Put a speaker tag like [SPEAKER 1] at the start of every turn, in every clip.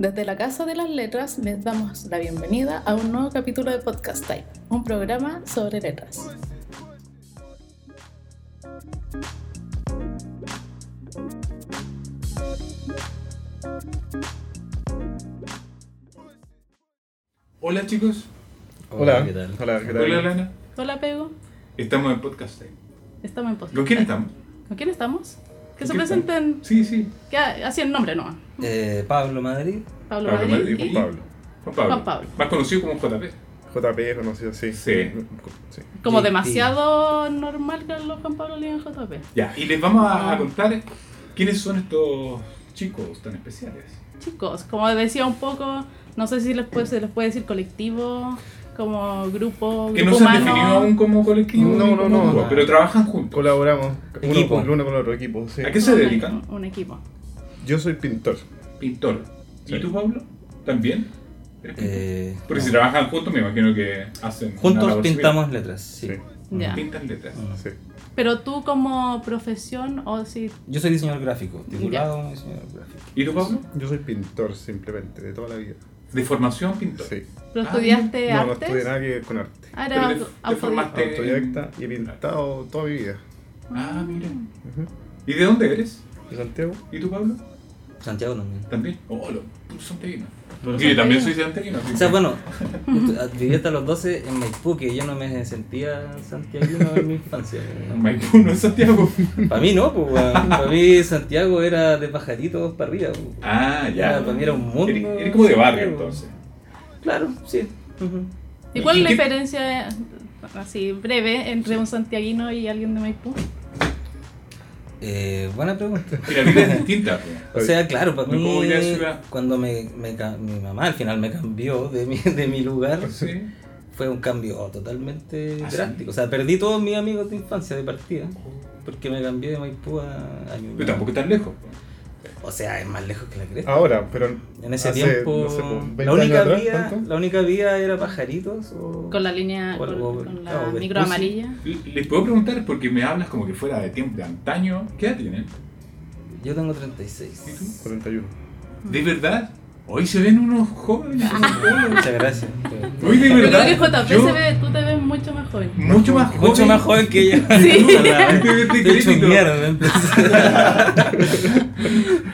[SPEAKER 1] Desde la Casa de las Letras les damos la bienvenida a un nuevo capítulo de Podcast Type, un programa sobre letras.
[SPEAKER 2] Hola chicos.
[SPEAKER 3] Hola,
[SPEAKER 4] ¿qué tal?
[SPEAKER 3] Hola, ¿qué tal?
[SPEAKER 2] Hola Lana.
[SPEAKER 1] Hola, Pego.
[SPEAKER 2] Estamos en podcast time.
[SPEAKER 1] Estamos en podcast.
[SPEAKER 2] ¿Con quién estamos?
[SPEAKER 1] ¿Con quién estamos? Que se
[SPEAKER 2] ¿Con quién
[SPEAKER 1] presenten,
[SPEAKER 2] estamos? Sí, sí.
[SPEAKER 1] que ah, así el nombre nomás.
[SPEAKER 4] Eh, Pablo Madrid.
[SPEAKER 1] Pablo,
[SPEAKER 2] Pablo
[SPEAKER 1] Madrid.
[SPEAKER 2] Madrid,
[SPEAKER 1] y-
[SPEAKER 3] Juan Pablo.
[SPEAKER 2] Juan Pablo.
[SPEAKER 1] Juan Pablo.
[SPEAKER 2] Más conocido como JP.
[SPEAKER 3] JP conocido, sí.
[SPEAKER 2] Sí.
[SPEAKER 3] Sí.
[SPEAKER 1] Como
[SPEAKER 4] JP.
[SPEAKER 1] demasiado normal que los Juan Pablo lean JP.
[SPEAKER 2] Ya. Y les vamos a, a contar quiénes son estos chicos tan especiales.
[SPEAKER 1] Chicos, como decía un poco, no sé si les puede, se les puede decir colectivo, como grupo,
[SPEAKER 2] Que
[SPEAKER 1] grupo
[SPEAKER 2] no se han
[SPEAKER 1] humano.
[SPEAKER 2] definido aún como colectivo.
[SPEAKER 3] No,
[SPEAKER 2] ni
[SPEAKER 3] no,
[SPEAKER 2] como
[SPEAKER 3] no.
[SPEAKER 2] grupo, Pero trabajan juntos.
[SPEAKER 3] Colaboramos uno
[SPEAKER 4] Equipo.
[SPEAKER 3] con el uno con el otro equipo. Sí.
[SPEAKER 2] ¿A qué se
[SPEAKER 1] Un-
[SPEAKER 2] dedican?
[SPEAKER 1] Un, equipo.
[SPEAKER 3] Yo soy pintor.
[SPEAKER 2] Pintor. ¿Y
[SPEAKER 3] Sí.
[SPEAKER 2] tú, Pablo? ¿También? ¿Eres pintor?
[SPEAKER 4] Eh,
[SPEAKER 2] Porque
[SPEAKER 4] no.
[SPEAKER 2] si trabajan juntos, me imagino que hacen. una
[SPEAKER 4] Juntos
[SPEAKER 2] labor
[SPEAKER 4] pintamos letras, sí.
[SPEAKER 3] Sí.
[SPEAKER 1] Ya.
[SPEAKER 2] similar. Pintan letras.
[SPEAKER 3] Sí.
[SPEAKER 1] Pero tú como profesión o si
[SPEAKER 4] Yo soy diseñador gráfico, titulado diseñador gráfico.
[SPEAKER 2] ¿Y tú, Pablo?
[SPEAKER 3] Yo soy pintor simplemente, de toda la vida.
[SPEAKER 2] De formación pintor.
[SPEAKER 3] Sí.
[SPEAKER 1] pero
[SPEAKER 2] Ah,
[SPEAKER 1] estudiaste
[SPEAKER 3] no, no
[SPEAKER 1] artes.
[SPEAKER 3] estudié nada que ver con arte.
[SPEAKER 1] Ah,
[SPEAKER 2] Pero
[SPEAKER 1] era
[SPEAKER 2] te-
[SPEAKER 1] auto-
[SPEAKER 2] te
[SPEAKER 1] autodidacta.
[SPEAKER 2] formaste- Eh,
[SPEAKER 3] Autodidacta y he pintado toda mi vida.
[SPEAKER 2] Ah, mira.
[SPEAKER 3] Ujú.
[SPEAKER 2] ¿Y de dónde eres?
[SPEAKER 3] ¿De Santiago?
[SPEAKER 2] ¿Y tú, Pablo?
[SPEAKER 4] Santiago también.
[SPEAKER 2] También. Oh, los puros santiaguinos.
[SPEAKER 4] Los
[SPEAKER 2] Sí, yo también
[SPEAKER 1] santiaguinos.
[SPEAKER 2] soy santiaguino. así
[SPEAKER 4] O sea,
[SPEAKER 2] que-
[SPEAKER 4] bueno, yo tu- viví hasta los 12 en Maipú, que yo no me sentía santiaguino en mi infancia.
[SPEAKER 2] Maipú no es Santiago.
[SPEAKER 4] Para mí no, pues, weón. para mí Santiago era de pajaritos para arriba. pues.
[SPEAKER 2] Ah, ya.
[SPEAKER 4] Era- para mí era un mundo.
[SPEAKER 2] Eres, eres como de barrio
[SPEAKER 4] Santiago.
[SPEAKER 2] entonces.
[SPEAKER 4] Claro, sí. Ujú.
[SPEAKER 1] ¿Y cuál es la
[SPEAKER 2] ¿Y qué-
[SPEAKER 1] diferencia eh, así breve entre un santiaguino y alguien de Maipú?
[SPEAKER 4] Eh, buena pregunta.
[SPEAKER 2] Y la vida es distinta. pues.
[SPEAKER 4] O sea, claro, para
[SPEAKER 2] No como
[SPEAKER 4] mí,
[SPEAKER 2] ir a la ciudad.
[SPEAKER 4] cuando me, me ca- mi mamá al final me cambió de mi, de mi lugar,
[SPEAKER 2] Sí.
[SPEAKER 4] fue un cambio totalmente
[SPEAKER 2] ¿Ah, sí?
[SPEAKER 4] drástico. O sea, perdí todos mis amigos de infancia de partida, porque me cambié de Maipú a, a Ñuñoa.
[SPEAKER 2] Pero tampoco tan lejos. pues.
[SPEAKER 4] O sea, es más lejos que la cresta.
[SPEAKER 3] Ahora, pero.
[SPEAKER 4] en ese
[SPEAKER 3] Ah, hace,
[SPEAKER 4] tiempo,
[SPEAKER 3] no sé, pues, 20
[SPEAKER 4] la, única
[SPEAKER 3] años atrás,
[SPEAKER 4] vía,
[SPEAKER 3] ¿cuánto?
[SPEAKER 4] la única vía era pajaritos o...
[SPEAKER 1] Con la línea,
[SPEAKER 4] O
[SPEAKER 1] con,
[SPEAKER 4] algo-
[SPEAKER 1] con la
[SPEAKER 4] claro, del
[SPEAKER 3] Pues
[SPEAKER 1] micro
[SPEAKER 4] busi.
[SPEAKER 1] amarilla.
[SPEAKER 2] L- Les puedo preguntar porque me hablas como que fuera de tiempo de antaño. ¿Qué edad tienen?
[SPEAKER 4] Yo tengo
[SPEAKER 2] ¿Y tú?
[SPEAKER 4] 36.
[SPEAKER 3] 41.
[SPEAKER 4] Mm.
[SPEAKER 2] ¿De verdad? Hoy se ven unos jóvenes.
[SPEAKER 4] Ah. Muchas gracias.
[SPEAKER 2] Hoy de
[SPEAKER 1] Yo creo
[SPEAKER 2] verdad.
[SPEAKER 1] que JP
[SPEAKER 2] yo
[SPEAKER 1] se ve, tú te ves mucho más joven.
[SPEAKER 2] Mucho más joven.
[SPEAKER 4] Mucho más joven que yo.
[SPEAKER 1] Sí.
[SPEAKER 4] De hecho,
[SPEAKER 2] crítico.
[SPEAKER 4] mierda. entonces.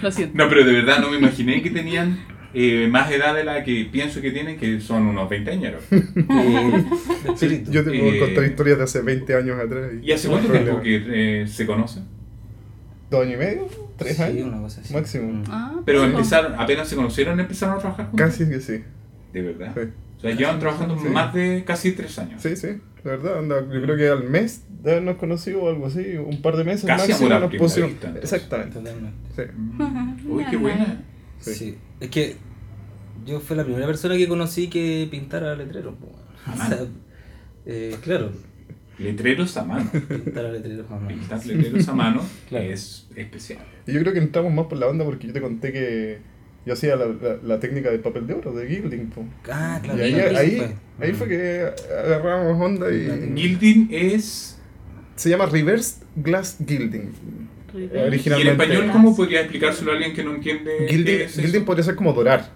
[SPEAKER 1] Lo siento.
[SPEAKER 2] No, pero de verdad no me imaginé que tenían eh, más edad de la que pienso que tienen, que son unos 20 años.
[SPEAKER 4] De espíritu.
[SPEAKER 3] Yo te puedo
[SPEAKER 2] Eh,
[SPEAKER 3] contar historias de hace 20 años atrás.
[SPEAKER 2] ¿Y hace
[SPEAKER 3] no hay
[SPEAKER 2] cuánto tiempo
[SPEAKER 3] problema.
[SPEAKER 2] que eh, se conocen?
[SPEAKER 3] ¿Dos años y medio? ¿Tres
[SPEAKER 4] Sí,
[SPEAKER 3] años?
[SPEAKER 4] una cosa así.
[SPEAKER 3] Máximo.
[SPEAKER 4] Mm.
[SPEAKER 1] Ah,
[SPEAKER 2] Pero
[SPEAKER 1] poco.
[SPEAKER 2] empezaron, apenas se conocieron, empezaron a trabajar juntos.
[SPEAKER 3] Casi que sí.
[SPEAKER 2] De verdad.
[SPEAKER 3] Sí.
[SPEAKER 2] O sea, llevan trabajando
[SPEAKER 3] Sí.
[SPEAKER 2] más de casi tres años.
[SPEAKER 3] Sí, sí, la verdad, anda, yo creo que al mes de habernos conocido o algo así, un par de meses
[SPEAKER 2] Casi
[SPEAKER 3] máximo
[SPEAKER 2] amor a
[SPEAKER 3] nos
[SPEAKER 2] primera
[SPEAKER 3] pusieron.
[SPEAKER 2] vista, entonces.
[SPEAKER 3] Exactamente.
[SPEAKER 4] Totalmente.
[SPEAKER 3] Sí.
[SPEAKER 2] Mm. Uy, qué buena.
[SPEAKER 3] Sí.
[SPEAKER 4] Sí. Es que yo fui la primera persona que conocí que pintara letreros. po, weón.
[SPEAKER 3] Ah,
[SPEAKER 4] O sea, eh, claro,
[SPEAKER 2] Letreros a mano.
[SPEAKER 4] pintara letreros a mano.
[SPEAKER 2] Pintar letreros a mano
[SPEAKER 4] Claro.
[SPEAKER 2] es especial.
[SPEAKER 3] Y yo creo que entramos más por la banda porque yo te conté que yo hacía la, la- la técnica del papel de oro, de Gilding. po.
[SPEAKER 4] Ah,
[SPEAKER 3] Y
[SPEAKER 4] claro.
[SPEAKER 3] ahí,
[SPEAKER 4] claro,
[SPEAKER 3] ahí,
[SPEAKER 4] sí
[SPEAKER 3] ahí, fue que agarramos onda y...
[SPEAKER 2] Gilding es.
[SPEAKER 3] Se llama Reverse Glass Gilding.
[SPEAKER 1] pues,
[SPEAKER 2] ¿Y en
[SPEAKER 3] Finalmente.
[SPEAKER 2] español cómo podría explicárselo a alguien que no entiende?
[SPEAKER 3] Gilding,
[SPEAKER 2] qué es eso?
[SPEAKER 3] gilding podría ser como dorar,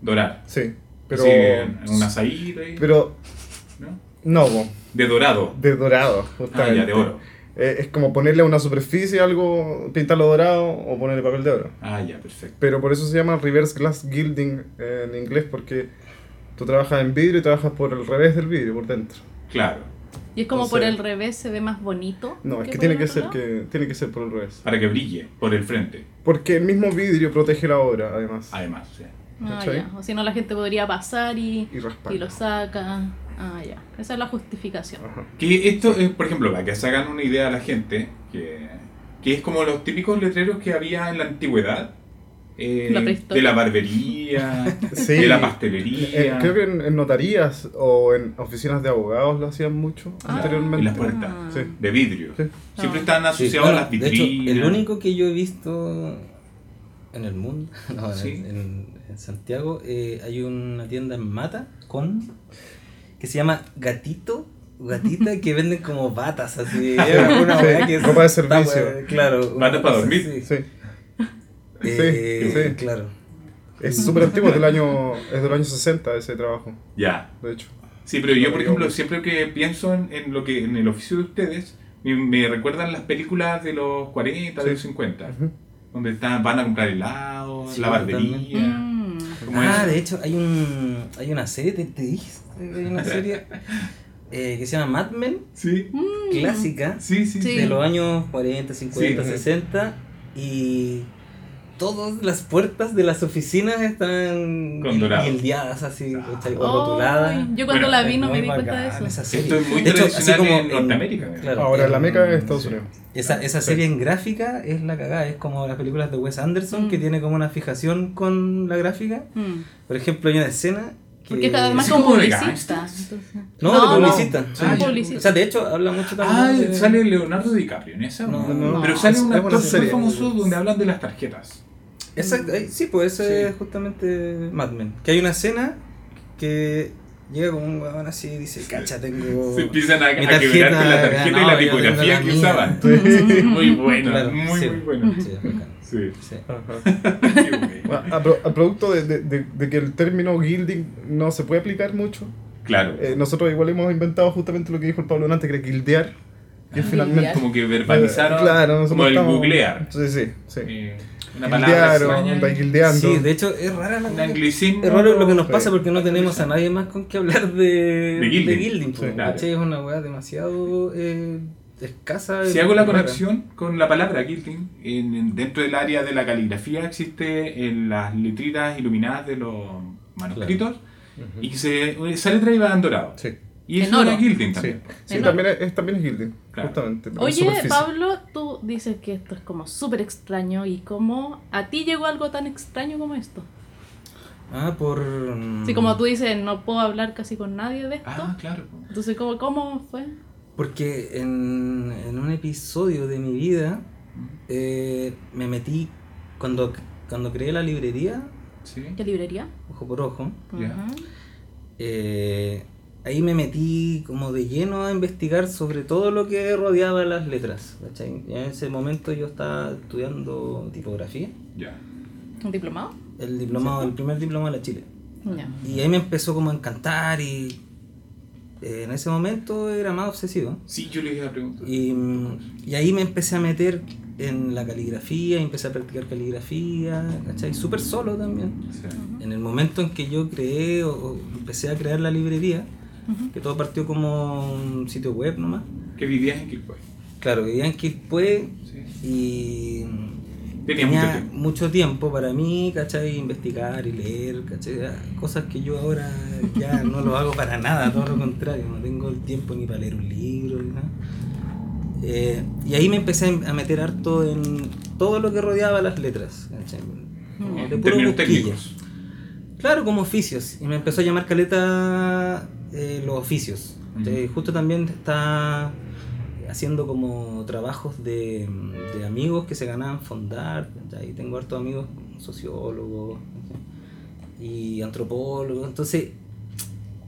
[SPEAKER 2] Dorar.
[SPEAKER 3] sí. Pero...
[SPEAKER 2] Pero. Sí, una saída. y-
[SPEAKER 3] Pero
[SPEAKER 2] ¿no?
[SPEAKER 3] no, po,
[SPEAKER 2] De dorado.
[SPEAKER 3] de dorado,
[SPEAKER 2] Ah,
[SPEAKER 3] justamente.
[SPEAKER 2] ya, de oro.
[SPEAKER 3] Eh, es como ponerle a una superficie algo, pintarlo dorado o ponerle papel de oro.
[SPEAKER 2] Ah, ya, perfecto.
[SPEAKER 3] Pero por eso se llama reverse glass gilding eh, en inglés, porque tú trabajas en vidrio y trabajas por el revés del vidrio, por dentro.
[SPEAKER 2] Claro.
[SPEAKER 1] Y es como
[SPEAKER 3] o
[SPEAKER 1] por
[SPEAKER 3] sea-
[SPEAKER 1] el revés, se ve más bonito.
[SPEAKER 3] No, es que
[SPEAKER 1] por
[SPEAKER 3] tiene
[SPEAKER 1] el
[SPEAKER 3] que
[SPEAKER 1] otro
[SPEAKER 3] ser
[SPEAKER 1] lado.
[SPEAKER 3] que tiene que ser por el revés.
[SPEAKER 2] Para que brille por el frente,
[SPEAKER 3] Porque el mismo vidrio protege la obra, además.
[SPEAKER 2] además. sí.
[SPEAKER 1] Ah,
[SPEAKER 3] ¿cachai?
[SPEAKER 1] ya. O si no, la gente podría pasar y,
[SPEAKER 3] Y raspar.
[SPEAKER 1] y lo saca. Ah, ya. Esa es la justificación.
[SPEAKER 3] Ajá.
[SPEAKER 2] Que esto es, por ejemplo, para que se hagan una idea a la gente, que, que es como los típicos letreros que había en la antigüedad. eh,
[SPEAKER 1] La prehistoria.
[SPEAKER 2] de la barbería,
[SPEAKER 3] Sí.
[SPEAKER 2] de la
[SPEAKER 3] Eh,
[SPEAKER 2] pastelería.
[SPEAKER 3] creo que en, en notarías o en oficinas de abogados lo hacían mucho
[SPEAKER 1] Ah,
[SPEAKER 3] anteriormente.
[SPEAKER 2] en las puertas.
[SPEAKER 3] Sí.
[SPEAKER 2] De vidrio.
[SPEAKER 3] Sí.
[SPEAKER 2] Siempre están
[SPEAKER 4] Ah. Sí,
[SPEAKER 2] asociados
[SPEAKER 4] bueno,
[SPEAKER 2] a las
[SPEAKER 4] de hecho,
[SPEAKER 2] vitrinas.
[SPEAKER 4] el único que yo he visto en el mundo, no, en-
[SPEAKER 2] Sí.
[SPEAKER 4] en, en Santiago, eh, hay una tienda en Mata con que se llama Gatito. Gatita que venden como batas así, una
[SPEAKER 3] sí,
[SPEAKER 4] weá que es-
[SPEAKER 3] ropa de
[SPEAKER 4] está, weá,
[SPEAKER 3] servicio.
[SPEAKER 4] claro, una
[SPEAKER 2] Batas para
[SPEAKER 4] cosa
[SPEAKER 2] dormir.
[SPEAKER 4] así.
[SPEAKER 3] Sí.
[SPEAKER 4] Eh,
[SPEAKER 3] sí.
[SPEAKER 4] Claro.
[SPEAKER 3] Es súper antiguo, es del, año, es del año 60 ese trabajo,
[SPEAKER 2] Ya.
[SPEAKER 3] de hecho.
[SPEAKER 2] Sí, pero yo, por ejemplo, siempre que pienso en, en lo que en el oficio de ustedes, me, me recuerdan las películas de los 40, de los 50,
[SPEAKER 3] Ujú.
[SPEAKER 2] donde están, van a comprar helado,
[SPEAKER 4] Sí,
[SPEAKER 2] la barbería.
[SPEAKER 5] Mm.
[SPEAKER 2] como
[SPEAKER 4] Ah,
[SPEAKER 2] eso.
[SPEAKER 4] de hecho, hay un hay una serie, te, te dije, hay una serie eh, que se llama Mad Men,
[SPEAKER 2] Sí,
[SPEAKER 5] Mm.
[SPEAKER 4] clásica,
[SPEAKER 2] sí, sí.
[SPEAKER 5] Sí.
[SPEAKER 4] de los años 40, 50,
[SPEAKER 2] Sí.
[SPEAKER 4] 60, y todas las puertas de las oficinas están
[SPEAKER 2] Con dorado. Ah.
[SPEAKER 4] guildeadas así, ¿cachai? o
[SPEAKER 5] Ay,
[SPEAKER 4] rotuladas.
[SPEAKER 5] yo cuando
[SPEAKER 2] Bueno,
[SPEAKER 5] la
[SPEAKER 4] Es
[SPEAKER 5] vi no me
[SPEAKER 4] muy
[SPEAKER 5] di cuenta de
[SPEAKER 4] bacán
[SPEAKER 5] eso.
[SPEAKER 4] esa serie.
[SPEAKER 2] Esto es muy
[SPEAKER 4] De hecho, así
[SPEAKER 2] tradicional
[SPEAKER 4] como
[SPEAKER 2] en
[SPEAKER 4] en-
[SPEAKER 2] Norteamérica. Ah, ¿no?
[SPEAKER 4] claro.
[SPEAKER 3] Ahora, la
[SPEAKER 4] en-
[SPEAKER 3] meca es Estados
[SPEAKER 2] sí.
[SPEAKER 3] Unidos.
[SPEAKER 4] Esa, esa serie en gráfica es la cagada, es como las películas de Wes Anderson
[SPEAKER 5] Mm.
[SPEAKER 4] que tiene como una fijación con la gráfica.
[SPEAKER 5] Mm.
[SPEAKER 4] Por ejemplo, hay una escena que...
[SPEAKER 5] Porque cada vez más
[SPEAKER 2] Sí,
[SPEAKER 5] como
[SPEAKER 2] como de
[SPEAKER 5] publicista.
[SPEAKER 2] gangsters.
[SPEAKER 5] entonces.
[SPEAKER 4] No,
[SPEAKER 5] No,
[SPEAKER 4] de
[SPEAKER 5] no.
[SPEAKER 4] publicista.
[SPEAKER 2] Ah, ya.
[SPEAKER 5] Publicista.
[SPEAKER 4] O sea, de hecho, habla mucho
[SPEAKER 2] Ah,
[SPEAKER 4] también. de-
[SPEAKER 2] sale Leonardo DiCaprio en esa.
[SPEAKER 4] No,
[SPEAKER 5] no.
[SPEAKER 2] Pero
[SPEAKER 5] No,
[SPEAKER 2] sale
[SPEAKER 3] es
[SPEAKER 2] un
[SPEAKER 3] una
[SPEAKER 2] actor súper
[SPEAKER 3] serie.
[SPEAKER 2] famoso donde hablan de las tarjetas.
[SPEAKER 4] Exacto, ahí- sí, pues eso
[SPEAKER 2] Sí.
[SPEAKER 4] es justamente Mad Men. Que hay una escena que llega con un weón así y dice, cacha, tengo...
[SPEAKER 2] Se empiezan a, a
[SPEAKER 4] Mi
[SPEAKER 2] quebrar
[SPEAKER 4] tarjeta,
[SPEAKER 2] con la tarjeta
[SPEAKER 4] no,
[SPEAKER 2] y la
[SPEAKER 4] yo tengo la
[SPEAKER 2] tipografía que
[SPEAKER 4] mía.
[SPEAKER 2] usaban. Muy bueno,
[SPEAKER 4] Claro,
[SPEAKER 2] muy,
[SPEAKER 4] sí.
[SPEAKER 2] muy bueno.
[SPEAKER 4] Sí, es bacán.
[SPEAKER 2] Sí.
[SPEAKER 4] Sí.
[SPEAKER 3] Ajá.
[SPEAKER 2] Qué bueno.
[SPEAKER 3] Bueno, a, pro- a producto de, de- de- de que el término gilding no se puede aplicar mucho,
[SPEAKER 2] Claro.
[SPEAKER 3] eh, nosotros igual hemos inventado justamente lo que dijo el Pablo antes, que era guildear,
[SPEAKER 5] Ah,
[SPEAKER 3] que es finalmente...
[SPEAKER 2] Como que verbalizaron
[SPEAKER 3] Eh, claro, nosotros
[SPEAKER 2] como el
[SPEAKER 3] estamos-
[SPEAKER 2] googlear.
[SPEAKER 3] Sí, sí, sí.
[SPEAKER 2] Eh, una palabra
[SPEAKER 3] Guildear o
[SPEAKER 2] extraña.
[SPEAKER 3] anda guildeando.
[SPEAKER 4] Sí, de hecho es rara la
[SPEAKER 2] Un anglicismo.
[SPEAKER 4] Es raro lo que nos
[SPEAKER 3] Sí.
[SPEAKER 4] pasa porque no tenemos a nadie más con que hablar de,
[SPEAKER 2] pues, De Gilding.
[SPEAKER 4] po,
[SPEAKER 3] Sí,
[SPEAKER 2] claro.
[SPEAKER 4] ¿cachai? Es una weá demasiado eh, escasa.
[SPEAKER 2] Si
[SPEAKER 4] eh,
[SPEAKER 2] hago la
[SPEAKER 4] rara.
[SPEAKER 2] conexión con la palabra quilting, en- en- dentro del área de la caligrafía existe en las letritas iluminadas de los manuscritos
[SPEAKER 3] Ujú.
[SPEAKER 2] y que se eh, sale traída en dorado.
[SPEAKER 3] Sí,
[SPEAKER 2] Y
[SPEAKER 5] En
[SPEAKER 2] eso
[SPEAKER 5] oro.
[SPEAKER 2] era quilting
[SPEAKER 3] sí.
[SPEAKER 2] también.
[SPEAKER 3] Sí,
[SPEAKER 5] Menor.
[SPEAKER 3] también es, es- también es gilding,
[SPEAKER 2] Claro.
[SPEAKER 3] justamente. pero en
[SPEAKER 5] Oye,
[SPEAKER 3] superficie.
[SPEAKER 5] Pablo, tú dices que esto es como súper extraño y cómo a ti llegó algo tan extraño como esto.
[SPEAKER 4] Ah, por.
[SPEAKER 5] Así
[SPEAKER 4] Mm.
[SPEAKER 5] como tú dices, no puedo hablar casi con nadie de esto.
[SPEAKER 2] Ah, claro.
[SPEAKER 5] Entonces, ¿cómo, cómo fue?
[SPEAKER 4] Porque en, en un episodio de mi vida eh, me metí. Cuando, cuando creé la librería,
[SPEAKER 2] Sí.
[SPEAKER 5] ¿Qué librería?
[SPEAKER 4] ojo por ojo,
[SPEAKER 2] Ya.
[SPEAKER 5] Ujú.
[SPEAKER 4] eh, ahí me metí como de lleno a investigar sobre todo lo que rodeaba las letras. ¿cachai? Y En ese momento yo estaba estudiando tipografía.
[SPEAKER 2] Ya.
[SPEAKER 5] ¿Un diplomado?
[SPEAKER 4] El diplomado, el primer diplomado de la Chile.
[SPEAKER 5] Ya.
[SPEAKER 4] Y ahí me empezó como a encantar y eh, en ese momento era más obsesivo.
[SPEAKER 2] Sí, yo le iba a preguntar.
[SPEAKER 4] Y, mm, y ahí me empecé a meter en la caligrafía, y empecé a practicar caligrafía, ¿cachai? Súper solo también.
[SPEAKER 2] Sí.
[SPEAKER 4] En el momento en que yo creé o, o empecé a crear la librería,
[SPEAKER 5] Ujú.
[SPEAKER 4] que todo partió como un sitio web nomás.
[SPEAKER 2] ¿Qué vivías en Quilpue?
[SPEAKER 4] Claro, vivía en Quilpué
[SPEAKER 2] Sí.
[SPEAKER 4] y
[SPEAKER 2] Tenía mucho tiempo.
[SPEAKER 4] mucho tiempo para mí, ¿cachai? Investigar y leer, ¿cachai? Ah, Cosas que yo ahora ya no lo hago para nada, todo lo contrario, no tengo el tiempo ni para leer un libro, ni nada. Eh, y ahí me empecé a meter harto en todo lo que rodeaba las letras, ¿cachai? Como
[SPEAKER 5] Mm.
[SPEAKER 4] de
[SPEAKER 2] En
[SPEAKER 4] puro
[SPEAKER 2] términos
[SPEAKER 4] busquilla.
[SPEAKER 2] técnicos.
[SPEAKER 4] Claro, como oficios. Y me empezó a llamar caleta eh, los oficios. ¿cachai? Justo también está haciendo como trabajos de, de amigos que se ganaban fondar. Y tengo hartos amigos sociólogos ¿cachai? y antropólogos. Entonces,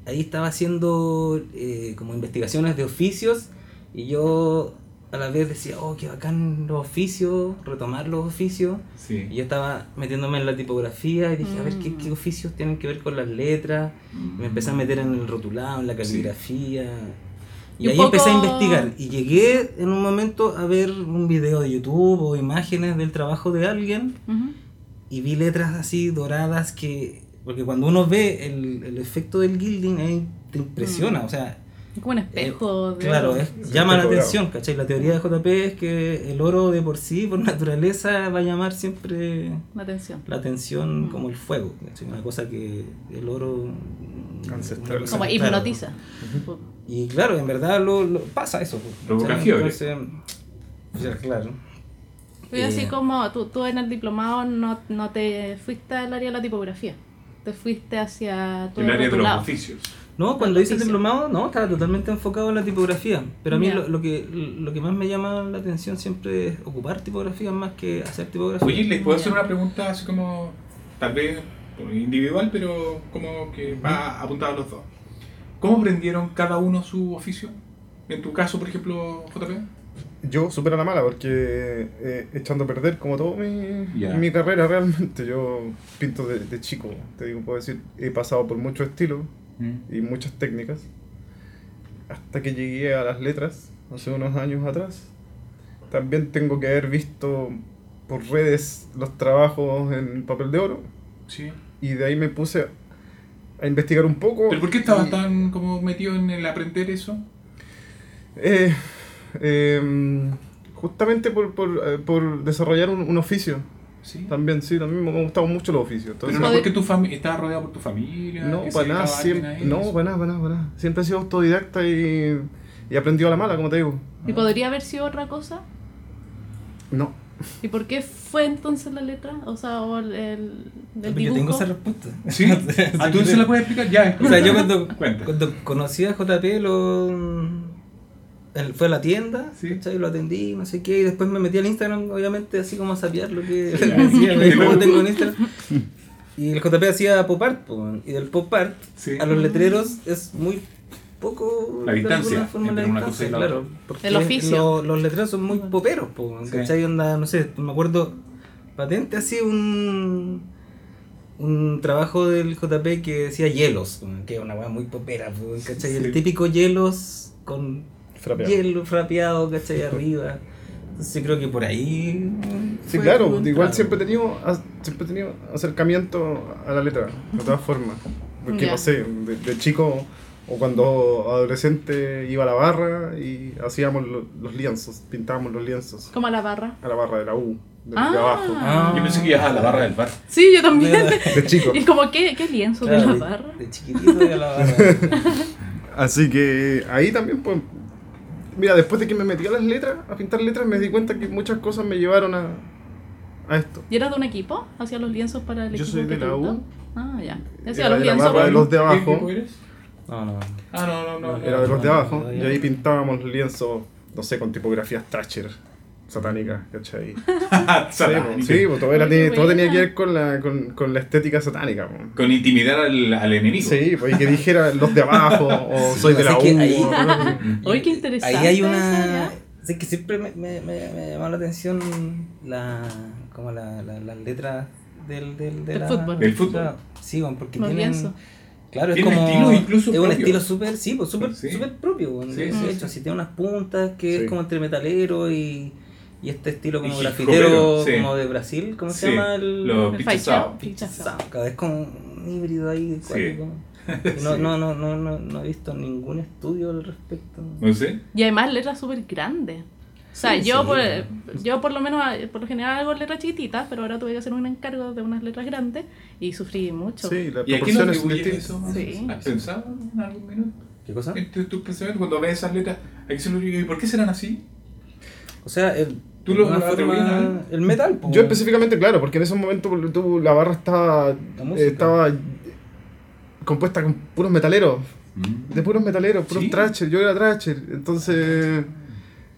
[SPEAKER 4] ahí estaba haciendo eh, como investigaciones de oficios y yo a la vez decía, oh, qué bacán los oficios, retomar los oficios.
[SPEAKER 2] Sí.
[SPEAKER 4] Y Yo estaba metiéndome en la tipografía y dije, a ver, ¿qué,
[SPEAKER 5] Mm.
[SPEAKER 4] qué oficios tienen que ver con las letras? Me empecé a meter en el rotulado, en la caligrafía.
[SPEAKER 5] Y
[SPEAKER 4] Y,
[SPEAKER 5] un
[SPEAKER 4] ahí empecé a
[SPEAKER 5] poco-
[SPEAKER 4] investigar. Y llegué en un momento a ver un video de YouTube o imágenes del trabajo de alguien
[SPEAKER 5] Ujú.
[SPEAKER 4] y vi letras así doradas que... Porque cuando uno ve el, el efecto del gilding, ahí te impresiona. O sea, eh,
[SPEAKER 5] Es como un Mm. espejo. de-
[SPEAKER 4] Claro, es-
[SPEAKER 3] Es
[SPEAKER 4] llama la
[SPEAKER 3] espejo
[SPEAKER 4] atención, ¿cachai? La teoría de JP es que el oro de por sí, por naturaleza, va a llamar siempre
[SPEAKER 5] La atención.
[SPEAKER 4] la atención
[SPEAKER 5] Mm.
[SPEAKER 4] como el fuego, ¿cachai? Una cosa que el oro...
[SPEAKER 3] Ancestral.
[SPEAKER 4] una cosa-
[SPEAKER 5] Como
[SPEAKER 4] claro.
[SPEAKER 5] hipnotiza. Por-
[SPEAKER 4] Y claro, en verdad lo, lo- pasa eso. pues,
[SPEAKER 2] Provoca
[SPEAKER 4] ¿cachai?
[SPEAKER 2] fiebre.
[SPEAKER 4] Entonces, ya, claro.
[SPEAKER 5] Pero
[SPEAKER 4] Eh,
[SPEAKER 5] así como tú, tú en el diplomado no, no te fuiste al área de la tipografía. Te fuiste hacia tu
[SPEAKER 2] El área de los
[SPEAKER 5] rotulado.
[SPEAKER 2] oficios.
[SPEAKER 4] No, cuando hice el
[SPEAKER 5] Oficio.
[SPEAKER 4] diplomado, no, estaba totalmente enfocado en la tipografía. Pero a mí
[SPEAKER 5] Ya.
[SPEAKER 4] lo, lo que, lo que más me llama la atención siempre es ocupar tipografías más que hacer tipografía.
[SPEAKER 2] Oye, ¿les puedo
[SPEAKER 5] Ya.
[SPEAKER 2] hacer una pregunta así como, tal vez individual, pero como que va apuntada a los dos? ¿Cómo aprendieron cada uno su oficio? En tu caso, por ejemplo, JP.
[SPEAKER 3] yo súper a la mala, porque eh, echando a perder como todo mi,
[SPEAKER 2] Ya.
[SPEAKER 3] mi carrera realmente. Yo pinto de, de chico, te digo, puedo decir, he pasado por muchos estilos y muchas técnicas, hasta que llegué a las letras hace unos años atrás. También tengo que haber visto por redes los trabajos en papel de oro
[SPEAKER 2] Sí.
[SPEAKER 3] y de ahí me puse a investigar un poco.
[SPEAKER 2] ¿Pero por qué estabas
[SPEAKER 3] y-
[SPEAKER 2] tan como metido en el aprender eso?
[SPEAKER 3] Eh, eh, justamente por, por, eh, por desarrollar un, un oficio.
[SPEAKER 2] Sí.
[SPEAKER 3] También, sí, también me han gustado mucho los oficios.
[SPEAKER 2] Pero
[SPEAKER 3] Entonces,
[SPEAKER 2] no
[SPEAKER 5] Joder.
[SPEAKER 2] porque tu familia estabas rodeado por tu familia.
[SPEAKER 3] no,
[SPEAKER 2] que se
[SPEAKER 3] para nada,
[SPEAKER 2] dedicaba alguien a
[SPEAKER 3] siempre, no,
[SPEAKER 2] eso.
[SPEAKER 3] para nada, para nada, para nada. Siempre he sido autodidacta y, y he aprendido a la mala, como te digo.
[SPEAKER 2] Ah.
[SPEAKER 1] ¿Y podría haber sido otra cosa?
[SPEAKER 3] No,
[SPEAKER 1] ¿Y por qué fue entonces la letra? O sea, o el, el
[SPEAKER 4] Porque
[SPEAKER 1] dibujo.
[SPEAKER 4] Ah, tengo esa respuesta.
[SPEAKER 2] ¿Sí? ¿A tú se la puedes explicar? Ya,
[SPEAKER 4] O sea, yo cuando,
[SPEAKER 2] Cuenta.
[SPEAKER 4] cuando conocí a JP, lo, él fue a la tienda,
[SPEAKER 2] Sí.
[SPEAKER 4] ¿cachai? lo atendí, no sé qué, y después me metí al Instagram, obviamente, así como a sapear lo que
[SPEAKER 2] Sí,
[SPEAKER 4] decía,
[SPEAKER 2] claro.
[SPEAKER 4] cómo tengo en Instagram. Y el JP hacía pop art, po, weón. y del pop art
[SPEAKER 2] Sí.
[SPEAKER 4] a los letreros es muy poco.
[SPEAKER 2] La
[SPEAKER 4] de
[SPEAKER 2] distancia
[SPEAKER 4] alguna forma,
[SPEAKER 2] entre
[SPEAKER 4] la
[SPEAKER 2] una
[SPEAKER 4] distancia,
[SPEAKER 2] cosa y la
[SPEAKER 4] claro.
[SPEAKER 2] otra.
[SPEAKER 4] porque
[SPEAKER 1] El oficio.
[SPEAKER 4] lo- los letreros son muy poperos, po, weón,
[SPEAKER 2] Sí.
[SPEAKER 4] ¿cachai? Onda, no sé, me acuerdo patente así un un trabajo del JP que decía hielos, weón, que es una weá muy popera, po, weón, ¿cachai?
[SPEAKER 2] Sí.
[SPEAKER 4] El típico hielos con
[SPEAKER 3] frapeado.
[SPEAKER 4] hielo frapeado, ¿cachai? Arriba. Entonces yo creo que por ahí. weón,
[SPEAKER 3] Sí,
[SPEAKER 4] fue
[SPEAKER 3] claro,
[SPEAKER 4] como un
[SPEAKER 3] igual
[SPEAKER 4] trago.
[SPEAKER 3] siempre he, tenido, ac- siempre he tenido acercamiento a la letra, de todas formas. Porque
[SPEAKER 1] Ya.
[SPEAKER 3] no sé, de, de chico o cuando adolescente iba a la barra y hacíamos lo- los lienzos, pintábamos los lienzos
[SPEAKER 1] Como a la barra.
[SPEAKER 3] a la barra de la U, de, de
[SPEAKER 1] Ah.
[SPEAKER 3] abajo.
[SPEAKER 4] Ah.
[SPEAKER 2] Yo pensé que ibas a la barra del bar.
[SPEAKER 1] Sí, yo también.
[SPEAKER 3] De chico.
[SPEAKER 1] ¿Y como qué, qué lienzo
[SPEAKER 4] Claro,
[SPEAKER 1] de
[SPEAKER 4] de-
[SPEAKER 1] la barra?
[SPEAKER 4] De chiquitito iba a la barra.
[SPEAKER 3] Así que ahí también, pues. Mira, después de que me metí a las letras, a pintar letras, me di cuenta que muchas cosas me llevaron a, a esto.
[SPEAKER 1] ¿Y eras de un equipo? ¿Hacías los lienzos para el
[SPEAKER 3] Yo
[SPEAKER 1] equipo?
[SPEAKER 3] soy
[SPEAKER 1] que
[SPEAKER 3] de
[SPEAKER 1] te
[SPEAKER 3] la U.
[SPEAKER 1] gustó? Ah, ya. Yo hacía
[SPEAKER 3] Era
[SPEAKER 1] los
[SPEAKER 3] de la
[SPEAKER 1] lienzos.
[SPEAKER 3] barra de los de abajo.
[SPEAKER 2] ¿Qué equipo eres?
[SPEAKER 4] No, no.
[SPEAKER 2] Ah, no, no, no.
[SPEAKER 3] Era de los de abajo, y ahí pintábamos lienzos, no sé, con tipografías Thatcher, satánicas, ¿cachai? Sí,
[SPEAKER 2] Ah, Satánico.
[SPEAKER 3] sí, pues, todo, era-
[SPEAKER 1] Ay, qué
[SPEAKER 3] todo tenía
[SPEAKER 1] buena.
[SPEAKER 3] que ver con la, con, con la estética satánica. po.
[SPEAKER 2] Con intimidar al, al enemigo.
[SPEAKER 3] Sí, pues, y que dijera los de abajo, o soy de la
[SPEAKER 4] así que
[SPEAKER 3] U.
[SPEAKER 4] ahí-
[SPEAKER 3] o algo así.
[SPEAKER 1] Oye, qué interesante.
[SPEAKER 4] Ahí hay
[SPEAKER 1] esa,
[SPEAKER 4] una.
[SPEAKER 1] ya.
[SPEAKER 4] Es que siempre me, me, me, me llamó la atención la, como la, la- las letras del, del, de
[SPEAKER 1] Del
[SPEAKER 4] la-
[SPEAKER 1] fútbol.
[SPEAKER 2] Del fútbol.
[SPEAKER 4] Claro, sí, bueno, porque
[SPEAKER 1] Los
[SPEAKER 4] tienen.
[SPEAKER 1] lienzos.
[SPEAKER 4] Claro, es
[SPEAKER 2] Tienen
[SPEAKER 4] como.
[SPEAKER 2] estilos incluso
[SPEAKER 4] es un
[SPEAKER 2] propios.
[SPEAKER 4] estilo súper, sí, pues, súper
[SPEAKER 2] Sí.
[SPEAKER 4] súper propio. bueno,
[SPEAKER 2] Sí,
[SPEAKER 4] de
[SPEAKER 1] sí,
[SPEAKER 4] hecho, si tiene unas puntas que
[SPEAKER 3] Sí.
[SPEAKER 4] es como entre metalero y, y este estilo como
[SPEAKER 2] Y
[SPEAKER 4] grafitero,
[SPEAKER 2] hip-hopero, sí.
[SPEAKER 4] como de Brasil, ¿cómo se
[SPEAKER 2] Sí,
[SPEAKER 4] llama? El,
[SPEAKER 2] los
[SPEAKER 1] El
[SPEAKER 2] pichazados.
[SPEAKER 1] fachao. Pichazo.
[SPEAKER 4] Cada vez como un híbrido ahí.
[SPEAKER 2] Sí.
[SPEAKER 4] cuático. Y No, no, no, no, no, no he visto ningún estudio al respecto.
[SPEAKER 2] No sé.
[SPEAKER 1] Y además letras súper grandes. O sea,
[SPEAKER 4] Sí,
[SPEAKER 1] yo,
[SPEAKER 4] sí.
[SPEAKER 1] Por, yo por lo menos, eh, por lo general hago letras chiquititas, pero ahora tuve que hacer un encargo de unas letras grandes y sufrí mucho.
[SPEAKER 3] Sí, las
[SPEAKER 2] ¿Y a quién
[SPEAKER 3] proporciones
[SPEAKER 2] atribuyes
[SPEAKER 3] distintas.
[SPEAKER 2] eso? más?
[SPEAKER 1] Sí.
[SPEAKER 2] ¿Has pensado en algún minuto?
[SPEAKER 4] ¿Qué
[SPEAKER 3] ¿Ah?
[SPEAKER 4] cosa?
[SPEAKER 2] En tu- tus pensamientos, cuando ves esas letras, ¿a qué se lo digo? ¿Y por qué serán así?
[SPEAKER 4] O sea, el,
[SPEAKER 2] Tú
[SPEAKER 4] de
[SPEAKER 2] lo- ¿eh?
[SPEAKER 4] alguna
[SPEAKER 2] lo atribuís a-
[SPEAKER 4] el metal. po.
[SPEAKER 3] Yo específicamente, claro, porque en ese momento por lo tanto, la barra estaba,
[SPEAKER 4] La
[SPEAKER 3] eh,
[SPEAKER 4] música.
[SPEAKER 3] estaba compuesta con puros metaleros, de puros metaleros, puros
[SPEAKER 2] Sí.
[SPEAKER 3] thrasher, yo era thrasher, entonces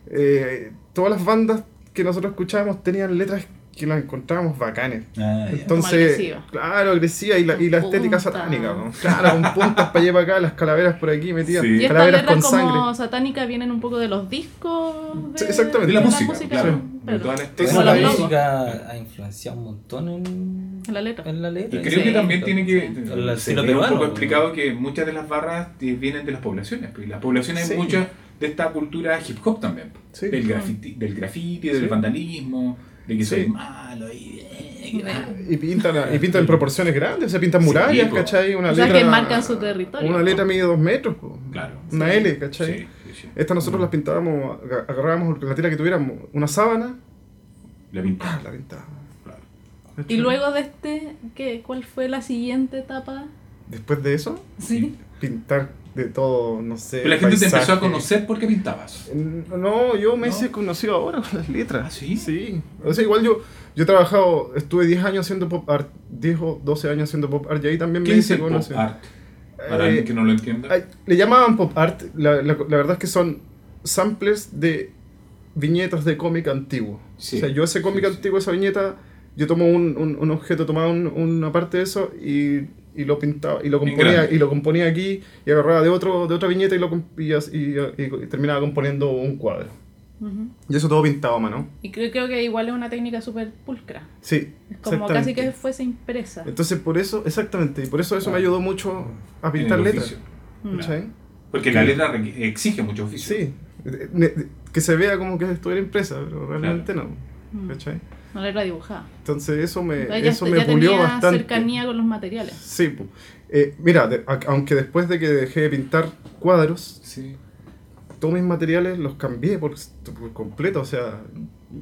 [SPEAKER 3] eh, todas las bandas que nosotros escuchábamos tenían letras que las encontrábamos bacanes.
[SPEAKER 2] Ah, ya.
[SPEAKER 3] Entonces,
[SPEAKER 1] agresiva.
[SPEAKER 3] claro, agresiva y la, y la
[SPEAKER 1] Con
[SPEAKER 3] estética
[SPEAKER 1] puntas.
[SPEAKER 3] satánica, ¿no? claro, con puntas para allá y para acá, las calaveras por aquí metidas,
[SPEAKER 2] Sí.
[SPEAKER 1] Y estas
[SPEAKER 3] calaveras con
[SPEAKER 1] letras como
[SPEAKER 3] sangre.
[SPEAKER 1] satánicas vienen un poco de los discos.
[SPEAKER 3] Sí, exactamente.
[SPEAKER 2] de la música, claro. De
[SPEAKER 1] pero-
[SPEAKER 2] toda la Ah.
[SPEAKER 4] Bueno,
[SPEAKER 3] Entonces,
[SPEAKER 1] como
[SPEAKER 4] la
[SPEAKER 1] los
[SPEAKER 3] ahí-
[SPEAKER 1] logos,
[SPEAKER 4] música ha influenciado un montón en,
[SPEAKER 1] en la letra.
[SPEAKER 4] en la letra.
[SPEAKER 2] Y creo que
[SPEAKER 1] Sí.
[SPEAKER 2] también tiene que.
[SPEAKER 4] Sí.
[SPEAKER 2] se
[SPEAKER 4] El estilo
[SPEAKER 2] ve un
[SPEAKER 4] peruano,
[SPEAKER 2] poco
[SPEAKER 4] ¿no?
[SPEAKER 2] explicado que muchas de las barras eh, vienen de las poblaciones. pues, Y las poblaciones
[SPEAKER 3] Sí.
[SPEAKER 2] hay mucha de esta cultura hip hop también. pues,
[SPEAKER 3] Sí.
[SPEAKER 2] Del, graffiti, del graffiti, del
[SPEAKER 3] Sí.
[SPEAKER 2] vandalismo, de que
[SPEAKER 3] Sí.
[SPEAKER 2] soy malo y. eh, que nada.
[SPEAKER 3] Y pintan, y pintan en proporciones grandes, o sea, pintan murallas,
[SPEAKER 2] Sí, po.
[SPEAKER 3] ¿cachai? Una
[SPEAKER 1] O sea,
[SPEAKER 3] letra,
[SPEAKER 1] que marcan su territorio,
[SPEAKER 3] Una
[SPEAKER 1] ¿no?
[SPEAKER 3] letra mide dos metros, po.
[SPEAKER 2] Claro. Mm.
[SPEAKER 3] una
[SPEAKER 1] Sí.
[SPEAKER 3] L, ¿cachai?
[SPEAKER 2] Sí, sí, sí.
[SPEAKER 3] Esta nosotros las pintábamos, aga- agarrábamos la tela que tuviéramos, una sábana,
[SPEAKER 2] La
[SPEAKER 3] ¡pah!
[SPEAKER 2] pintada.
[SPEAKER 3] la pintábamos.
[SPEAKER 2] Claro.
[SPEAKER 1] Y luego de este, ¿qué? ¿cuál fue la siguiente etapa?
[SPEAKER 3] Después de eso,
[SPEAKER 1] Sí.
[SPEAKER 3] pintar de todo, no sé.
[SPEAKER 2] Pero la gente te empezó a
[SPEAKER 3] paisaje.
[SPEAKER 2] conocer porque pintabas.
[SPEAKER 3] No, yo me
[SPEAKER 2] ¿No?
[SPEAKER 3] hice conocido ahora con las letras.
[SPEAKER 2] ¿Ah, sí?
[SPEAKER 3] Sí. O sea, igual yo, yo he trabajado, estuve 10 años haciendo pop art, 10 o 12 años haciendo pop art y ahí también
[SPEAKER 2] ¿Qué
[SPEAKER 3] me
[SPEAKER 2] es
[SPEAKER 3] hice
[SPEAKER 2] el pop
[SPEAKER 3] conocido.
[SPEAKER 2] art? Para
[SPEAKER 3] Eh,
[SPEAKER 2] alguien que no lo entienda.
[SPEAKER 3] Ay, Le llamaban pop art, la, la- la verdad es que son samples de viñetas de cómic antiguo.
[SPEAKER 2] Sí.
[SPEAKER 3] O sea, yo ese cómic
[SPEAKER 2] Sí, sí.
[SPEAKER 3] antiguo, esa viñeta, yo tomo un, un- un objeto, tomaba un- una parte de eso y, y lo pintaba, y lo
[SPEAKER 2] Bien
[SPEAKER 3] componía,
[SPEAKER 2] grande.
[SPEAKER 3] y lo componía aquí, y agarraba de otro, de otra viñeta y lo comp- y, as- y- y- y terminaba componiendo un cuadro.
[SPEAKER 1] Ujú.
[SPEAKER 3] Y eso todo pintado a mano.
[SPEAKER 1] Y creo, creo que igual es una técnica súper pulcra.
[SPEAKER 3] Sí.
[SPEAKER 1] Es como
[SPEAKER 3] exactamente. Ah.
[SPEAKER 1] casi que fuese impresa.
[SPEAKER 3] Entonces, por eso, exactamente, y por eso eso me ayudó mucho a
[SPEAKER 2] en el
[SPEAKER 3] pintar letras.
[SPEAKER 2] oficio.
[SPEAKER 1] Mm.
[SPEAKER 3] ¿cachai?
[SPEAKER 2] Porque la letra requ- exige mucho oficio.
[SPEAKER 3] Sí, eh, eh, que se vea como que estuviera impresa, pero realmente
[SPEAKER 1] Mm.
[SPEAKER 3] no. ¿cachai?
[SPEAKER 1] No la era dibujada.
[SPEAKER 3] Entonces, eso me,
[SPEAKER 1] Ella
[SPEAKER 3] eso me
[SPEAKER 1] ya
[SPEAKER 3] pulió
[SPEAKER 1] tenía
[SPEAKER 3] bastante.
[SPEAKER 1] cercanía con los materiales.
[SPEAKER 3] Sí, po. Eh, mira, de- a- aunque después de que dejé de pintar cuadros,
[SPEAKER 2] Sí.
[SPEAKER 3] todos mis materiales los cambié por, por completo, o sea,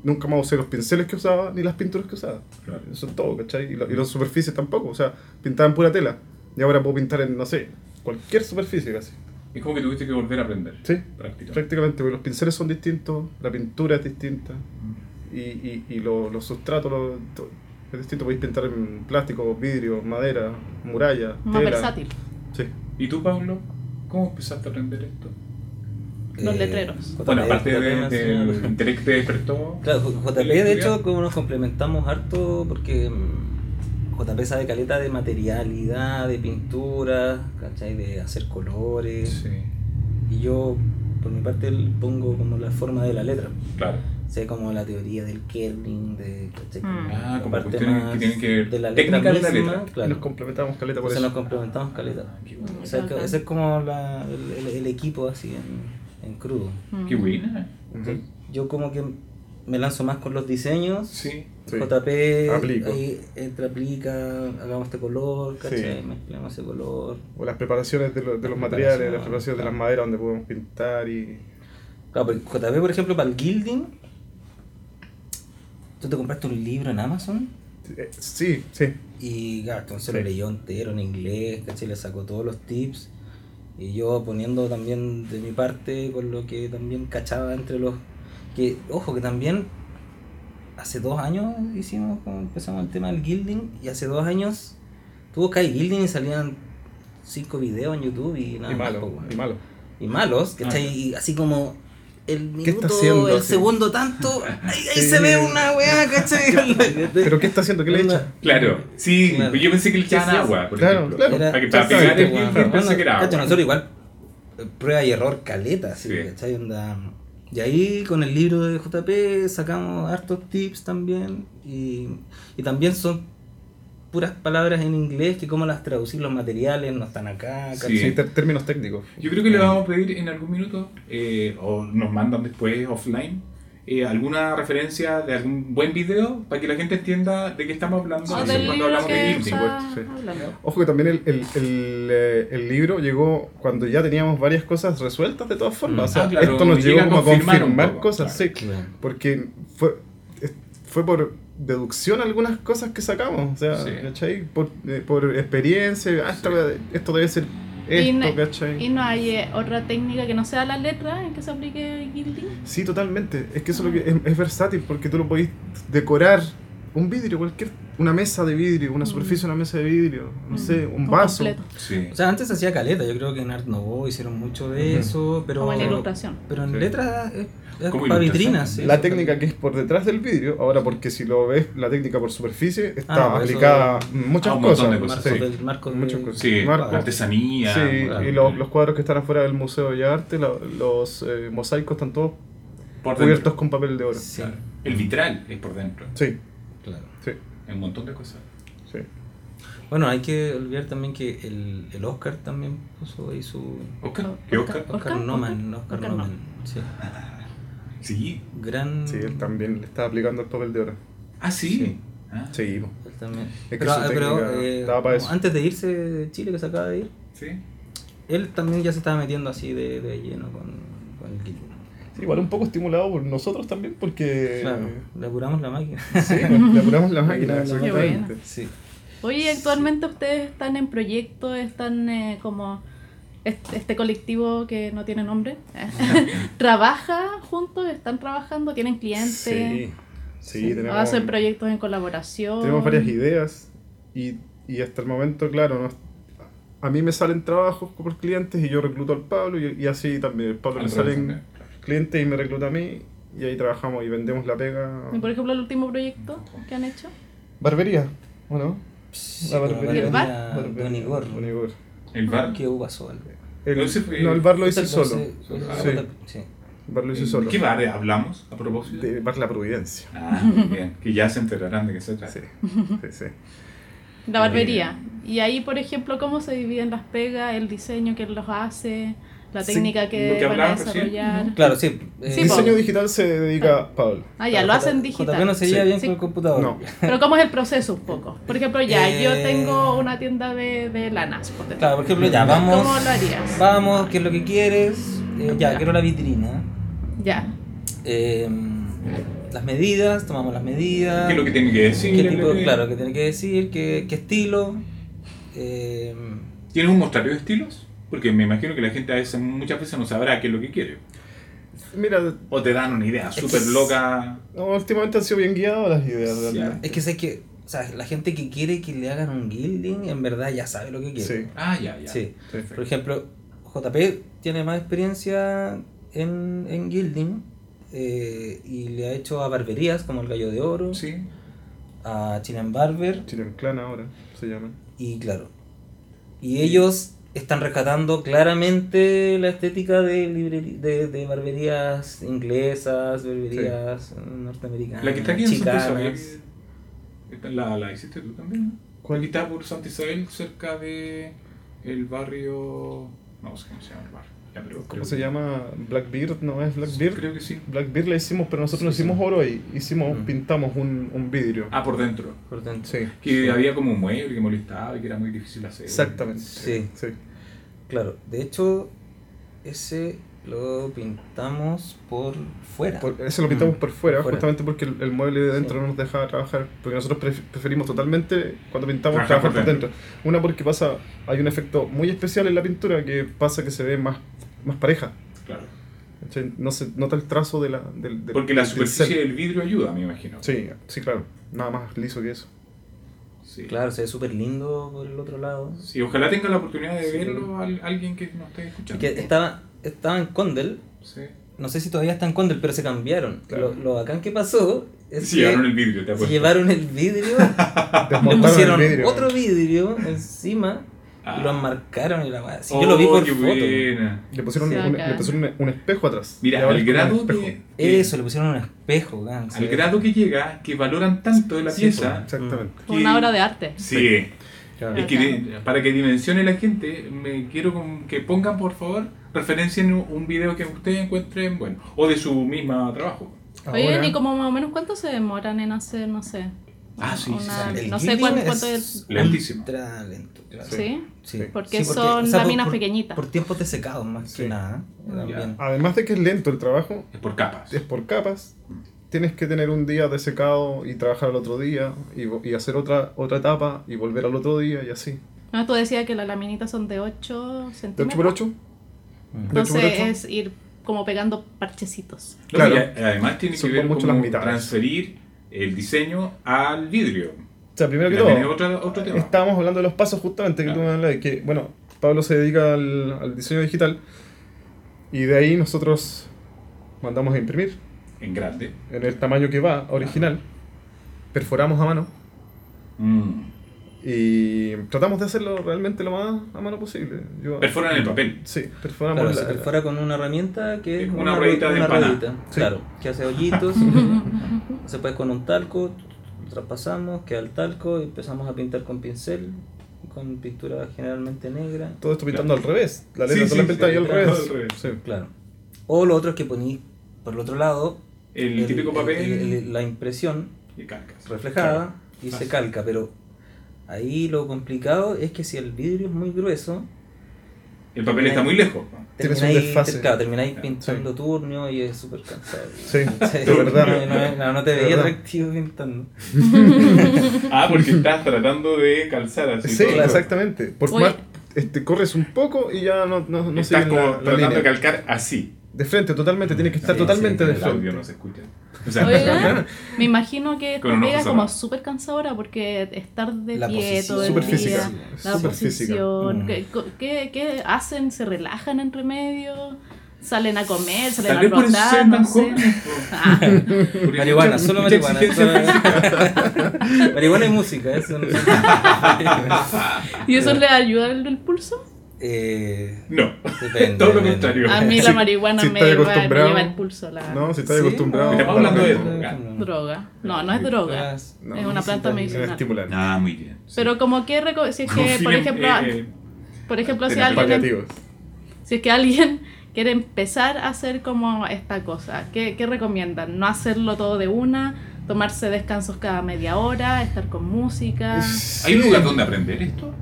[SPEAKER 3] nunca más usé los pinceles que usaba ni las pinturas que usaba.
[SPEAKER 2] Claro.
[SPEAKER 3] Eso es todo, ¿cachai? Y, lo- y las superficies tampoco, o sea, pintaba en pura tela. Y ahora puedo pintar en, no sé, cualquier superficie casi.
[SPEAKER 2] Es como que tuviste que volver a aprender.
[SPEAKER 3] Sí,
[SPEAKER 2] Prácticamente.
[SPEAKER 3] prácticamente, porque los pinceles son distintos, la pintura es distinta y, y, y lo- los sustratos los- to- es distinto. Podéis pintar en plástico, vidrio, madera, muralla,
[SPEAKER 1] Más
[SPEAKER 3] tela.
[SPEAKER 1] versátil.
[SPEAKER 3] Sí.
[SPEAKER 2] ¿Y tú, Pablo? ¿Cómo empezaste a aprender esto?
[SPEAKER 4] Eh,
[SPEAKER 1] Los letreros.
[SPEAKER 4] JP,
[SPEAKER 2] Bueno, aparte
[SPEAKER 4] JP
[SPEAKER 2] de-
[SPEAKER 4] me
[SPEAKER 2] del
[SPEAKER 4] enseñó-
[SPEAKER 2] interés que te despertó.
[SPEAKER 4] Claro, JP
[SPEAKER 2] ¿El
[SPEAKER 4] de
[SPEAKER 2] estudiar?
[SPEAKER 4] hecho como nos complementamos harto porque mm, JP sabe caleta de materialidad, de pintura, ¿cachai? De hacer colores.
[SPEAKER 2] Sí.
[SPEAKER 4] Y yo por mi parte le pongo como la forma de la letra.
[SPEAKER 2] Claro.
[SPEAKER 4] Sé como la teoría del kerning, de ¿cachai?
[SPEAKER 1] Mm.
[SPEAKER 4] Como
[SPEAKER 2] Ah,
[SPEAKER 4] la
[SPEAKER 2] como cuestiones que tienen que ver
[SPEAKER 4] de la letra
[SPEAKER 2] técnicas de la
[SPEAKER 4] misma,
[SPEAKER 2] letra.
[SPEAKER 4] claro.
[SPEAKER 3] Y nos complementamos caleta por
[SPEAKER 4] Entonces
[SPEAKER 3] eso.
[SPEAKER 4] nos complementamos caleta.
[SPEAKER 2] Ah, qué buena.
[SPEAKER 4] O sea, es que-
[SPEAKER 1] Bacán.
[SPEAKER 4] ese es como la- el, el- el equipo así en, en crudo.
[SPEAKER 1] Mm.
[SPEAKER 2] Qué buena.
[SPEAKER 3] Ujú.
[SPEAKER 4] Yo como que me lanzo más con los diseños.
[SPEAKER 2] Sí.
[SPEAKER 3] Sí.
[SPEAKER 4] JP
[SPEAKER 3] Aplico.
[SPEAKER 4] ahí entra, aplica, hagamos este color, ¿cachai?
[SPEAKER 3] Sí.
[SPEAKER 4] Mezclamos ese color.
[SPEAKER 3] O las preparaciones de, lo- de
[SPEAKER 4] Las
[SPEAKER 3] los materiales, las
[SPEAKER 4] preparaciones,
[SPEAKER 3] preparaciones de
[SPEAKER 4] claro.
[SPEAKER 3] las maderas donde podemos pintar y...
[SPEAKER 4] Claro, porque JP, por ejemplo, para el gilding, tú te compraste un libro en Amazon
[SPEAKER 3] eh, Sí, sí.
[SPEAKER 4] y Gaston se
[SPEAKER 3] Sí.
[SPEAKER 4] lo leyó entero en inglés, ¿cachai? Le sacó todos los tips. Y yo poniendo también de mi parte con lo que también cachaba entre los. Que, ojo, que también hace dos años hicimos, como empezamos el tema del gilding, y hace dos años tuvo que hay gilding y salían cinco videos en YouTube y nada
[SPEAKER 3] y
[SPEAKER 4] más,
[SPEAKER 3] malo,
[SPEAKER 4] po, weón.
[SPEAKER 3] y Ah, malo.
[SPEAKER 4] y malos, ¿cachai? Y así como el
[SPEAKER 3] está
[SPEAKER 4] minuto,
[SPEAKER 3] haciendo,
[SPEAKER 4] el
[SPEAKER 3] así?
[SPEAKER 4] segundo tanto, ahí, ahí
[SPEAKER 3] Sí.
[SPEAKER 4] se ve una weá, ¿cachai?
[SPEAKER 3] ¿Pero qué está haciendo? ¿Qué le
[SPEAKER 4] Onda-
[SPEAKER 3] echa?
[SPEAKER 2] Claro. Sí,
[SPEAKER 4] Claro.
[SPEAKER 2] yo pensé que le echaban
[SPEAKER 4] Sí, sí, sí.
[SPEAKER 2] agua, por
[SPEAKER 3] Claro,
[SPEAKER 2] ejemplo.
[SPEAKER 3] claro.
[SPEAKER 4] Era-
[SPEAKER 2] Para, que, para
[SPEAKER 4] Exacto,
[SPEAKER 2] pegar el
[SPEAKER 4] weón.
[SPEAKER 2] Gilbert
[SPEAKER 4] Bueno,
[SPEAKER 2] pensé que era
[SPEAKER 4] cacho,
[SPEAKER 2] agua.
[SPEAKER 4] nosotros igual eh, prueba y error caleta, así,
[SPEAKER 2] Sí.
[SPEAKER 4] ¿cachai? Onda, Y ahí con el libro de JP sacamos hartos tips también y, y también son puras palabras en inglés que cómo las traducir los materiales no están acá, ¿cachai?
[SPEAKER 3] Sí, ter- términos técnicos.
[SPEAKER 2] Yo creo que le vamos a pedir en algún minuto, eh, o nos mandan después offline, eh, alguna referencia de algún buen video para que la gente entienda de qué estamos hablando
[SPEAKER 1] O
[SPEAKER 3] Sí,
[SPEAKER 1] del
[SPEAKER 3] sí.
[SPEAKER 2] cuando
[SPEAKER 1] libro
[SPEAKER 2] hablamos de
[SPEAKER 1] que
[SPEAKER 2] Gilding.
[SPEAKER 1] está
[SPEAKER 3] sí.
[SPEAKER 1] hablando.
[SPEAKER 3] Ojo que también el, el- el, eh, el libro llegó cuando ya teníamos varias cosas resueltas de todas formas. O sea,
[SPEAKER 2] Ah, claro,
[SPEAKER 3] esto nos
[SPEAKER 2] llega
[SPEAKER 3] llegó como a
[SPEAKER 2] a confirmar
[SPEAKER 3] confirmar,
[SPEAKER 2] un poco,
[SPEAKER 3] cosas,
[SPEAKER 2] claro.
[SPEAKER 3] sí. Porque fue, es- fue por deducción algunas cosas que sacamos. O sea,
[SPEAKER 2] Sí.
[SPEAKER 3] ¿cachai? Por, eh, por experiencia, ah, esta
[SPEAKER 2] Sí.
[SPEAKER 3] wea- esto debe ser
[SPEAKER 1] Y
[SPEAKER 3] esto,
[SPEAKER 1] no-
[SPEAKER 3] ¿cachai?
[SPEAKER 1] Y no hay eh, otra técnica que no sea la letra en que se aplique gilding.
[SPEAKER 3] Sí, totalmente. Es que eso es, lo que es, es versátil porque tú lo podés decorar un vidrio, cualquier, una mesa de vidrio, una superficie, de una mesa de vidrio, no sé, un
[SPEAKER 1] Mm. Como
[SPEAKER 3] vaso.
[SPEAKER 1] completo,
[SPEAKER 2] pues. Sí.
[SPEAKER 4] O sea, antes se hacía caleta, yo creo que en Art Nouveau hicieron mucho de
[SPEAKER 3] Ujú.
[SPEAKER 4] eso, pero...
[SPEAKER 1] Como en ilustración.
[SPEAKER 4] Pero en
[SPEAKER 3] Sí.
[SPEAKER 4] letras es, es
[SPEAKER 2] Como
[SPEAKER 4] para
[SPEAKER 2] ilustración.
[SPEAKER 4] vitrinas. sí,
[SPEAKER 3] La
[SPEAKER 4] eso
[SPEAKER 3] técnica que
[SPEAKER 4] también.
[SPEAKER 3] es por detrás del vidrio, ahora porque si lo ves, la técnica por superficie está
[SPEAKER 4] Ah, por eso-
[SPEAKER 3] aplicada en muchas
[SPEAKER 2] Ah, un montón
[SPEAKER 3] cosas.
[SPEAKER 2] de
[SPEAKER 4] Marcos
[SPEAKER 2] sí.
[SPEAKER 4] del- Marcos
[SPEAKER 3] Muchas
[SPEAKER 4] de-
[SPEAKER 3] cosas.
[SPEAKER 2] Sí,
[SPEAKER 3] Marco.
[SPEAKER 2] artesanía.
[SPEAKER 3] Sí,
[SPEAKER 2] bueno,
[SPEAKER 3] y lo- los cuadros que están afuera del Museo de Bellas Artes, la- los eh, mosaicos están todos
[SPEAKER 2] por dentro.
[SPEAKER 3] cubiertos con papel de oro. Sí,
[SPEAKER 4] Sí,
[SPEAKER 2] Claro. El vitral es por dentro.
[SPEAKER 3] sí,
[SPEAKER 4] claro.
[SPEAKER 3] sí.
[SPEAKER 2] Un montón de cosas.
[SPEAKER 4] Bueno, hay que olvidar también que el, el Oscar también puso ahí su...
[SPEAKER 2] Oscar, ¿qué Oscar?
[SPEAKER 1] Ah, Oscar,
[SPEAKER 4] Oscar Noman,
[SPEAKER 1] Oscar,
[SPEAKER 4] Oscar
[SPEAKER 1] Oscar
[SPEAKER 4] Noman. Sí.
[SPEAKER 2] Sí.
[SPEAKER 4] Gran...
[SPEAKER 3] Sí, él también le está aplicando el papel de oro.
[SPEAKER 2] Ah, sí.
[SPEAKER 3] Sí.
[SPEAKER 2] Ah,
[SPEAKER 3] Sí, po.
[SPEAKER 4] él también.
[SPEAKER 3] que
[SPEAKER 4] pero
[SPEAKER 3] su
[SPEAKER 4] ah, pero,
[SPEAKER 3] técnica
[SPEAKER 4] eh,
[SPEAKER 3] estaba para eso.
[SPEAKER 4] antes de irse de Chile, que se acaba de ir,
[SPEAKER 2] sí.
[SPEAKER 4] él también ya se estaba metiendo así de, de lleno con, con el equipo.
[SPEAKER 3] Sí, igual un poco este estimulado por nosotros también porque
[SPEAKER 4] Claro, le apuramos la máquina.
[SPEAKER 3] sí, le apuramos la
[SPEAKER 4] Qué
[SPEAKER 3] máquina.
[SPEAKER 1] buena.
[SPEAKER 3] exactamente.
[SPEAKER 4] sí.
[SPEAKER 1] Oye, actualmente ustedes están en proyectos, están eh, como este, este colectivo que no tiene nombre. ¿Trabaja juntos? ¿Están trabajando? ¿Tienen clientes?
[SPEAKER 3] Sí, sí, tenemos...
[SPEAKER 1] ¿Hacen proyectos en colaboración?
[SPEAKER 3] Tenemos varias ideas y, y hasta el momento, claro, no- a mí me salen trabajos por clientes y yo recluto al Pablo y, y así también. El Pablo
[SPEAKER 2] Al
[SPEAKER 3] me
[SPEAKER 2] revés, ¿eh?
[SPEAKER 3] salen
[SPEAKER 2] claro.
[SPEAKER 3] clientes y me recluta a mí y ahí trabajamos y vendemos la pega.
[SPEAKER 1] Y por ejemplo, el último proyecto que han hecho.
[SPEAKER 3] ¿Barbería? ¿O no?
[SPEAKER 4] Sí,
[SPEAKER 3] La
[SPEAKER 4] con
[SPEAKER 3] barbería.
[SPEAKER 4] la
[SPEAKER 1] ¿Y el bar?
[SPEAKER 4] barbería Donigor.
[SPEAKER 3] Donigor.
[SPEAKER 2] El bar.
[SPEAKER 4] Que hubo algo.
[SPEAKER 3] El,
[SPEAKER 2] No, ese fue-
[SPEAKER 3] no, el bar lo hice
[SPEAKER 4] Entonces,
[SPEAKER 3] solo.
[SPEAKER 4] eh,
[SPEAKER 2] Ah,
[SPEAKER 4] sí.
[SPEAKER 3] sí. Barlo hizo
[SPEAKER 2] ¿En
[SPEAKER 3] solo.
[SPEAKER 2] ¿Qué bar hablamos a propósito?
[SPEAKER 3] De Bar La Providencia.
[SPEAKER 2] Ah, bien, que ya se enterarán de qué se trata.
[SPEAKER 3] Sí, sí, sí.
[SPEAKER 1] La barbería. Y ahí, por ejemplo, cómo se dividen las pegas, el diseño que los hace, la
[SPEAKER 3] Sí,
[SPEAKER 1] técnica
[SPEAKER 2] lo
[SPEAKER 1] que, van
[SPEAKER 2] que
[SPEAKER 1] a
[SPEAKER 2] hablaba recién.
[SPEAKER 1] desarrollar.
[SPEAKER 4] Claro, sí. eh,
[SPEAKER 1] Sí, po.
[SPEAKER 3] Diseño digital se dedica Pablo.
[SPEAKER 1] Ah, ya, lo
[SPEAKER 4] J-
[SPEAKER 1] hacen
[SPEAKER 4] JP no
[SPEAKER 1] digital.
[SPEAKER 4] se lleva
[SPEAKER 3] Sí.
[SPEAKER 4] bien
[SPEAKER 1] Sí.
[SPEAKER 4] con el computador.
[SPEAKER 3] No.
[SPEAKER 1] Pero cómo es el proceso un poco. Por ejemplo, ya, yo
[SPEAKER 4] Eh,
[SPEAKER 1] tengo una tienda de, de lanas. por ejemplo.
[SPEAKER 4] Claro, por ejemplo, ya, vamos.
[SPEAKER 1] ¿Cómo lo harías?
[SPEAKER 4] Vamos, ¿qué es lo que quieres? Eh, ya, quiero la vitrina.
[SPEAKER 1] Ya.
[SPEAKER 4] Eh, las medidas, tomamos las medidas.
[SPEAKER 2] ¿Qué es lo que tiene que decir?
[SPEAKER 4] qué tipo,
[SPEAKER 2] Eh,
[SPEAKER 4] claro, qué tiene que decir, qué, qué estilo. Eh,
[SPEAKER 2] ¿Tiene un mostrario de estilos? Porque me imagino que la gente a veces, muchas veces no sabrá qué es lo que quiere.
[SPEAKER 3] Mira,
[SPEAKER 2] O te dan una idea súper
[SPEAKER 4] Es-
[SPEAKER 2] loca.
[SPEAKER 3] no, últimamente han sido bien guiadas las ideas,
[SPEAKER 2] Sí,
[SPEAKER 3] realmente.
[SPEAKER 4] es que sé que, o sea, la gente que quiere que le hagan un gilding, en verdad ya sabe lo que quiere.
[SPEAKER 3] Sí,
[SPEAKER 2] Ah, ya, ya.
[SPEAKER 4] Sí.
[SPEAKER 2] Perfecto.
[SPEAKER 4] Por ejemplo, JP tiene más experiencia en, en gilding eh, y le ha hecho a barberías como el Gallo de Oro,
[SPEAKER 2] Sí.
[SPEAKER 4] a Chilean Barber
[SPEAKER 3] Chilean Clan ahora se llaman.
[SPEAKER 4] y claro. Y ellos están rescatando claramente la estética de, libreri- de, de barberías inglesas, barberías eh, norteamericanas,
[SPEAKER 2] La que está aquí en Santa
[SPEAKER 4] chicanas.
[SPEAKER 2] Isabel. esta- La, la hiciste tú también. ¿no? La que está por Santa Isabel, cerca de el barrio. No sé cómo se llama el barrio. Ya, pero creo
[SPEAKER 3] ¿Cómo se
[SPEAKER 2] que-
[SPEAKER 3] llama? Blackbeard, ¿no es Blackbeard?
[SPEAKER 2] Creo que sí.
[SPEAKER 3] Blackbeard la hicimos, pero nosotros no hicimos oro y hicimos,
[SPEAKER 4] Mm.
[SPEAKER 3] pintamos un, un vidrio.
[SPEAKER 2] Ah, por dentro.
[SPEAKER 4] Por tanto,
[SPEAKER 3] Sí,
[SPEAKER 2] Que había como un mueble que molestaba y que era muy difícil hacer.
[SPEAKER 3] exactamente.
[SPEAKER 4] Sí.
[SPEAKER 3] sí.
[SPEAKER 4] Claro, de hecho, ese lo pintamos por fuera.
[SPEAKER 3] Por- eso lo pintamos
[SPEAKER 4] Mm.
[SPEAKER 3] por fuera,
[SPEAKER 4] Fuera.
[SPEAKER 3] justamente porque el, el mueble de dentro
[SPEAKER 4] Sí.
[SPEAKER 3] no nos dejaba trabajar, porque nosotros pref- preferimos totalmente cuando pintamos
[SPEAKER 2] Trabajar
[SPEAKER 3] trabajar
[SPEAKER 2] por
[SPEAKER 3] por dentro. Una porque pasa, hay un efecto muy especial en la pintura que pasa que se ve más, más pareja.
[SPEAKER 2] Claro.
[SPEAKER 3] ¿cachai? No se nota el trazo de la, del, del-
[SPEAKER 2] Porque la
[SPEAKER 3] del
[SPEAKER 2] superficie
[SPEAKER 3] cel.
[SPEAKER 2] del vidrio ayuda, me imagino.
[SPEAKER 3] Sí, sí, claro. Nada más liso que eso.
[SPEAKER 2] Sí.
[SPEAKER 4] Claro, se ve súper lindo por el otro lado.
[SPEAKER 2] Sí, ojalá tenga la oportunidad de
[SPEAKER 4] Sí.
[SPEAKER 2] verlo al- alguien que nos esté escuchando.
[SPEAKER 4] Que estaba, estaba en Condel,
[SPEAKER 2] Sí.
[SPEAKER 4] no sé si todavía está en Condel, pero se cambiaron.
[SPEAKER 3] Claro.
[SPEAKER 4] Lo, lo bacán que pasó es
[SPEAKER 2] Sí,
[SPEAKER 4] que
[SPEAKER 2] llevaron el vidrio, pues. te
[SPEAKER 4] se
[SPEAKER 2] apuesto.
[SPEAKER 4] llevaron el vidrio, le
[SPEAKER 3] Desmontaron el
[SPEAKER 4] pusieron
[SPEAKER 3] vidrio.
[SPEAKER 4] otro vidrio encima
[SPEAKER 2] Ah.
[SPEAKER 4] y lo enmarcaron y la weá. Sí, yo lo vi
[SPEAKER 2] Oh,
[SPEAKER 4] por
[SPEAKER 2] qué
[SPEAKER 4] foto.
[SPEAKER 2] buena.
[SPEAKER 3] Le pusieron,
[SPEAKER 1] Sí,
[SPEAKER 3] un,
[SPEAKER 1] acá.
[SPEAKER 3] le pusieron un- un espejo atrás. Y
[SPEAKER 2] Mira,
[SPEAKER 3] ahora
[SPEAKER 2] al
[SPEAKER 3] es como un
[SPEAKER 2] grado
[SPEAKER 3] espejo.
[SPEAKER 2] que, que-
[SPEAKER 4] Eso, le pusieron un espejo, gan, se
[SPEAKER 2] al
[SPEAKER 4] ve.
[SPEAKER 2] grado que llega, que valoran tanto de la
[SPEAKER 4] Sí, pues.
[SPEAKER 2] pieza.
[SPEAKER 3] Exactamente.
[SPEAKER 1] Fue Una
[SPEAKER 2] que-
[SPEAKER 1] obra de arte.
[SPEAKER 2] Sí.
[SPEAKER 3] Claro.
[SPEAKER 2] Es que de- para que dimensione la gente, me quiero con- que pongan por favor referencia en un video que ustedes encuentren bueno o de su misma trabajo.
[SPEAKER 1] Mm. Oye,
[SPEAKER 3] Ahora-
[SPEAKER 1] ¿y como más o menos cuánto se demoran en hacer, no sé?
[SPEAKER 2] Ah, sí, sí,
[SPEAKER 1] una-
[SPEAKER 2] sí.
[SPEAKER 1] No
[SPEAKER 4] El
[SPEAKER 1] sé cuánto,
[SPEAKER 4] gilding
[SPEAKER 1] cuánto es.
[SPEAKER 4] es
[SPEAKER 2] Lentísimo.
[SPEAKER 4] ultra lento, claro.
[SPEAKER 1] ¿Sí?
[SPEAKER 4] Sí.
[SPEAKER 1] Porque
[SPEAKER 4] Sí,
[SPEAKER 1] son
[SPEAKER 4] o sea, por-
[SPEAKER 1] láminas
[SPEAKER 4] por-
[SPEAKER 1] pequeñitas.
[SPEAKER 4] Por tiempos de secado, más
[SPEAKER 3] Sí.
[SPEAKER 4] que nada. ¿eh? también.
[SPEAKER 2] Ah,
[SPEAKER 3] Además de que es lento el trabajo,
[SPEAKER 2] Es por capas.
[SPEAKER 3] es por capas. Tienes que tener un día de secado y trabajar al otro día y, vo- y hacer otra otra etapa y volver al otro día y así.
[SPEAKER 1] No, tú decías que las laminitas son de 8
[SPEAKER 3] ¿De
[SPEAKER 1] centímetros.
[SPEAKER 3] 8 por 8?
[SPEAKER 4] Mm.
[SPEAKER 3] de ocho por
[SPEAKER 1] Entonces
[SPEAKER 3] ocho.
[SPEAKER 1] es ir como pegando parchecitos.
[SPEAKER 2] No,
[SPEAKER 3] Claro.
[SPEAKER 2] y a- además tiene que
[SPEAKER 3] Son
[SPEAKER 2] ver
[SPEAKER 3] mucho
[SPEAKER 2] cómo
[SPEAKER 3] las mitades.
[SPEAKER 2] transferir el diseño al vidrio.
[SPEAKER 3] O sea, primero que
[SPEAKER 2] También es
[SPEAKER 3] todo,
[SPEAKER 2] otro, otro tema.
[SPEAKER 3] estábamos hablando de los pasos justamente que
[SPEAKER 2] Claro.
[SPEAKER 3] tú me hablas, que, bueno, Pablo se dedica al, al diseño digital y de ahí nosotros mandamos a imprimir
[SPEAKER 2] En grande.
[SPEAKER 3] en el tamaño que va, original, perforamos a mano
[SPEAKER 2] Mm.
[SPEAKER 3] y tratamos de hacerlo realmente lo más a mano posible. Yo-
[SPEAKER 2] Perforan el papel.
[SPEAKER 3] Sí, perforamos
[SPEAKER 4] Claro,
[SPEAKER 3] la-
[SPEAKER 4] se perfora con una herramienta que es
[SPEAKER 2] Una ruedita de
[SPEAKER 4] ru-
[SPEAKER 2] empanada.
[SPEAKER 3] Sí.
[SPEAKER 4] claro, que hace hoyitos, se puede con un talco, lo traspasamos, queda el talco y empezamos a pintar con pincel, con pintura generalmente negra,
[SPEAKER 3] Todo esto pintando al revés. La letra
[SPEAKER 2] Sí,
[SPEAKER 3] toda la
[SPEAKER 2] sí,
[SPEAKER 3] pinta
[SPEAKER 2] sí,
[SPEAKER 3] ahí al
[SPEAKER 2] todo
[SPEAKER 3] revés.
[SPEAKER 2] al revés.
[SPEAKER 3] Sí.
[SPEAKER 4] claro. O lo otro es que poní por el otro lado
[SPEAKER 2] El, típico papel
[SPEAKER 4] el- el- la impresión
[SPEAKER 2] y calcas.
[SPEAKER 4] reflejada y
[SPEAKER 2] Ah,
[SPEAKER 4] se
[SPEAKER 2] sí.
[SPEAKER 4] calca, pero ahí lo complicado es que si el vidrio es muy grueso,
[SPEAKER 2] El papel está muy lejos.
[SPEAKER 3] Tienes un
[SPEAKER 4] Termináis,
[SPEAKER 3] desfase.
[SPEAKER 4] claro, termináis
[SPEAKER 2] Claro,
[SPEAKER 4] pintando turno y es súper cansado.
[SPEAKER 3] Sí, de verdad.
[SPEAKER 4] No, no, no te
[SPEAKER 3] De
[SPEAKER 4] veía
[SPEAKER 3] verdad.
[SPEAKER 4] atractivo pintando.
[SPEAKER 2] Ah, porque estás tratando de calzar así.
[SPEAKER 3] Sí,
[SPEAKER 2] todo.
[SPEAKER 3] exactamente. Por
[SPEAKER 1] Oye.
[SPEAKER 3] más, este, corres un poco y ya no, no, no
[SPEAKER 2] estás
[SPEAKER 3] sigues
[SPEAKER 2] como
[SPEAKER 3] la- la
[SPEAKER 2] tratando
[SPEAKER 3] línea.
[SPEAKER 2] de calcar así.
[SPEAKER 3] De frente, totalmente. Tienes que estar
[SPEAKER 4] Sí,
[SPEAKER 3] totalmente
[SPEAKER 4] sí,
[SPEAKER 3] de
[SPEAKER 2] el audio
[SPEAKER 3] frente.
[SPEAKER 2] no se escucha. O sea,
[SPEAKER 1] Oiga, me imagino que
[SPEAKER 2] Con
[SPEAKER 1] te
[SPEAKER 2] un ojo
[SPEAKER 1] pega
[SPEAKER 2] cerrado.
[SPEAKER 1] como súper cansadora porque estar de
[SPEAKER 4] La
[SPEAKER 1] pie todo el
[SPEAKER 4] posición.
[SPEAKER 1] día,
[SPEAKER 3] Superfísica.
[SPEAKER 1] la
[SPEAKER 3] Superfísica.
[SPEAKER 1] posición,
[SPEAKER 4] Mm.
[SPEAKER 1] ¿qué, qué, qué hacen? ¿Se relajan entre medio? ¿Salen a comer? ¿Salen
[SPEAKER 2] tal
[SPEAKER 1] a
[SPEAKER 2] vez por eso
[SPEAKER 1] rotar?
[SPEAKER 2] sean tan
[SPEAKER 1] No sé.
[SPEAKER 2] jóvenes.
[SPEAKER 1] Ah,
[SPEAKER 2] Porque
[SPEAKER 4] Marihuana,
[SPEAKER 2] mucha-
[SPEAKER 4] solo
[SPEAKER 2] mucha
[SPEAKER 4] marihuana.
[SPEAKER 2] exigencia
[SPEAKER 4] Marihuana y música, ¿eh? eso no-
[SPEAKER 1] ¿Y eso le ayuda el, el pulso?
[SPEAKER 4] Eh,
[SPEAKER 2] No,
[SPEAKER 4] depende,
[SPEAKER 2] todo lo
[SPEAKER 4] depende.
[SPEAKER 2] contrario.
[SPEAKER 1] A mí la
[SPEAKER 3] Si-
[SPEAKER 1] marihuana
[SPEAKER 3] si
[SPEAKER 1] me,
[SPEAKER 3] estás
[SPEAKER 1] va- me
[SPEAKER 3] acostumbrado,
[SPEAKER 1] lleva el pulso, la
[SPEAKER 3] No, si estás
[SPEAKER 4] Sí,
[SPEAKER 3] acostumbrado.
[SPEAKER 4] no,
[SPEAKER 2] Estamos hablando de-
[SPEAKER 3] no,
[SPEAKER 1] droga. No, no es
[SPEAKER 4] ah,
[SPEAKER 1] droga.
[SPEAKER 3] no,
[SPEAKER 1] es una planta
[SPEAKER 4] sí,
[SPEAKER 3] Es
[SPEAKER 1] medicinal.
[SPEAKER 3] estimulante.
[SPEAKER 2] Ah, muy bien. sí.
[SPEAKER 1] Pero como que, reco- si es
[SPEAKER 2] Con
[SPEAKER 1] que, por
[SPEAKER 2] fines,
[SPEAKER 1] ejemplo,
[SPEAKER 2] eh,
[SPEAKER 1] por ejemplo si
[SPEAKER 2] terapia
[SPEAKER 1] alguien
[SPEAKER 3] Paliativos.
[SPEAKER 1] Si es que alguien quiere empezar a hacer como esta cosa, ¿qué, qué recomiendan? ¿No hacerlo todo de una? ¿Tomarse descansos cada media hora? ¿Estar con música?
[SPEAKER 2] ¿Hay un lugar donde aprender esto?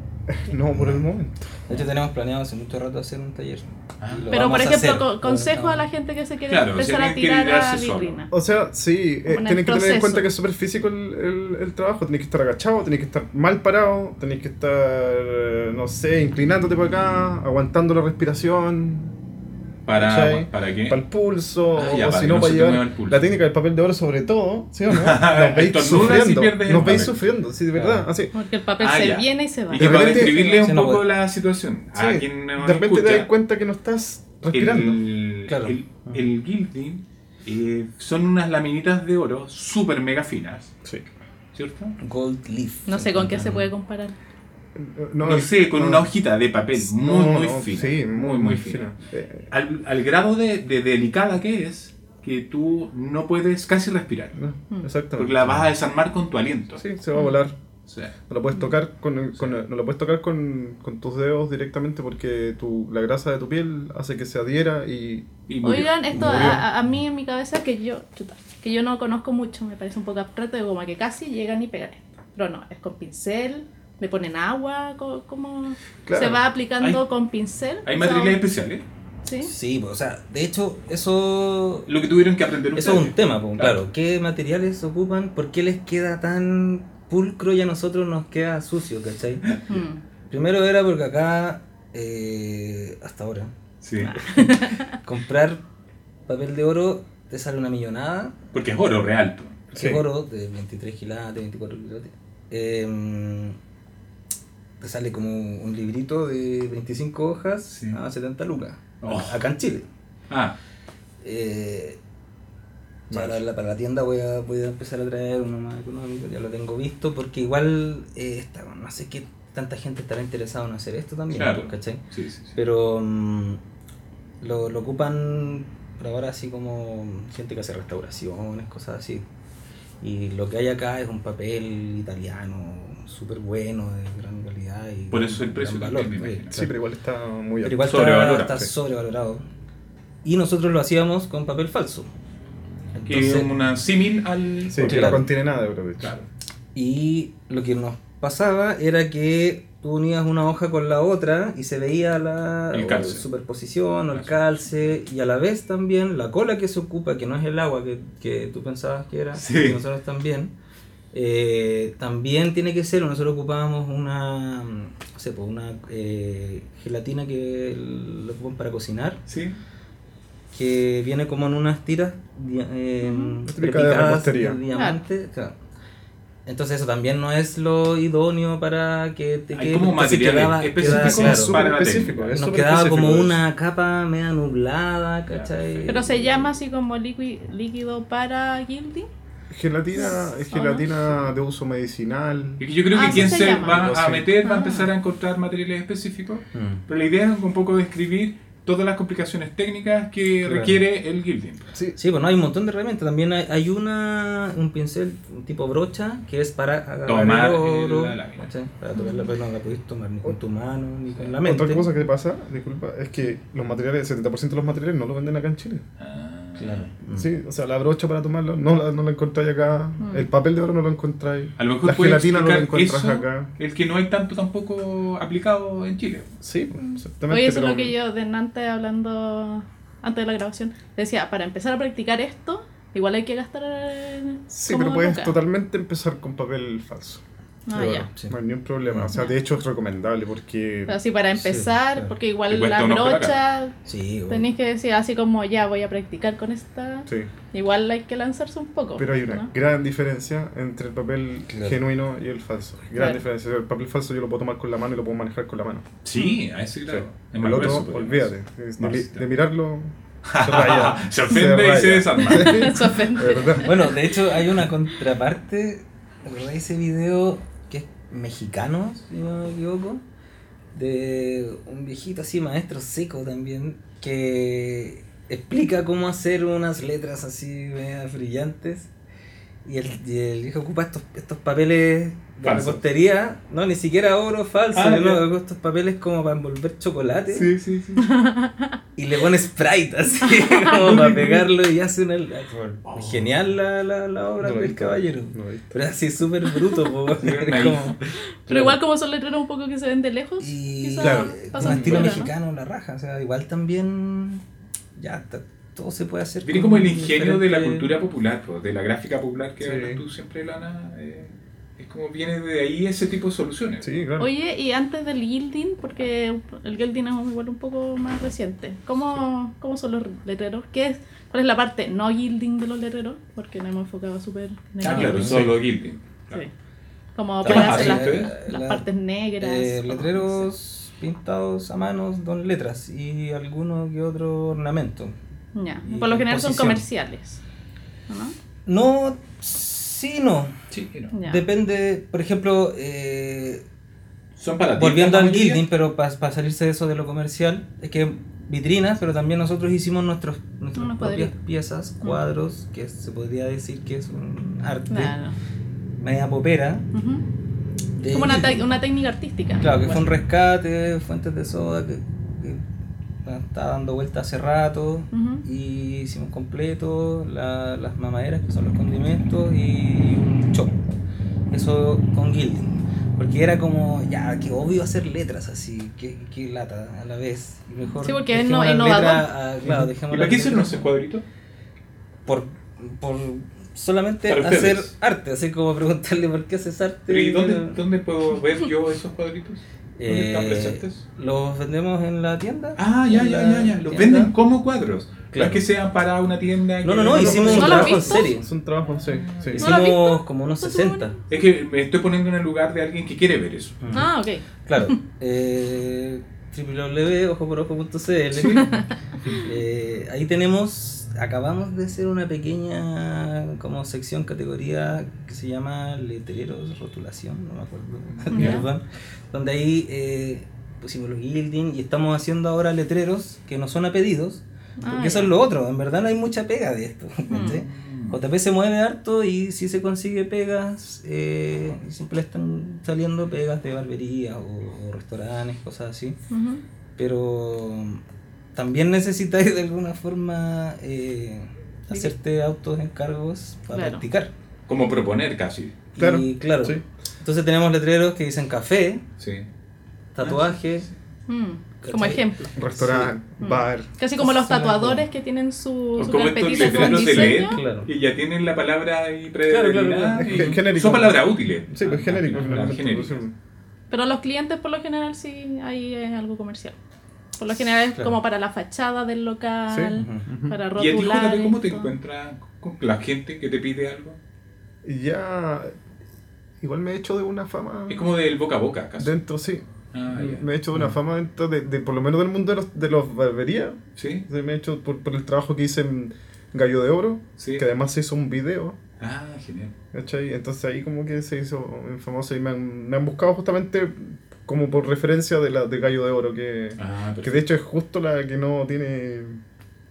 [SPEAKER 3] No, por el momento.
[SPEAKER 4] De hecho, tenemos planeado hace mucho rato hacer un taller.
[SPEAKER 2] Ah.
[SPEAKER 4] Y lo
[SPEAKER 1] Pero,
[SPEAKER 4] vamos
[SPEAKER 1] por
[SPEAKER 4] a
[SPEAKER 1] ejemplo,
[SPEAKER 4] hacer.
[SPEAKER 1] co- consejo
[SPEAKER 4] No.
[SPEAKER 1] a la gente que se quiere
[SPEAKER 2] Claro, si
[SPEAKER 1] empezar a
[SPEAKER 2] alguien quiere
[SPEAKER 1] tirar a
[SPEAKER 2] tirarse solo.
[SPEAKER 1] vitrina.
[SPEAKER 3] O sea, sí, eh,
[SPEAKER 1] Como en el
[SPEAKER 3] tienes que tener en
[SPEAKER 1] proceso.
[SPEAKER 3] cuenta que es súper físico el, el- el trabajo. Tienes que estar agachado, tienes que estar mal parado, tienes que estar, eh, no sé, inclinándote para acá, aguantando la respiración,
[SPEAKER 2] ¿Para,
[SPEAKER 3] ¿Cachai?
[SPEAKER 2] ¿para qué?
[SPEAKER 3] para el pulso,
[SPEAKER 2] Eh. Ah, ya,
[SPEAKER 3] o
[SPEAKER 2] para
[SPEAKER 3] si
[SPEAKER 2] que
[SPEAKER 3] no,
[SPEAKER 2] no
[SPEAKER 3] para
[SPEAKER 2] se te
[SPEAKER 3] llevar
[SPEAKER 2] mueva el pulso.
[SPEAKER 3] la técnica del papel de oro sobre todo, ¿sí o no? Nos veis
[SPEAKER 2] Estornudas y
[SPEAKER 3] sufriendo,
[SPEAKER 2] pierdes el
[SPEAKER 3] nos veis
[SPEAKER 2] papel.
[SPEAKER 3] sufriendo, sí, de verdad,
[SPEAKER 4] Claro.
[SPEAKER 3] así.
[SPEAKER 1] Porque el papel
[SPEAKER 2] Ah,
[SPEAKER 1] se
[SPEAKER 2] ya.
[SPEAKER 1] viene y se va.
[SPEAKER 2] Y que para
[SPEAKER 3] repente-
[SPEAKER 2] describirle
[SPEAKER 4] Sí,
[SPEAKER 2] un
[SPEAKER 4] no
[SPEAKER 2] poco
[SPEAKER 4] puede.
[SPEAKER 2] la situación.
[SPEAKER 3] Sí,
[SPEAKER 2] A quien no
[SPEAKER 3] de repente te das
[SPEAKER 2] escucha,
[SPEAKER 3] cuenta que no estás respirando.
[SPEAKER 2] el,
[SPEAKER 4] Claro.
[SPEAKER 2] el, el gilding eh, son unas laminitas de oro súper mega finas,
[SPEAKER 3] Sí.
[SPEAKER 2] ¿cierto?
[SPEAKER 4] Gold Leaf.
[SPEAKER 1] No sé con qué se puede comparar.
[SPEAKER 2] No, sé, con una hojita de papel muy,
[SPEAKER 3] No,
[SPEAKER 2] muy
[SPEAKER 3] no,
[SPEAKER 2] fina.
[SPEAKER 3] sí,
[SPEAKER 2] muy, muy fina.
[SPEAKER 3] Eh,
[SPEAKER 2] Al, al grado de, de delicada que es, que tú no puedes casi respirar.
[SPEAKER 3] eh, no,
[SPEAKER 1] Mm.
[SPEAKER 3] exactamente.
[SPEAKER 2] Porque la vas a desarmar con tu aliento.
[SPEAKER 3] Sí, se va a volar.
[SPEAKER 2] O sea,
[SPEAKER 3] No lo puedes tocar con, con- no lo puedes tocar con, con tus dedos directamente porque tu, la grasa de tu piel hace que se adhiera y
[SPEAKER 2] y murió.
[SPEAKER 1] Oigan, esto
[SPEAKER 3] Muy
[SPEAKER 1] a,
[SPEAKER 3] bien.
[SPEAKER 1] a- a mí en mi cabeza que yo chuta, que yo no conozco mucho, me parece un poco abstracto, de como que casi llegan y pegan esto. Pero no, es con pincel, le ponen agua, co- ¿cómo
[SPEAKER 3] Claro.
[SPEAKER 1] se va aplicando
[SPEAKER 2] Hay-
[SPEAKER 1] con pincel?
[SPEAKER 2] Hay
[SPEAKER 1] O sea,
[SPEAKER 2] materiales especiales.
[SPEAKER 1] ¿sí?
[SPEAKER 4] Sí, pues, o sea, de hecho, eso
[SPEAKER 2] Lo que tuvieron que aprender
[SPEAKER 4] Eso es un
[SPEAKER 2] ustedes.
[SPEAKER 4] tema, pues,
[SPEAKER 2] Claro.
[SPEAKER 4] claro. ¿Qué materiales ocupan? ¿Por qué les queda tan pulcro y a nosotros nos queda sucio, cachai?
[SPEAKER 1] Mm.
[SPEAKER 4] Primero era porque acá, eh, hasta ahora,
[SPEAKER 2] Sí.
[SPEAKER 4] comprar papel de oro te sale una millonada,
[SPEAKER 2] Porque es oro real. po.
[SPEAKER 4] que
[SPEAKER 3] Sí.
[SPEAKER 4] es oro de 23 quilates, 24 quilates. Eh, te sale como un librito de 25 hojas
[SPEAKER 2] Sí.
[SPEAKER 4] a 70 lucas,
[SPEAKER 2] Oh.
[SPEAKER 4] acá en Chile.
[SPEAKER 2] Ah,
[SPEAKER 4] Eh, para, la, para la tienda voy a, voy a empezar a traer uno más económico, ya lo tengo visto, porque igual eh, está- no sé qué tanta gente estará interesada en hacer esto también,
[SPEAKER 2] Claro.
[SPEAKER 4] pues, ¿cachai?
[SPEAKER 2] sí, sí. sí.
[SPEAKER 4] Pero mm, lo, lo ocupan por ahora así como gente que hace restauraciones, cosas así. Y lo que hay acá es un papel italiano súper bueno, de gran calidad. Y
[SPEAKER 2] Por eso el
[SPEAKER 4] gran
[SPEAKER 2] precio
[SPEAKER 4] valor,
[SPEAKER 2] también, me
[SPEAKER 4] sí,
[SPEAKER 2] imagino.
[SPEAKER 3] sí, pero igual está muy
[SPEAKER 4] pero
[SPEAKER 3] alto.
[SPEAKER 4] igual está-
[SPEAKER 2] Sobrevalorado,
[SPEAKER 4] está,
[SPEAKER 3] sí.
[SPEAKER 4] sobrevalorado. Y nosotros lo hacíamos con papel falso.
[SPEAKER 2] Que es
[SPEAKER 4] Entonces,
[SPEAKER 2] una símil al.
[SPEAKER 3] Sí,
[SPEAKER 2] oro.
[SPEAKER 3] que
[SPEAKER 4] claro.
[SPEAKER 3] no contiene nada, bro, de hecho.
[SPEAKER 2] Claro.
[SPEAKER 4] Y lo que nos pasaba era que tú unías una hoja con la otra y se veía la
[SPEAKER 2] El
[SPEAKER 4] o
[SPEAKER 2] calce.
[SPEAKER 4] superposición o el
[SPEAKER 2] Calce.
[SPEAKER 4] calce. Y a la vez también la cola que se ocupa, que no es el agua que, que tú pensabas que era,
[SPEAKER 2] Sí.
[SPEAKER 4] que nosotros también. eh, también tiene que ser, nosotros ocupábamos una, no sé, pues, una eh, gelatina que lo ocupan para cocinar,
[SPEAKER 2] Sí.
[SPEAKER 4] que viene como en unas tiras dia- eh,
[SPEAKER 3] La típica de
[SPEAKER 4] prepicadas de,
[SPEAKER 3] repostería.
[SPEAKER 4] diamante. claro. Entonces eso también no es lo idóneo para que te
[SPEAKER 2] Hay
[SPEAKER 4] quede-
[SPEAKER 2] como
[SPEAKER 4] entonces
[SPEAKER 2] materiales
[SPEAKER 4] quedaba-
[SPEAKER 2] específicos
[SPEAKER 4] quedaba,
[SPEAKER 3] Es
[SPEAKER 4] claro,
[SPEAKER 3] súper
[SPEAKER 2] para la
[SPEAKER 3] específico.
[SPEAKER 2] técnica.
[SPEAKER 3] es
[SPEAKER 4] nos
[SPEAKER 3] súper
[SPEAKER 4] quedaba
[SPEAKER 3] específico
[SPEAKER 4] como
[SPEAKER 3] eso.
[SPEAKER 4] una capa media nublada, ¿cachai?
[SPEAKER 1] Pero se llama así como liqui- líquido para gilding.
[SPEAKER 3] Gelatina, es gelatina de uso medicinal.
[SPEAKER 2] Ah, Y que yo creo
[SPEAKER 1] Ah,
[SPEAKER 2] que
[SPEAKER 1] sí
[SPEAKER 2] quien
[SPEAKER 1] se
[SPEAKER 2] se
[SPEAKER 1] llama.
[SPEAKER 2] va
[SPEAKER 3] Algo
[SPEAKER 2] a
[SPEAKER 3] así.
[SPEAKER 2] meter va a
[SPEAKER 1] Ah.
[SPEAKER 2] empezar a encontrar materiales específicos.
[SPEAKER 4] Mm.
[SPEAKER 2] Pero la idea es un poco describir todas las complicaciones técnicas que
[SPEAKER 4] Claro.
[SPEAKER 2] requiere el gilding.
[SPEAKER 3] Sí,
[SPEAKER 4] Sí, bueno, hay un montón de herramientas. También hay, hay una, un pincel un tipo brocha que es para agarrar
[SPEAKER 2] Tomar
[SPEAKER 4] el
[SPEAKER 2] el-
[SPEAKER 4] oro,
[SPEAKER 2] la lámina.
[SPEAKER 4] ¿cachai? Para tocarla, pero no la puedes tomar ni con tu mano ni con la mente.
[SPEAKER 3] otra cosa que pasa, disculpa, es que los materiales, el 70% de los materiales no los venden acá en Chile.
[SPEAKER 2] Ah.
[SPEAKER 4] Claro. Mm.
[SPEAKER 3] Sí, o sea, la brocha para tomarlo no la, no la encontráis acá,
[SPEAKER 1] Mm.
[SPEAKER 3] el papel de oro no lo encontráis,
[SPEAKER 2] A lo mejor
[SPEAKER 3] la
[SPEAKER 2] puede
[SPEAKER 3] gelatina no la
[SPEAKER 2] explicar
[SPEAKER 3] encuentras
[SPEAKER 2] eso,
[SPEAKER 3] acá.
[SPEAKER 2] El que no hay tanto tampoco aplicado en Chile.
[SPEAKER 3] Sí, pues, exactamente.
[SPEAKER 1] Mm. Oye, eso es
[SPEAKER 3] pero-
[SPEAKER 1] lo que yo de antes hablando, antes de la grabación, decía, para empezar a practicar esto, igual hay que gastar... eh,
[SPEAKER 3] Sí,
[SPEAKER 1] como
[SPEAKER 3] pero puedes
[SPEAKER 1] loca.
[SPEAKER 3] totalmente empezar con papel falso.
[SPEAKER 1] Ah,
[SPEAKER 3] Pero
[SPEAKER 1] ya.
[SPEAKER 3] bueno, No hay ningún problema. O sea, de hecho es recomendable porque...
[SPEAKER 1] Pero así para
[SPEAKER 4] Sí,
[SPEAKER 1] empezar,
[SPEAKER 4] claro.
[SPEAKER 1] porque
[SPEAKER 2] Te
[SPEAKER 1] igual
[SPEAKER 2] cuesta
[SPEAKER 1] la
[SPEAKER 2] unos por acá.
[SPEAKER 1] brocha
[SPEAKER 4] Sí, bueno.
[SPEAKER 1] tenéis que decir así como ya voy a practicar con esta.
[SPEAKER 3] Sí,
[SPEAKER 1] Igual hay que lanzarse un poco.
[SPEAKER 3] pero hay una
[SPEAKER 1] ¿no?
[SPEAKER 3] gran diferencia entre el papel
[SPEAKER 4] Claro.
[SPEAKER 3] genuino y el falso. Gran
[SPEAKER 1] Claro.
[SPEAKER 3] diferencia. El papel falso yo lo puedo tomar con la mano y lo puedo manejar con la mano.
[SPEAKER 2] Mm. Sí, a ese claro.
[SPEAKER 3] Sí.
[SPEAKER 2] Es
[SPEAKER 3] el
[SPEAKER 2] más
[SPEAKER 3] otro,
[SPEAKER 2] grueso, podríamos
[SPEAKER 3] olvídate.
[SPEAKER 2] decir.
[SPEAKER 3] De,
[SPEAKER 2] Más,
[SPEAKER 3] mi-
[SPEAKER 2] claro.
[SPEAKER 3] de mirarlo, se raya.
[SPEAKER 2] Ah, Se ofende y se
[SPEAKER 3] raya.
[SPEAKER 2] desarma.
[SPEAKER 1] Se ofende.
[SPEAKER 3] De verdad.
[SPEAKER 4] Bueno, de hecho hay una contraparte, ¿te acordás de ese video que es mexicano, si no me equivoco? de un viejito así, maestro seco también, que explica cómo hacer unas letras así media brillantes. Y el, y el viejo ocupa estos, estos papeles de
[SPEAKER 2] Falso.
[SPEAKER 4] repostería, no, ni siquiera oro falso,
[SPEAKER 2] Ah,
[SPEAKER 4] no,
[SPEAKER 2] ya.
[SPEAKER 4] ocupa estos papeles como para envolver chocolate
[SPEAKER 2] Sí, sí, sí.
[SPEAKER 4] y le pone Sprite así como para pegarlo y hace una...
[SPEAKER 2] Oh.
[SPEAKER 4] Genial la, la, la obra
[SPEAKER 3] No lo he
[SPEAKER 4] del
[SPEAKER 3] visto,
[SPEAKER 4] caballero.
[SPEAKER 3] no lo he visto.
[SPEAKER 4] Pero así súper bruto, po. es
[SPEAKER 2] naif.
[SPEAKER 4] como-
[SPEAKER 1] Pero igual como son letreros un poco que se ven de lejos,
[SPEAKER 4] Y
[SPEAKER 1] quizás
[SPEAKER 3] Claro,
[SPEAKER 4] con
[SPEAKER 1] pasan
[SPEAKER 4] estilo
[SPEAKER 1] piola, ¿no?
[SPEAKER 4] mexicano, la raja. O sea, igual también. Ya, ta- todo se puede hacer.
[SPEAKER 2] Viene
[SPEAKER 4] con
[SPEAKER 2] como el ingenio de la
[SPEAKER 4] diferente-
[SPEAKER 2] cultura popular, po, de la gráfica popular que
[SPEAKER 3] Mm, Sí.
[SPEAKER 2] hablas tú siempre, Lana. eh, es como viene de ahí ese tipo de soluciones.
[SPEAKER 3] Sí, claro.
[SPEAKER 1] Oye, y antes del Gilding, porque el Gilding es igual un poco más reciente, ¿cómo, cómo son los letreros? ¿Qué es, ¿Cuál es la parte no Gilding de los letreros? Porque nos hemos enfocado súper en el
[SPEAKER 2] Ah,
[SPEAKER 1] gilding.
[SPEAKER 2] claro,
[SPEAKER 3] Sí.
[SPEAKER 2] solo Gilding.
[SPEAKER 1] Sí. Como
[SPEAKER 2] ¿Qué
[SPEAKER 1] para
[SPEAKER 2] más
[SPEAKER 1] hacer
[SPEAKER 2] hacen
[SPEAKER 1] las,
[SPEAKER 2] ustedes?
[SPEAKER 1] las
[SPEAKER 4] Ah, Eh, La-
[SPEAKER 1] partes negras.
[SPEAKER 4] Eh,
[SPEAKER 1] o-
[SPEAKER 4] letreros pintados a mano con letras y alguno que otro ornamento.
[SPEAKER 1] no sé. Ya.
[SPEAKER 4] y
[SPEAKER 1] Por lo general son
[SPEAKER 4] composición.
[SPEAKER 1] comerciales. ¿no?
[SPEAKER 4] No, sí, no.
[SPEAKER 2] Sí, y no.
[SPEAKER 1] Ya.
[SPEAKER 4] Depende, por ejemplo, eh,
[SPEAKER 2] Son para ti.
[SPEAKER 4] Volviendo
[SPEAKER 2] ¿no?
[SPEAKER 4] al gilding, pero para salirse de eso de lo comercial, es que vitrinas, pero también nosotros hicimos nuestros, nuestras
[SPEAKER 1] Unos
[SPEAKER 4] propias
[SPEAKER 1] cuadritos.
[SPEAKER 4] piezas, cuadros, que se podría decir que es un arte,
[SPEAKER 1] Claro.
[SPEAKER 4] media popera.
[SPEAKER 1] Ujú.
[SPEAKER 4] de
[SPEAKER 1] Como una,
[SPEAKER 4] gilding.
[SPEAKER 1] tec- una técnica artística.
[SPEAKER 4] Claro, que fue
[SPEAKER 1] Bueno.
[SPEAKER 4] un rescate, fuentes de soda, que, que estaba dando vuelta hace rato.
[SPEAKER 1] Ujú.
[SPEAKER 4] Y hicimos completo, la- las mamaderas que son los condimentos y un chop. Eso con gilding. Porque era como, ya, que obvio hacer letras así, que, que lata a la vez. Y Mejor
[SPEAKER 1] Sí, porque es
[SPEAKER 4] dejemos
[SPEAKER 1] no-
[SPEAKER 4] las
[SPEAKER 1] innovador.
[SPEAKER 4] letras a- claro, dejemos
[SPEAKER 2] ¿Y para
[SPEAKER 4] las
[SPEAKER 2] qué hicieron
[SPEAKER 4] letras
[SPEAKER 2] esos cuadritos?
[SPEAKER 4] Por, por solamente
[SPEAKER 2] Para
[SPEAKER 4] hacer
[SPEAKER 2] ustedes.
[SPEAKER 4] arte, así como preguntarle por qué haces arte.
[SPEAKER 2] ¿Y dónde,
[SPEAKER 4] Pero-
[SPEAKER 2] dónde puedo ver yo esos cuadritos? ¿Dónde están
[SPEAKER 4] Eh,
[SPEAKER 2] presentes?
[SPEAKER 4] Los vendemos en la tienda.
[SPEAKER 2] Ah, ya,
[SPEAKER 4] en
[SPEAKER 2] ya,
[SPEAKER 4] la
[SPEAKER 2] ya, ya. Los
[SPEAKER 4] tienda.
[SPEAKER 2] venden como cuadros. No es
[SPEAKER 4] Claro.
[SPEAKER 2] que sean para una tienda.
[SPEAKER 4] No,
[SPEAKER 2] que-
[SPEAKER 4] no, no, hicimos un
[SPEAKER 1] ¿No lo has
[SPEAKER 4] trabajo en
[SPEAKER 1] visto?
[SPEAKER 4] serie.
[SPEAKER 3] Es un trabajo, sí. sí.
[SPEAKER 1] ¿No lo has
[SPEAKER 4] Hicimos como unos
[SPEAKER 1] ¿Está súper
[SPEAKER 4] 60.
[SPEAKER 2] Es que me estoy poniendo en el lugar de alguien que quiere ver eso.
[SPEAKER 1] Ah, ok.
[SPEAKER 4] Claro. Eh, www.ojoporojo.cl Eh, Ahí tenemos, acabamos de hacer una pequeña como sección, categoría que se llama letreros, rotulación, no me acuerdo,
[SPEAKER 1] Ya.
[SPEAKER 4] perdón, donde ahí eh, pusimos los gilding y estamos haciendo ahora letreros que no son a pedidos, porque
[SPEAKER 1] Ah,
[SPEAKER 4] eso
[SPEAKER 1] ya. Mm.
[SPEAKER 4] es lo otro, en verdad no hay mucha pega de esto, ¿cachai? JP se mueve harto y si se consigue pegas, eh, y siempre le están saliendo pegas de barberías o, o restaurantes, cosas así.
[SPEAKER 1] Ujú.
[SPEAKER 4] Pero también necesitáis de alguna forma eh, hacerte autos encargos para
[SPEAKER 1] Claro.
[SPEAKER 4] practicar.
[SPEAKER 2] Como proponer casi.
[SPEAKER 3] Claro,
[SPEAKER 4] y claro.
[SPEAKER 3] sí.
[SPEAKER 4] Entonces tenemos letreros que dicen café,
[SPEAKER 2] Sí.
[SPEAKER 1] Ah,
[SPEAKER 4] tatuaje,
[SPEAKER 1] Mm, Como
[SPEAKER 4] ¿Cachai?
[SPEAKER 1] ejemplo.
[SPEAKER 3] Restaurante,
[SPEAKER 1] Sí. Mm.
[SPEAKER 3] bar.
[SPEAKER 1] Casi como los
[SPEAKER 4] Son las
[SPEAKER 1] tatuadores que tienen su,
[SPEAKER 2] Pues
[SPEAKER 1] su
[SPEAKER 2] como estos
[SPEAKER 1] carpetita con
[SPEAKER 2] letreros de
[SPEAKER 1] diseño.
[SPEAKER 2] LED.
[SPEAKER 4] eh, claro.
[SPEAKER 2] Y ya tienen la palabra ahí
[SPEAKER 4] Claro, claro,
[SPEAKER 2] predeterminada.
[SPEAKER 4] claro.
[SPEAKER 2] y
[SPEAKER 3] Gen- genérico.
[SPEAKER 2] Son palabras útiles.
[SPEAKER 3] Sí, pues genérico.
[SPEAKER 2] Ah,
[SPEAKER 3] finalmente,
[SPEAKER 2] genérico.
[SPEAKER 3] pues,
[SPEAKER 1] Pero los clientes por lo general sí ahí es algo comercial. Por lo general es
[SPEAKER 4] Claro.
[SPEAKER 1] como para la fachada del local,
[SPEAKER 4] Ujú.
[SPEAKER 1] para
[SPEAKER 2] ¿Y a ti,
[SPEAKER 1] rotular.
[SPEAKER 2] JP, cómo te
[SPEAKER 1] esto.
[SPEAKER 2] encuentras con la gente que te pide algo?
[SPEAKER 3] sí. Y ya. Igual me he hecho de una fama.
[SPEAKER 2] Es como del boca a boca, casi.
[SPEAKER 3] Dentro, sí.
[SPEAKER 2] Ah, ya.
[SPEAKER 3] Me he hecho de una fama dentro de, de- por lo menos del mundo de los, de los barberías.
[SPEAKER 2] ¿Sí?
[SPEAKER 3] Sí, Me he hecho por, por el trabajo que hice en Gallo de Oro,
[SPEAKER 2] Sí.
[SPEAKER 3] que además se hizo un video.
[SPEAKER 2] Ah, genial.
[SPEAKER 3] ¿cachai? Entonces ahí como que se hizo famoso y me han, me han buscado justamente como por referencia de la de Gallo de Oro, que,
[SPEAKER 2] Ah,
[SPEAKER 3] que
[SPEAKER 2] perfecto.
[SPEAKER 3] de hecho es justo la que no tiene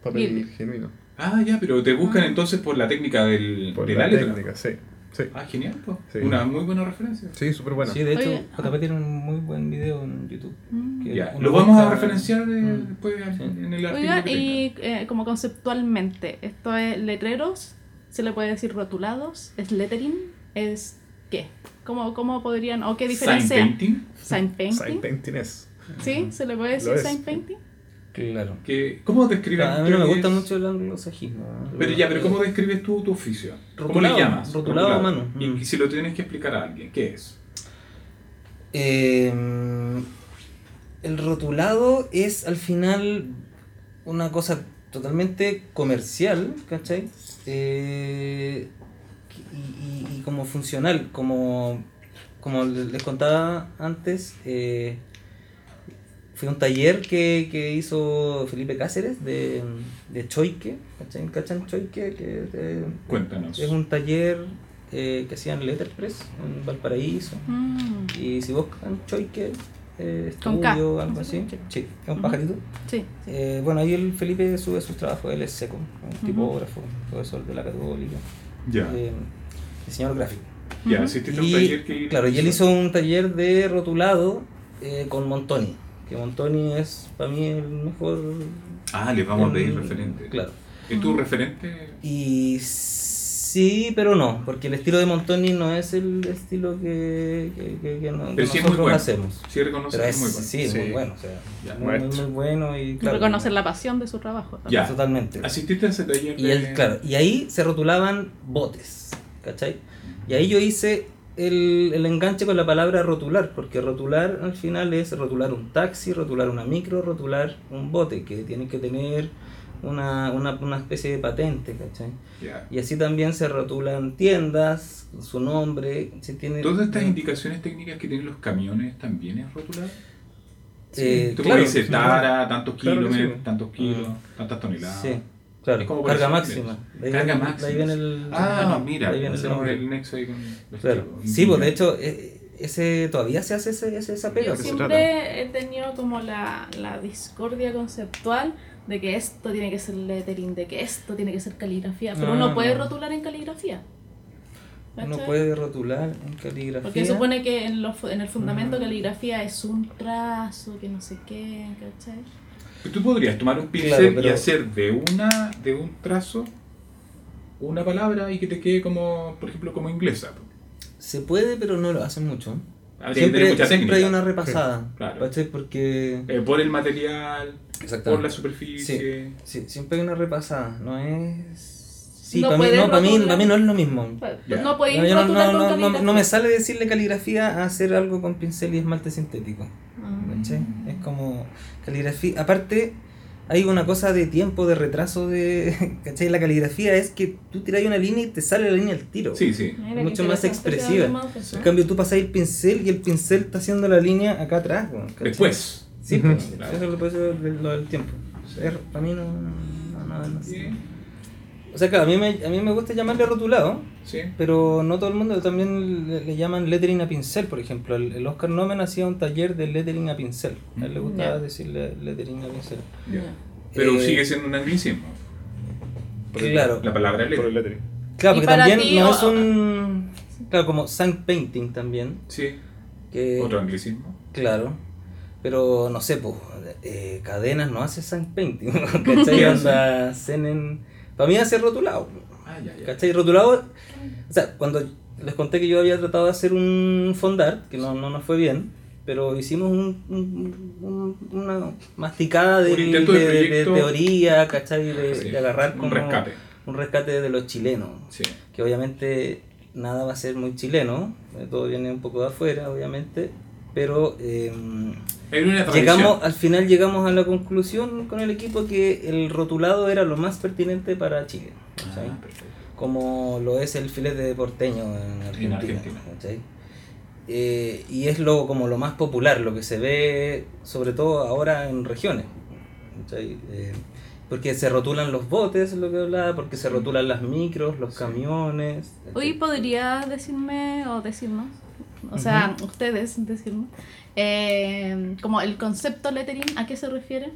[SPEAKER 3] papel
[SPEAKER 1] Bien.
[SPEAKER 3] genuino.
[SPEAKER 2] Ah, ya, pero te buscan entonces por la técnica del,
[SPEAKER 3] Por
[SPEAKER 2] de
[SPEAKER 3] la
[SPEAKER 2] la, letra.
[SPEAKER 3] técnica, sí. Sí,
[SPEAKER 2] Ah, genial, pues.
[SPEAKER 3] Sí.
[SPEAKER 2] Una muy buena referencia.
[SPEAKER 3] sí súper buena.
[SPEAKER 4] Sí, de hecho,
[SPEAKER 1] Oye. ah.
[SPEAKER 4] JP tiene un muy buen video en YouTube.
[SPEAKER 1] Mm.
[SPEAKER 4] que
[SPEAKER 2] Ya,
[SPEAKER 4] uno
[SPEAKER 2] lo vamos a
[SPEAKER 4] busca-
[SPEAKER 2] referenciar eh,
[SPEAKER 4] Mm.
[SPEAKER 2] después
[SPEAKER 4] Sí.
[SPEAKER 2] en el artículo.
[SPEAKER 1] Oiga,
[SPEAKER 2] que
[SPEAKER 1] y eh, como conceptualmente, esto es letreros, se le puede decir rotulados, es lettering, es qué? ¿Cómo, cómo podrían, o qué
[SPEAKER 2] tengas.
[SPEAKER 1] diferencia?
[SPEAKER 2] Sign painting,
[SPEAKER 1] Sign painting.
[SPEAKER 3] Sign painting es.
[SPEAKER 1] ¿Sí? ¿Se le puede decir
[SPEAKER 3] Lo es.
[SPEAKER 1] sign painting?
[SPEAKER 4] Claro.
[SPEAKER 2] que, ¿Cómo describes?
[SPEAKER 4] Ah, A mí no me gusta mucho el anglosajismo. Eh,
[SPEAKER 2] Pero ya, pero ¿cómo describes tú tu oficio? ¿Cómo le
[SPEAKER 4] Mm. Rotulado,
[SPEAKER 2] llamas?
[SPEAKER 4] rotulado a mano.
[SPEAKER 2] Y
[SPEAKER 4] Mm.
[SPEAKER 2] si lo tienes que explicar a alguien, ¿qué es?
[SPEAKER 4] Eh, el rotulado es al final una cosa totalmente comercial, ¿cachai? Eh, y, y- y como funcional, como, como le- les contaba antes, eh, fue un taller que, que hizo Felipe Cáceres de, de Choique, ¿cachai? ¿Cachan Choique? Que, eh,
[SPEAKER 2] Cuéntanos.
[SPEAKER 4] es un taller eh, que hacían Letterpress en Valparaíso.
[SPEAKER 1] Mm.
[SPEAKER 4] Y si buscan Choique, eh,
[SPEAKER 1] Con K.
[SPEAKER 4] estudio, algo así. Sí, es un
[SPEAKER 1] Ujú.
[SPEAKER 4] pajarito.
[SPEAKER 1] Sí, sí.
[SPEAKER 4] Eh, bueno, ahí el Felipe sube sus trabajos, él es seco, un
[SPEAKER 1] Ujú.
[SPEAKER 4] tipógrafo, profesor de la católica,
[SPEAKER 2] Ya.
[SPEAKER 4] eh, diseñador gráfico.
[SPEAKER 2] Ya,
[SPEAKER 1] Ujú.
[SPEAKER 2] asististe a un taller que.
[SPEAKER 4] Y, claro, y él hizo un taller de rotulado eh, con Montoni, que Montoni es para mí el mejor...
[SPEAKER 2] Ah, les vamos a
[SPEAKER 4] el-
[SPEAKER 2] pedir referente.
[SPEAKER 4] Mm, Claro. Mm.
[SPEAKER 2] ¿Es tu referente?
[SPEAKER 4] Y sí, pero no, porque el estilo de Montoni no es el estilo que, que, que- que no- que
[SPEAKER 2] Pero sí es muy
[SPEAKER 4] nosotros
[SPEAKER 2] bueno.
[SPEAKER 4] hacemos.
[SPEAKER 2] Sí, reconoces
[SPEAKER 4] Pero
[SPEAKER 2] que
[SPEAKER 4] es,
[SPEAKER 2] es muy bueno.
[SPEAKER 4] sí, es
[SPEAKER 3] Sí.
[SPEAKER 4] muy bueno, o sea,
[SPEAKER 2] Ya,
[SPEAKER 4] muy, muy,
[SPEAKER 3] maestro.
[SPEAKER 4] muy bueno y claro,
[SPEAKER 1] Reconocer la pasión de su trabajo. también.
[SPEAKER 2] Ya.
[SPEAKER 4] Totalmente.
[SPEAKER 2] Asististe a ese taller.
[SPEAKER 4] Y, el-
[SPEAKER 2] de-
[SPEAKER 4] claro, y ahí se rotulaban botes, ¿cachai? Y ahí yo hice el, el enganche con la palabra rotular, porque rotular al final es rotular un taxi, rotular una micro, rotular un bote, que tiene que tener una, una, una especie de patente, ¿cachai?
[SPEAKER 2] Ya.
[SPEAKER 4] Y así también se rotulan tiendas, su nombre, se tiene...
[SPEAKER 2] Todas estas indicaciones técnicas que tienen los camiones también es rotular.
[SPEAKER 4] eh,
[SPEAKER 2] Tú "Ah,
[SPEAKER 4] claro,
[SPEAKER 2] puedes decir tara, tantos
[SPEAKER 3] Claro que
[SPEAKER 2] kilómetros,
[SPEAKER 3] sí.
[SPEAKER 2] tantos kilos, tantas toneladas.
[SPEAKER 4] Mm. Sí, claro,
[SPEAKER 2] Es como por
[SPEAKER 4] carga
[SPEAKER 2] eso,
[SPEAKER 4] máxima. De ahí
[SPEAKER 2] Carga
[SPEAKER 4] viene-
[SPEAKER 2] máxima.
[SPEAKER 4] de ahí viene el-
[SPEAKER 2] Ah, no, mira,
[SPEAKER 4] de ahí viene el
[SPEAKER 2] hacemos
[SPEAKER 4] nombre.
[SPEAKER 2] el nexo ahí con los
[SPEAKER 4] Claro.
[SPEAKER 2] chicos.
[SPEAKER 4] Sí, pues de hecho, eh, ese todavía se hace ese, ese- esa pega.
[SPEAKER 1] Yo
[SPEAKER 3] se
[SPEAKER 4] pues.
[SPEAKER 1] siempre he tenido como la, la discordia conceptual de que esto tiene que ser lettering, de que esto tiene que ser caligrafía, pero
[SPEAKER 4] Ah, No,
[SPEAKER 1] uno puede
[SPEAKER 4] no.
[SPEAKER 1] rotular en caligrafía.
[SPEAKER 4] Uno
[SPEAKER 1] ¿Cachai?
[SPEAKER 4] puede rotular en caligrafía.
[SPEAKER 1] Porque supone que en, los, fu- en el fundamento
[SPEAKER 4] Mm.
[SPEAKER 1] caligrafía es un trazo, que no sé qué, ¿cachai?
[SPEAKER 2] Tú podrías tomar un pincel
[SPEAKER 4] Claro, pero-
[SPEAKER 2] y hacer de una de un trazo una palabra y que te quede como, por ejemplo, como inglesa. po.
[SPEAKER 4] Se puede, pero no lo hacen mucho.
[SPEAKER 2] Habría que tener
[SPEAKER 4] Siempre,
[SPEAKER 2] mucha
[SPEAKER 4] siempre hay
[SPEAKER 2] técnica.
[SPEAKER 4] una repasada.
[SPEAKER 2] Claro.
[SPEAKER 4] ¿cachai? Porque.
[SPEAKER 2] Eh, por el material, por la superficie.
[SPEAKER 4] Sí, siempre hay una repasada. No es. Sí,
[SPEAKER 1] No
[SPEAKER 4] para mí,
[SPEAKER 1] puedes
[SPEAKER 4] no, para mí,
[SPEAKER 1] rotular.
[SPEAKER 4] para mí no es lo mismo.
[SPEAKER 2] Ya.
[SPEAKER 1] Pues, No podéis
[SPEAKER 4] No, yo no-
[SPEAKER 1] rotular con
[SPEAKER 4] no- no- no-
[SPEAKER 1] caligrafía.
[SPEAKER 4] no me sale decirle caligrafía a hacer algo con pincel y esmalte sintético.
[SPEAKER 1] Ah.
[SPEAKER 4] ¿cachai? Es como caligrafía. Aparte, hay una cosa de tiempo, de retraso de. ¿Cachai? La caligrafía es que tú tiras una línea y te sale la línea al tiro.
[SPEAKER 2] Sí, sí.
[SPEAKER 1] Mira, qué
[SPEAKER 4] Mucho más
[SPEAKER 1] interesante,
[SPEAKER 4] expresiva.
[SPEAKER 1] qué más, pues,
[SPEAKER 4] En
[SPEAKER 1] ¿no?
[SPEAKER 4] cambio, tú pasas el pincel y el pincel está haciendo la línea acá atrás. weón, ¿cachai?
[SPEAKER 2] Después.
[SPEAKER 4] Sí, pues,
[SPEAKER 2] Claro.
[SPEAKER 4] eso es lo, por eso de- lo del tiempo. Es- para mí no. no, no, no
[SPEAKER 2] Sí,
[SPEAKER 4] sé. O sea, claro, a mí, me, a mí me gusta llamarle rotulado,
[SPEAKER 2] sí.
[SPEAKER 4] pero no todo el mundo también le, le llaman lettering a pincel, por ejemplo. El, el Oscar Nomen hacía un taller de lettering a pincel. A él le gustaba
[SPEAKER 1] Ya.
[SPEAKER 4] decirle lettering a pincel.
[SPEAKER 2] Ya.
[SPEAKER 1] Ya.
[SPEAKER 2] Pero
[SPEAKER 4] Eh,
[SPEAKER 2] sigue siendo un anglicismo. Porque
[SPEAKER 4] claro.
[SPEAKER 2] La palabra es
[SPEAKER 3] Por el
[SPEAKER 2] letra.
[SPEAKER 3] lettering.
[SPEAKER 4] Claro,
[SPEAKER 1] Y
[SPEAKER 4] porque
[SPEAKER 1] para
[SPEAKER 4] también
[SPEAKER 1] ti,
[SPEAKER 4] no
[SPEAKER 1] o-
[SPEAKER 4] es un. Claro, como sign painting también.
[SPEAKER 2] Sí.
[SPEAKER 4] Que,
[SPEAKER 2] Otro anglicismo.
[SPEAKER 4] Claro. Pero no sé, pues, eh, cadenas no hace sign painting. ¿Cachai?
[SPEAKER 2] ¿Qué
[SPEAKER 4] Anda Zenen. Para mí hace rotulado.
[SPEAKER 2] Ah, ya, ya.
[SPEAKER 4] ¿Cachai? Rotulado. O sea, cuando les conté que yo había tratado de hacer un fondart, que no, no nos fue bien, pero hicimos un, un- un- una masticada del-
[SPEAKER 2] Un
[SPEAKER 4] de,
[SPEAKER 2] intento de
[SPEAKER 4] de- de
[SPEAKER 2] proyecto.
[SPEAKER 4] teoría, ¿cachai? De,
[SPEAKER 2] Ah, Sí.
[SPEAKER 4] de agarrar como
[SPEAKER 2] Un rescate.
[SPEAKER 4] Un rescate de los chilenos
[SPEAKER 2] Sí.
[SPEAKER 4] que obviamente nada va a ser muy chileno, eh, todo viene un poco de afuera, obviamente, pero eh,
[SPEAKER 2] Era una tradición.
[SPEAKER 4] llegamos, al final llegamos a la conclusión con el equipo que el rotulado era lo más pertinente para Chile, ¿cachai?
[SPEAKER 2] Ah, perfecto.
[SPEAKER 4] como lo es el filete de porteño en Argentina.
[SPEAKER 2] Argentina.
[SPEAKER 4] ¿cachai? Eh, y es lo, como lo más popular, lo que se ve sobre todo ahora en regiones. ¿cachai? Eh, porque se rotulan los botes, lo que hablaba, porque
[SPEAKER 2] Mm.
[SPEAKER 4] se rotulan las micros, los camiones.
[SPEAKER 1] Hoy
[SPEAKER 4] ¿cachai?
[SPEAKER 1] podría decirme o decirnos, o sea, ustedes decirnos, eh, como el concepto lettering, ¿a qué se refiere?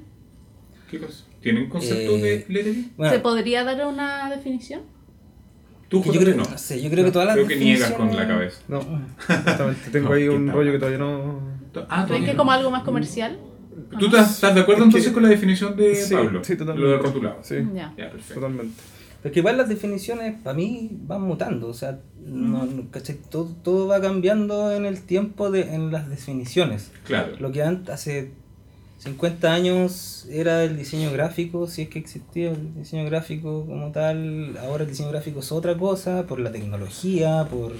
[SPEAKER 2] ¿Qué cosa? ¿Tienen concepto de
[SPEAKER 4] Eh,
[SPEAKER 2] lettering?
[SPEAKER 4] Bueno,
[SPEAKER 1] ¿Se podría dar una definición?
[SPEAKER 2] Tú,
[SPEAKER 4] que yo
[SPEAKER 2] Jorge,
[SPEAKER 4] creo,
[SPEAKER 2] no.
[SPEAKER 4] no sé, yo creo que todas las
[SPEAKER 2] Creo que niegas con
[SPEAKER 4] definiciones-
[SPEAKER 2] la cabeza.
[SPEAKER 3] No, justamente tengo ahí
[SPEAKER 2] Ah. No,
[SPEAKER 3] un
[SPEAKER 2] qué
[SPEAKER 3] rollo que
[SPEAKER 2] tal.
[SPEAKER 3] todavía no.
[SPEAKER 2] Ah,
[SPEAKER 1] ¿Creen
[SPEAKER 2] todavía
[SPEAKER 1] que es
[SPEAKER 2] no.
[SPEAKER 1] como algo más comercial?
[SPEAKER 2] ¿Tú estás, estás de acuerdo
[SPEAKER 3] Es que-
[SPEAKER 2] entonces con la definición de
[SPEAKER 3] Sí,
[SPEAKER 2] Eh, Pablo?
[SPEAKER 3] sí, totalmente.
[SPEAKER 2] Lo del rotulado.
[SPEAKER 3] Sí,
[SPEAKER 1] Ya.
[SPEAKER 2] Ya, perfecto.
[SPEAKER 3] totalmente.
[SPEAKER 4] Porque igual las definiciones para mí van mutando, o sea, no,
[SPEAKER 2] Mm.
[SPEAKER 4] no, ¿cachai? Todo, todo va cambiando en el tiempo, de, en las definiciones.
[SPEAKER 2] Claro.
[SPEAKER 4] Lo que an- hace 50 años era el diseño gráfico, si es que existía el diseño gráfico como tal, ahora el diseño gráfico es otra cosa, por la tecnología, por...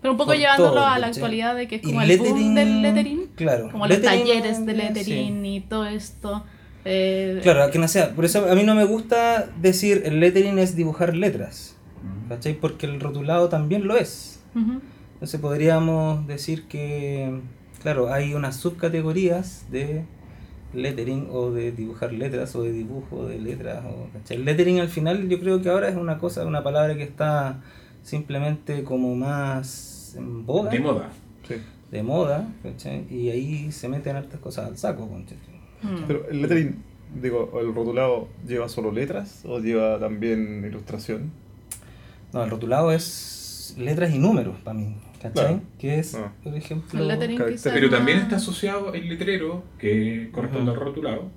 [SPEAKER 1] Pero un poco
[SPEAKER 4] por
[SPEAKER 1] llevándolo
[SPEAKER 4] todo,
[SPEAKER 1] a la
[SPEAKER 4] ¿cachai?
[SPEAKER 1] actualidad de que es
[SPEAKER 4] Y
[SPEAKER 1] como el boom del lettering,
[SPEAKER 4] Claro.
[SPEAKER 1] como
[SPEAKER 4] Lettering,
[SPEAKER 1] los talleres de
[SPEAKER 4] sí.
[SPEAKER 1] lettering y todo esto. eh,
[SPEAKER 4] Claro, que no sea. Por eso a mí no me gusta decir el lettering es dibujar letras,
[SPEAKER 2] Mm.
[SPEAKER 4] ¿cachai? Porque el rotulado también lo es.
[SPEAKER 1] ujú.
[SPEAKER 4] Entonces podríamos decir que, claro, hay unas subcategorías de lettering o de dibujar letras o de dibujo de letras. O, ¿cachai? el lettering al final yo creo que ahora es una cosa, una palabra que está simplemente como más en boga.
[SPEAKER 2] De moda.
[SPEAKER 3] Sí.
[SPEAKER 4] de moda, ¿cachai? Y ahí se meten hartas cosas al saco, ¿cachai?
[SPEAKER 1] Mm.
[SPEAKER 3] Pero el lettering, digo, el rotulado lleva solo letras o lleva también ilustración.
[SPEAKER 4] No, el rotulado es letras y números para mí, ¿cachai?
[SPEAKER 3] Claro.
[SPEAKER 4] Que es,
[SPEAKER 3] Ah.
[SPEAKER 4] por ejemplo...
[SPEAKER 1] El lettering
[SPEAKER 3] Pero
[SPEAKER 1] quizá
[SPEAKER 2] Pero
[SPEAKER 1] no-
[SPEAKER 2] también está asociado el letrero, que corresponde
[SPEAKER 3] Ajá.
[SPEAKER 2] al rotulado,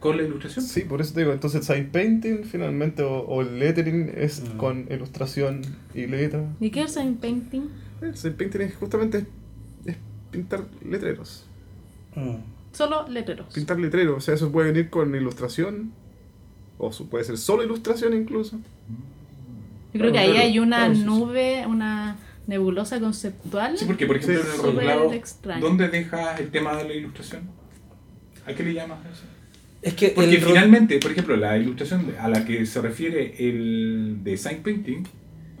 [SPEAKER 2] con la ilustración.
[SPEAKER 3] Sí, por eso te digo, entonces sign painting finalmente o, o el lettering es
[SPEAKER 4] Mm.
[SPEAKER 3] con ilustración y letra.
[SPEAKER 1] ¿Y qué es en painting?
[SPEAKER 3] El sign painting es justamente es, es pintar letreros.
[SPEAKER 4] Mm.
[SPEAKER 1] Solo letreros.
[SPEAKER 3] Pintar letreros, o sea, eso puede venir con ilustración o su- puede ser solo ilustración incluso.
[SPEAKER 1] Yo creo que ahí
[SPEAKER 3] Claro,
[SPEAKER 1] hay una
[SPEAKER 3] claro, sí, sí.
[SPEAKER 1] nube, una nebulosa conceptual.
[SPEAKER 2] Sí, porque por ejemplo
[SPEAKER 3] Sí.
[SPEAKER 2] en el
[SPEAKER 1] Súper
[SPEAKER 2] rotulado,
[SPEAKER 1] extraño.
[SPEAKER 2] ¿dónde dejas el tema de la ilustración? ¿A qué le llamas eso?
[SPEAKER 4] Es que
[SPEAKER 2] Porque
[SPEAKER 4] el ro-
[SPEAKER 2] finalmente, por ejemplo, la ilustración a la que se refiere el design painting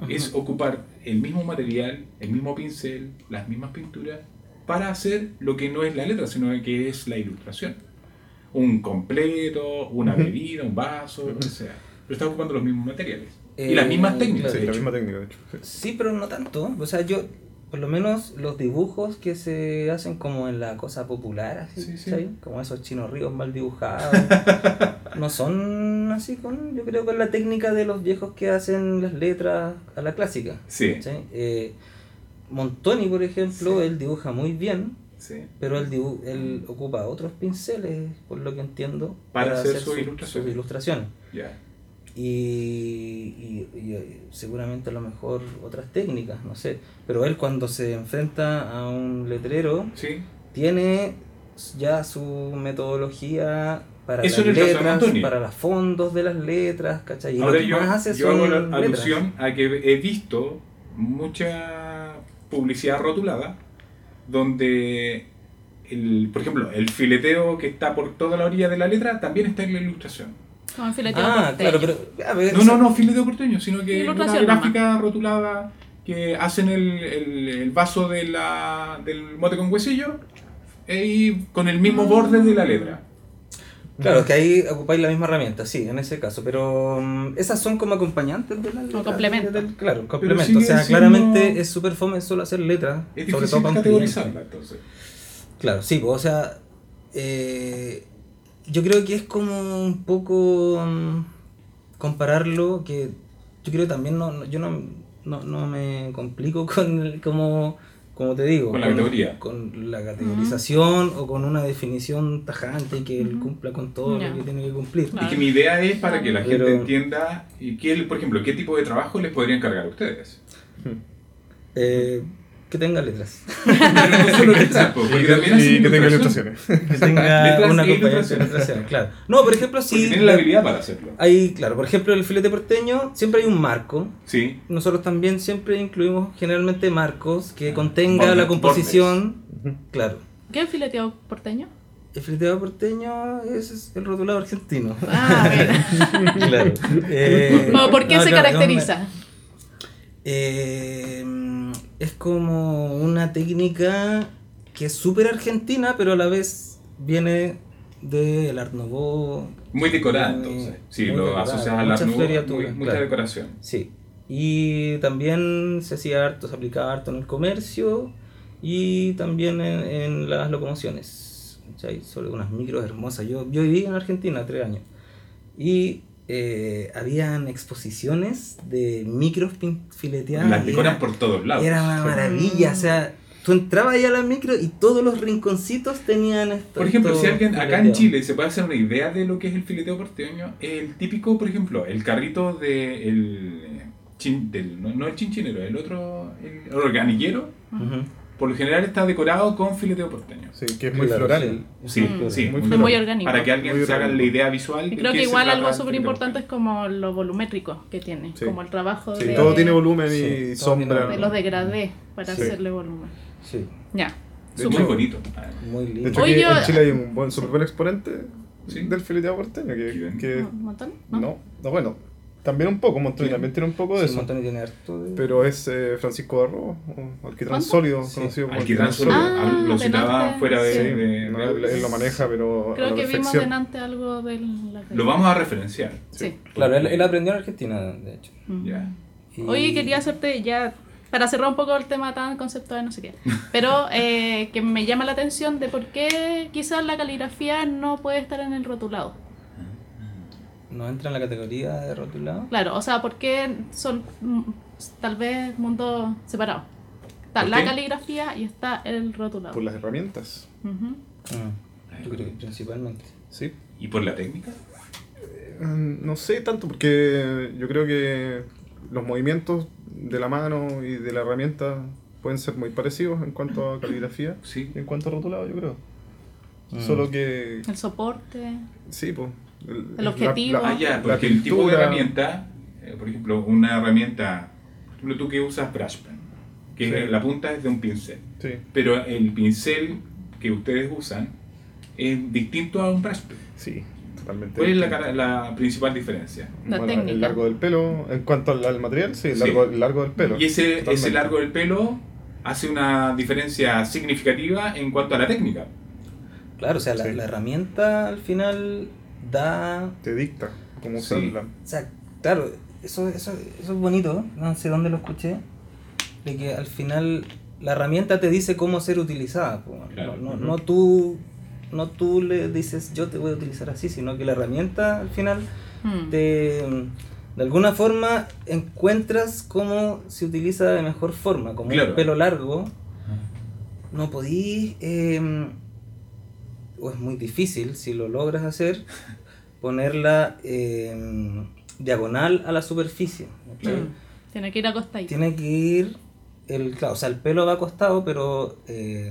[SPEAKER 2] es ocupar el mismo material, el mismo pincel, las mismas pinturas para hacer lo que no es la letra, sino que es la ilustración. Un completo, una
[SPEAKER 3] Ujú.
[SPEAKER 2] bebida, un vaso, lo que sea. Pero está ocupando los mismos materiales y
[SPEAKER 4] Eh,
[SPEAKER 2] las mismas técnicas.
[SPEAKER 4] claro.
[SPEAKER 3] Sí,
[SPEAKER 2] de
[SPEAKER 3] la
[SPEAKER 2] hecho.
[SPEAKER 3] misma técnica, de hecho. sí.
[SPEAKER 4] Sí, pero no tanto. O sea, yo, por lo menos los dibujos que se hacen como en la cosa popular, así,
[SPEAKER 2] Sí, sí.
[SPEAKER 4] ¿cachai? Como esos chinos ríos mal dibujados, no son así con, yo creo, con la técnica de los viejos que hacen las letras a la clásica.
[SPEAKER 2] Sí,
[SPEAKER 4] ¿cachai? Eh, Montoni, por ejemplo,
[SPEAKER 2] Sí.
[SPEAKER 4] él dibuja muy bien,
[SPEAKER 2] sí.
[SPEAKER 4] pero él, dibu- él ocupa otros pinceles, por lo que entiendo,
[SPEAKER 2] Para hacer sus
[SPEAKER 4] su-
[SPEAKER 2] ilustraciones.
[SPEAKER 4] sus ilustraciones
[SPEAKER 2] Ya.
[SPEAKER 4] y, y- y seguramente a lo mejor otras técnicas, no sé. Pero él cuando se enfrenta a un letrero,
[SPEAKER 2] Sí.
[SPEAKER 4] tiene ya su metodología para
[SPEAKER 2] Eso
[SPEAKER 4] las
[SPEAKER 2] en el caso de
[SPEAKER 4] letras,
[SPEAKER 2] Antonio.
[SPEAKER 4] para los fondos de las letras, ¿cachai? Y lo
[SPEAKER 2] Ahora
[SPEAKER 4] que
[SPEAKER 2] yo,
[SPEAKER 4] más hace
[SPEAKER 2] yo
[SPEAKER 4] son
[SPEAKER 2] hago la
[SPEAKER 4] letras.
[SPEAKER 2] alusión a que he visto mucha publicidad rotulada donde, el, por ejemplo, el fileteo que está por toda la orilla de la letra también está en la ilustración.
[SPEAKER 1] Como en fileteo
[SPEAKER 4] Ah,
[SPEAKER 1] costeño.
[SPEAKER 4] claro, pero... a ver,
[SPEAKER 2] No, no, no fileteo porteño, sino que una
[SPEAKER 1] Ilustración
[SPEAKER 2] gráfica rotulada que hacen el, el- el vaso de la, del mote con huesillo e- y con el
[SPEAKER 4] Ah.
[SPEAKER 2] mismo borde de la letra.
[SPEAKER 4] Claro, que ahí ocupáis la misma herramienta, sí, en ese caso. Pero mm, esas son como acompañantes de las letras.
[SPEAKER 1] complemento.
[SPEAKER 4] del- claro, complemento.
[SPEAKER 2] sigue
[SPEAKER 4] o sea,
[SPEAKER 2] siendo-
[SPEAKER 4] claramente es súper fome solo hacer letras.
[SPEAKER 2] Es
[SPEAKER 4] sobre
[SPEAKER 2] difícil
[SPEAKER 4] todo para un cliente.
[SPEAKER 2] categorizarla, entonces.
[SPEAKER 4] Claro, sí, pues, o sea, eh, yo creo que es como un poco mm, compararlo, que yo creo también, no, no- yo no, no, no me complico con el- como, como te digo,
[SPEAKER 2] Con la categoría.
[SPEAKER 4] con la categorización o con una definición tajante que él cumpla con todo
[SPEAKER 1] Ya.
[SPEAKER 4] lo que tiene que cumplir.
[SPEAKER 1] Claro.
[SPEAKER 2] Y que mi idea es para que la gente
[SPEAKER 4] Pero-
[SPEAKER 2] entienda, y qué, por ejemplo, qué tipo de trabajo les podrían cargar a ustedes.
[SPEAKER 4] Eh, que tenga letras.
[SPEAKER 2] Pero no solo letras, po, porque también hacen
[SPEAKER 3] Y que tenga
[SPEAKER 2] ilustración,
[SPEAKER 3] ilustraciones.
[SPEAKER 4] Que tenga
[SPEAKER 2] Letras
[SPEAKER 4] una
[SPEAKER 2] e
[SPEAKER 4] acompañante de
[SPEAKER 2] ilustraciones.
[SPEAKER 4] letras, claro. No, por ejemplo,
[SPEAKER 2] Porque
[SPEAKER 4] sí.
[SPEAKER 2] tienen la habilidad para hacerlo.
[SPEAKER 4] Hay, claro, por ejemplo, el filete porteño siempre hay un marco,
[SPEAKER 2] Sí.
[SPEAKER 4] Nosotros también siempre incluimos generalmente marcos que
[SPEAKER 2] Ah,
[SPEAKER 4] contenga
[SPEAKER 2] bordes,
[SPEAKER 4] la composición. Claro.
[SPEAKER 1] ¿Qué es fileteado porteño?
[SPEAKER 4] El fileteado porteño es el rotulado argentino.
[SPEAKER 1] Ah, bueno.
[SPEAKER 4] claro. Eh,
[SPEAKER 1] Como, ¿Por qué
[SPEAKER 4] no,
[SPEAKER 1] se
[SPEAKER 4] claro,
[SPEAKER 1] caracteriza?
[SPEAKER 4] es una- eh, es como una técnica que es súper argentina, pero a la vez viene del Art Nouveau.
[SPEAKER 2] Muy decorada,
[SPEAKER 4] Muy-
[SPEAKER 2] entonces. Sí,
[SPEAKER 4] muy
[SPEAKER 2] lo
[SPEAKER 4] decorada,
[SPEAKER 2] asocias a la
[SPEAKER 4] mucha
[SPEAKER 2] nube,
[SPEAKER 4] floriatura,
[SPEAKER 2] mucha
[SPEAKER 4] claro.
[SPEAKER 2] decoración.
[SPEAKER 4] Sí. Y también se hacía harto, se aplicaba harto en el comercio y también en, en las locomociones. ¿cachai? Sobre unas micros hermosas. Yo, yo viví en Argentina tres años. Y eh, habían exposiciones de micros pin- fileteadas.
[SPEAKER 2] Las
[SPEAKER 4] y
[SPEAKER 2] decoran
[SPEAKER 4] era-
[SPEAKER 2] por todos lados.
[SPEAKER 4] Era una maravilla. O sea, tú entrabas ahí a la micro y todos los rinconcitos tenían esto.
[SPEAKER 2] Por ejemplo,
[SPEAKER 4] esto
[SPEAKER 2] si alguien acá en
[SPEAKER 4] fileteado.
[SPEAKER 2] Chile se puede hacer una idea de lo que es el fileteo porteño, el típico, por ejemplo, el carrito de el chin- del, no, no el chinchinero, el otro, el organillero,
[SPEAKER 4] Ujú.
[SPEAKER 2] por lo general está decorado con fileteo porteño.
[SPEAKER 3] Sí, que es muy
[SPEAKER 4] Claro,
[SPEAKER 3] floral.
[SPEAKER 2] Sí,
[SPEAKER 1] Mm.
[SPEAKER 2] sí,
[SPEAKER 3] Muy
[SPEAKER 2] muy
[SPEAKER 1] Es muy
[SPEAKER 2] floral.
[SPEAKER 1] orgánico.
[SPEAKER 2] Para que alguien
[SPEAKER 3] Muy
[SPEAKER 2] se haga la
[SPEAKER 3] orgánico.
[SPEAKER 2] idea visual.
[SPEAKER 1] Y
[SPEAKER 2] de
[SPEAKER 1] creo
[SPEAKER 2] qué
[SPEAKER 1] que
[SPEAKER 2] se
[SPEAKER 1] igual
[SPEAKER 2] trata
[SPEAKER 1] algo
[SPEAKER 2] el
[SPEAKER 1] súper
[SPEAKER 2] fileteo
[SPEAKER 1] importante es como lo volumétrico que tiene,
[SPEAKER 3] Sí.
[SPEAKER 1] como el trabajo
[SPEAKER 3] Sí,
[SPEAKER 1] de,
[SPEAKER 3] todo tiene volumen
[SPEAKER 4] Sí, todo tiene
[SPEAKER 3] y sombra.
[SPEAKER 1] de los degradés para
[SPEAKER 3] Sí.
[SPEAKER 1] hacerle volumen.
[SPEAKER 4] Sí,
[SPEAKER 1] Ya.
[SPEAKER 2] Es muy
[SPEAKER 1] Súper.
[SPEAKER 2] bonito. además.
[SPEAKER 4] muy lindo.
[SPEAKER 3] De hecho,
[SPEAKER 1] Oye,
[SPEAKER 3] aquí
[SPEAKER 1] yo-
[SPEAKER 3] en Chile hay un buen, súper buen exponente
[SPEAKER 2] Sí.
[SPEAKER 3] del fileteado porteño. Que,
[SPEAKER 2] Bien.
[SPEAKER 3] que-
[SPEAKER 1] ¿Un montón? Ah, ¿No?
[SPEAKER 3] Eh, no, no, bueno, también un poco, Montoya
[SPEAKER 4] Sí.
[SPEAKER 3] también tiene un poco de
[SPEAKER 4] Sí,
[SPEAKER 3] eso.
[SPEAKER 4] Montoni tiene harto de-
[SPEAKER 3] Pero es eh, Francisco Barro, o alquitrán
[SPEAKER 1] ¿Cuánto?
[SPEAKER 3] sólido,
[SPEAKER 4] Sí,
[SPEAKER 3] conocido como
[SPEAKER 2] Alquitrán Ah, solo
[SPEAKER 1] Ah,
[SPEAKER 2] al- lo
[SPEAKER 1] de
[SPEAKER 2] citaba
[SPEAKER 1] norte,
[SPEAKER 2] fuera de,
[SPEAKER 3] Sí,
[SPEAKER 2] de-
[SPEAKER 3] no,
[SPEAKER 2] de-
[SPEAKER 3] él, él lo maneja, pero a
[SPEAKER 1] Creo
[SPEAKER 3] la
[SPEAKER 1] que vimos
[SPEAKER 3] perfección.
[SPEAKER 1] delante algo de la...
[SPEAKER 2] Lo vamos a referenciar.
[SPEAKER 1] Sí.
[SPEAKER 4] Claro, él, él aprendió en Argentina, de hecho.
[SPEAKER 1] Mm.
[SPEAKER 2] Ya.
[SPEAKER 4] Y-
[SPEAKER 1] Oye, quería hacerte ya para cerrar un poco el tema tan conceptual, no sé qué, pero eh, que me llama la atención de por qué quizás la caligrafía no puede estar en el rotulado.
[SPEAKER 4] No entra en la categoría de rotulado.
[SPEAKER 1] Claro, o sea, por qué son mm, tal vez mundos separados. Está
[SPEAKER 2] ¿Por
[SPEAKER 1] la
[SPEAKER 2] qué?
[SPEAKER 1] caligrafía y está el rotulado.
[SPEAKER 3] Por las herramientas.
[SPEAKER 1] Ujú.
[SPEAKER 4] Mm, Yo creo que principalmente.
[SPEAKER 3] Sí.
[SPEAKER 2] ¿Y por la técnica?
[SPEAKER 1] Eh,
[SPEAKER 3] Mm, No sé tanto, porque yo creo que los movimientos de la mano y de la herramienta pueden ser muy parecidos en cuanto a caligrafía
[SPEAKER 2] Sí.
[SPEAKER 3] y en cuanto a rotulado, yo creo.
[SPEAKER 4] Mm.
[SPEAKER 3] Solo que.
[SPEAKER 1] El soporte.
[SPEAKER 3] Sí, pues. El,
[SPEAKER 1] El objetivo.
[SPEAKER 2] Ah, ya, porque el tipo de herramienta, eh, por ejemplo, una herramienta, por ejemplo, tú que usas brush pen, que
[SPEAKER 3] Sí.
[SPEAKER 2] la punta es de un pincel,
[SPEAKER 3] Sí.
[SPEAKER 2] pero el pincel que ustedes usan es distinto a un brush pen.
[SPEAKER 3] Sí, totalmente.
[SPEAKER 2] ¿Cuál es la,
[SPEAKER 3] distinto.
[SPEAKER 2] cara- la principal diferencia?
[SPEAKER 1] La
[SPEAKER 3] Bueno,
[SPEAKER 1] técnica.
[SPEAKER 3] El largo del pelo, en cuanto al, al material, sí, el
[SPEAKER 2] Sí.
[SPEAKER 3] largo, el largo del pelo.
[SPEAKER 2] y ese,
[SPEAKER 3] totalmente.
[SPEAKER 2] ese largo del pelo hace una diferencia significativa en cuanto a la técnica.
[SPEAKER 4] Claro, o sea, la,
[SPEAKER 3] Sí.
[SPEAKER 4] la herramienta al final da.
[SPEAKER 3] Te dicta cómo
[SPEAKER 2] Sí.
[SPEAKER 3] usarla.
[SPEAKER 4] O sea, claro, eso, eso, eso es bonito, no sé dónde lo escuché, de que al final la herramienta te dice cómo ser utilizada. po.
[SPEAKER 2] Claro.
[SPEAKER 4] no, no,
[SPEAKER 3] Ujú.
[SPEAKER 4] no tú, no tú le dices yo te voy a utilizar así, sino que la herramienta al final
[SPEAKER 1] Mm.
[SPEAKER 4] te, de alguna forma encuentras cómo se utiliza de mejor forma, como
[SPEAKER 2] Claro. Ah.
[SPEAKER 4] un pelo largo, no podís, eh, o es muy difícil si lo logras hacer, ponerla eh, diagonal a la superficie. ¿cachai?
[SPEAKER 1] Mm. Tiene que ir acostadito.
[SPEAKER 4] Tiene que ir, el, claro, o sea, el pelo va acostado, pero eh,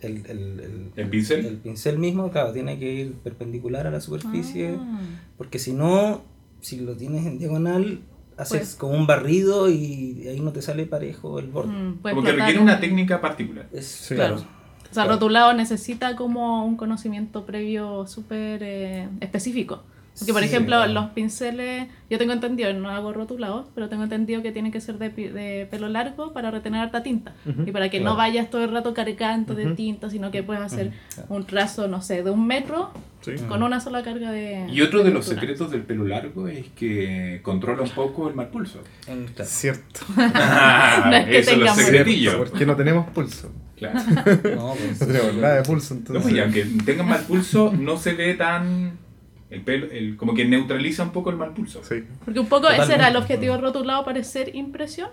[SPEAKER 4] el, el- el-
[SPEAKER 2] ¿El pincel?
[SPEAKER 4] el pincel mismo, claro, tiene que ir perpendicular a la superficie.
[SPEAKER 1] Ah.
[SPEAKER 4] Porque si no, si lo tienes en diagonal, haces
[SPEAKER 1] Pues-
[SPEAKER 4] como un barrido y ahí no te sale parejo el borde.
[SPEAKER 1] Mm, puedes
[SPEAKER 2] Como que
[SPEAKER 1] tratar-
[SPEAKER 2] requiere una técnica particular.
[SPEAKER 4] Es,
[SPEAKER 3] Sí.
[SPEAKER 4] Claro.
[SPEAKER 1] O sea,
[SPEAKER 4] Claro.
[SPEAKER 1] rotulado necesita como un conocimiento previo súper eh, específico. Porque, por
[SPEAKER 4] Sí.
[SPEAKER 1] ejemplo, los pinceles, yo tengo entendido, no hago rotulados, pero tengo entendido que tienen que ser de, pi- de pelo largo para retener harta tinta.
[SPEAKER 3] Ujú.
[SPEAKER 1] Y para que no
[SPEAKER 4] Claro.
[SPEAKER 1] vayas todo el rato cargando de
[SPEAKER 3] Ujú.
[SPEAKER 1] tinta, sino que puedes hacer
[SPEAKER 4] Claro.
[SPEAKER 1] un trazo, no sé, de un metro
[SPEAKER 3] Sí.
[SPEAKER 4] Mm.
[SPEAKER 1] con una sola carga de.
[SPEAKER 2] Y otro de los
[SPEAKER 1] pintura.
[SPEAKER 2] secretos del pelo largo es que controla un poco el mal pulso.
[SPEAKER 4] En- claro.
[SPEAKER 3] Cierto.
[SPEAKER 1] No es que
[SPEAKER 2] Eso, los
[SPEAKER 1] tengamos-
[SPEAKER 2] secretillos.
[SPEAKER 3] Porque no tenemos pulso.
[SPEAKER 2] Claro.
[SPEAKER 4] No, pues,
[SPEAKER 3] No tenemos nada de pulso,
[SPEAKER 2] No, pues
[SPEAKER 3] entonces.
[SPEAKER 2] y aunque tengan mal pulso, no se ve tan. El pelo, el- como que neutraliza un poco el mal pulso.
[SPEAKER 3] Sí.
[SPEAKER 1] Porque un poco ese era el
[SPEAKER 4] Totalmente.
[SPEAKER 1] objetivo de rotulado, parecer impresión.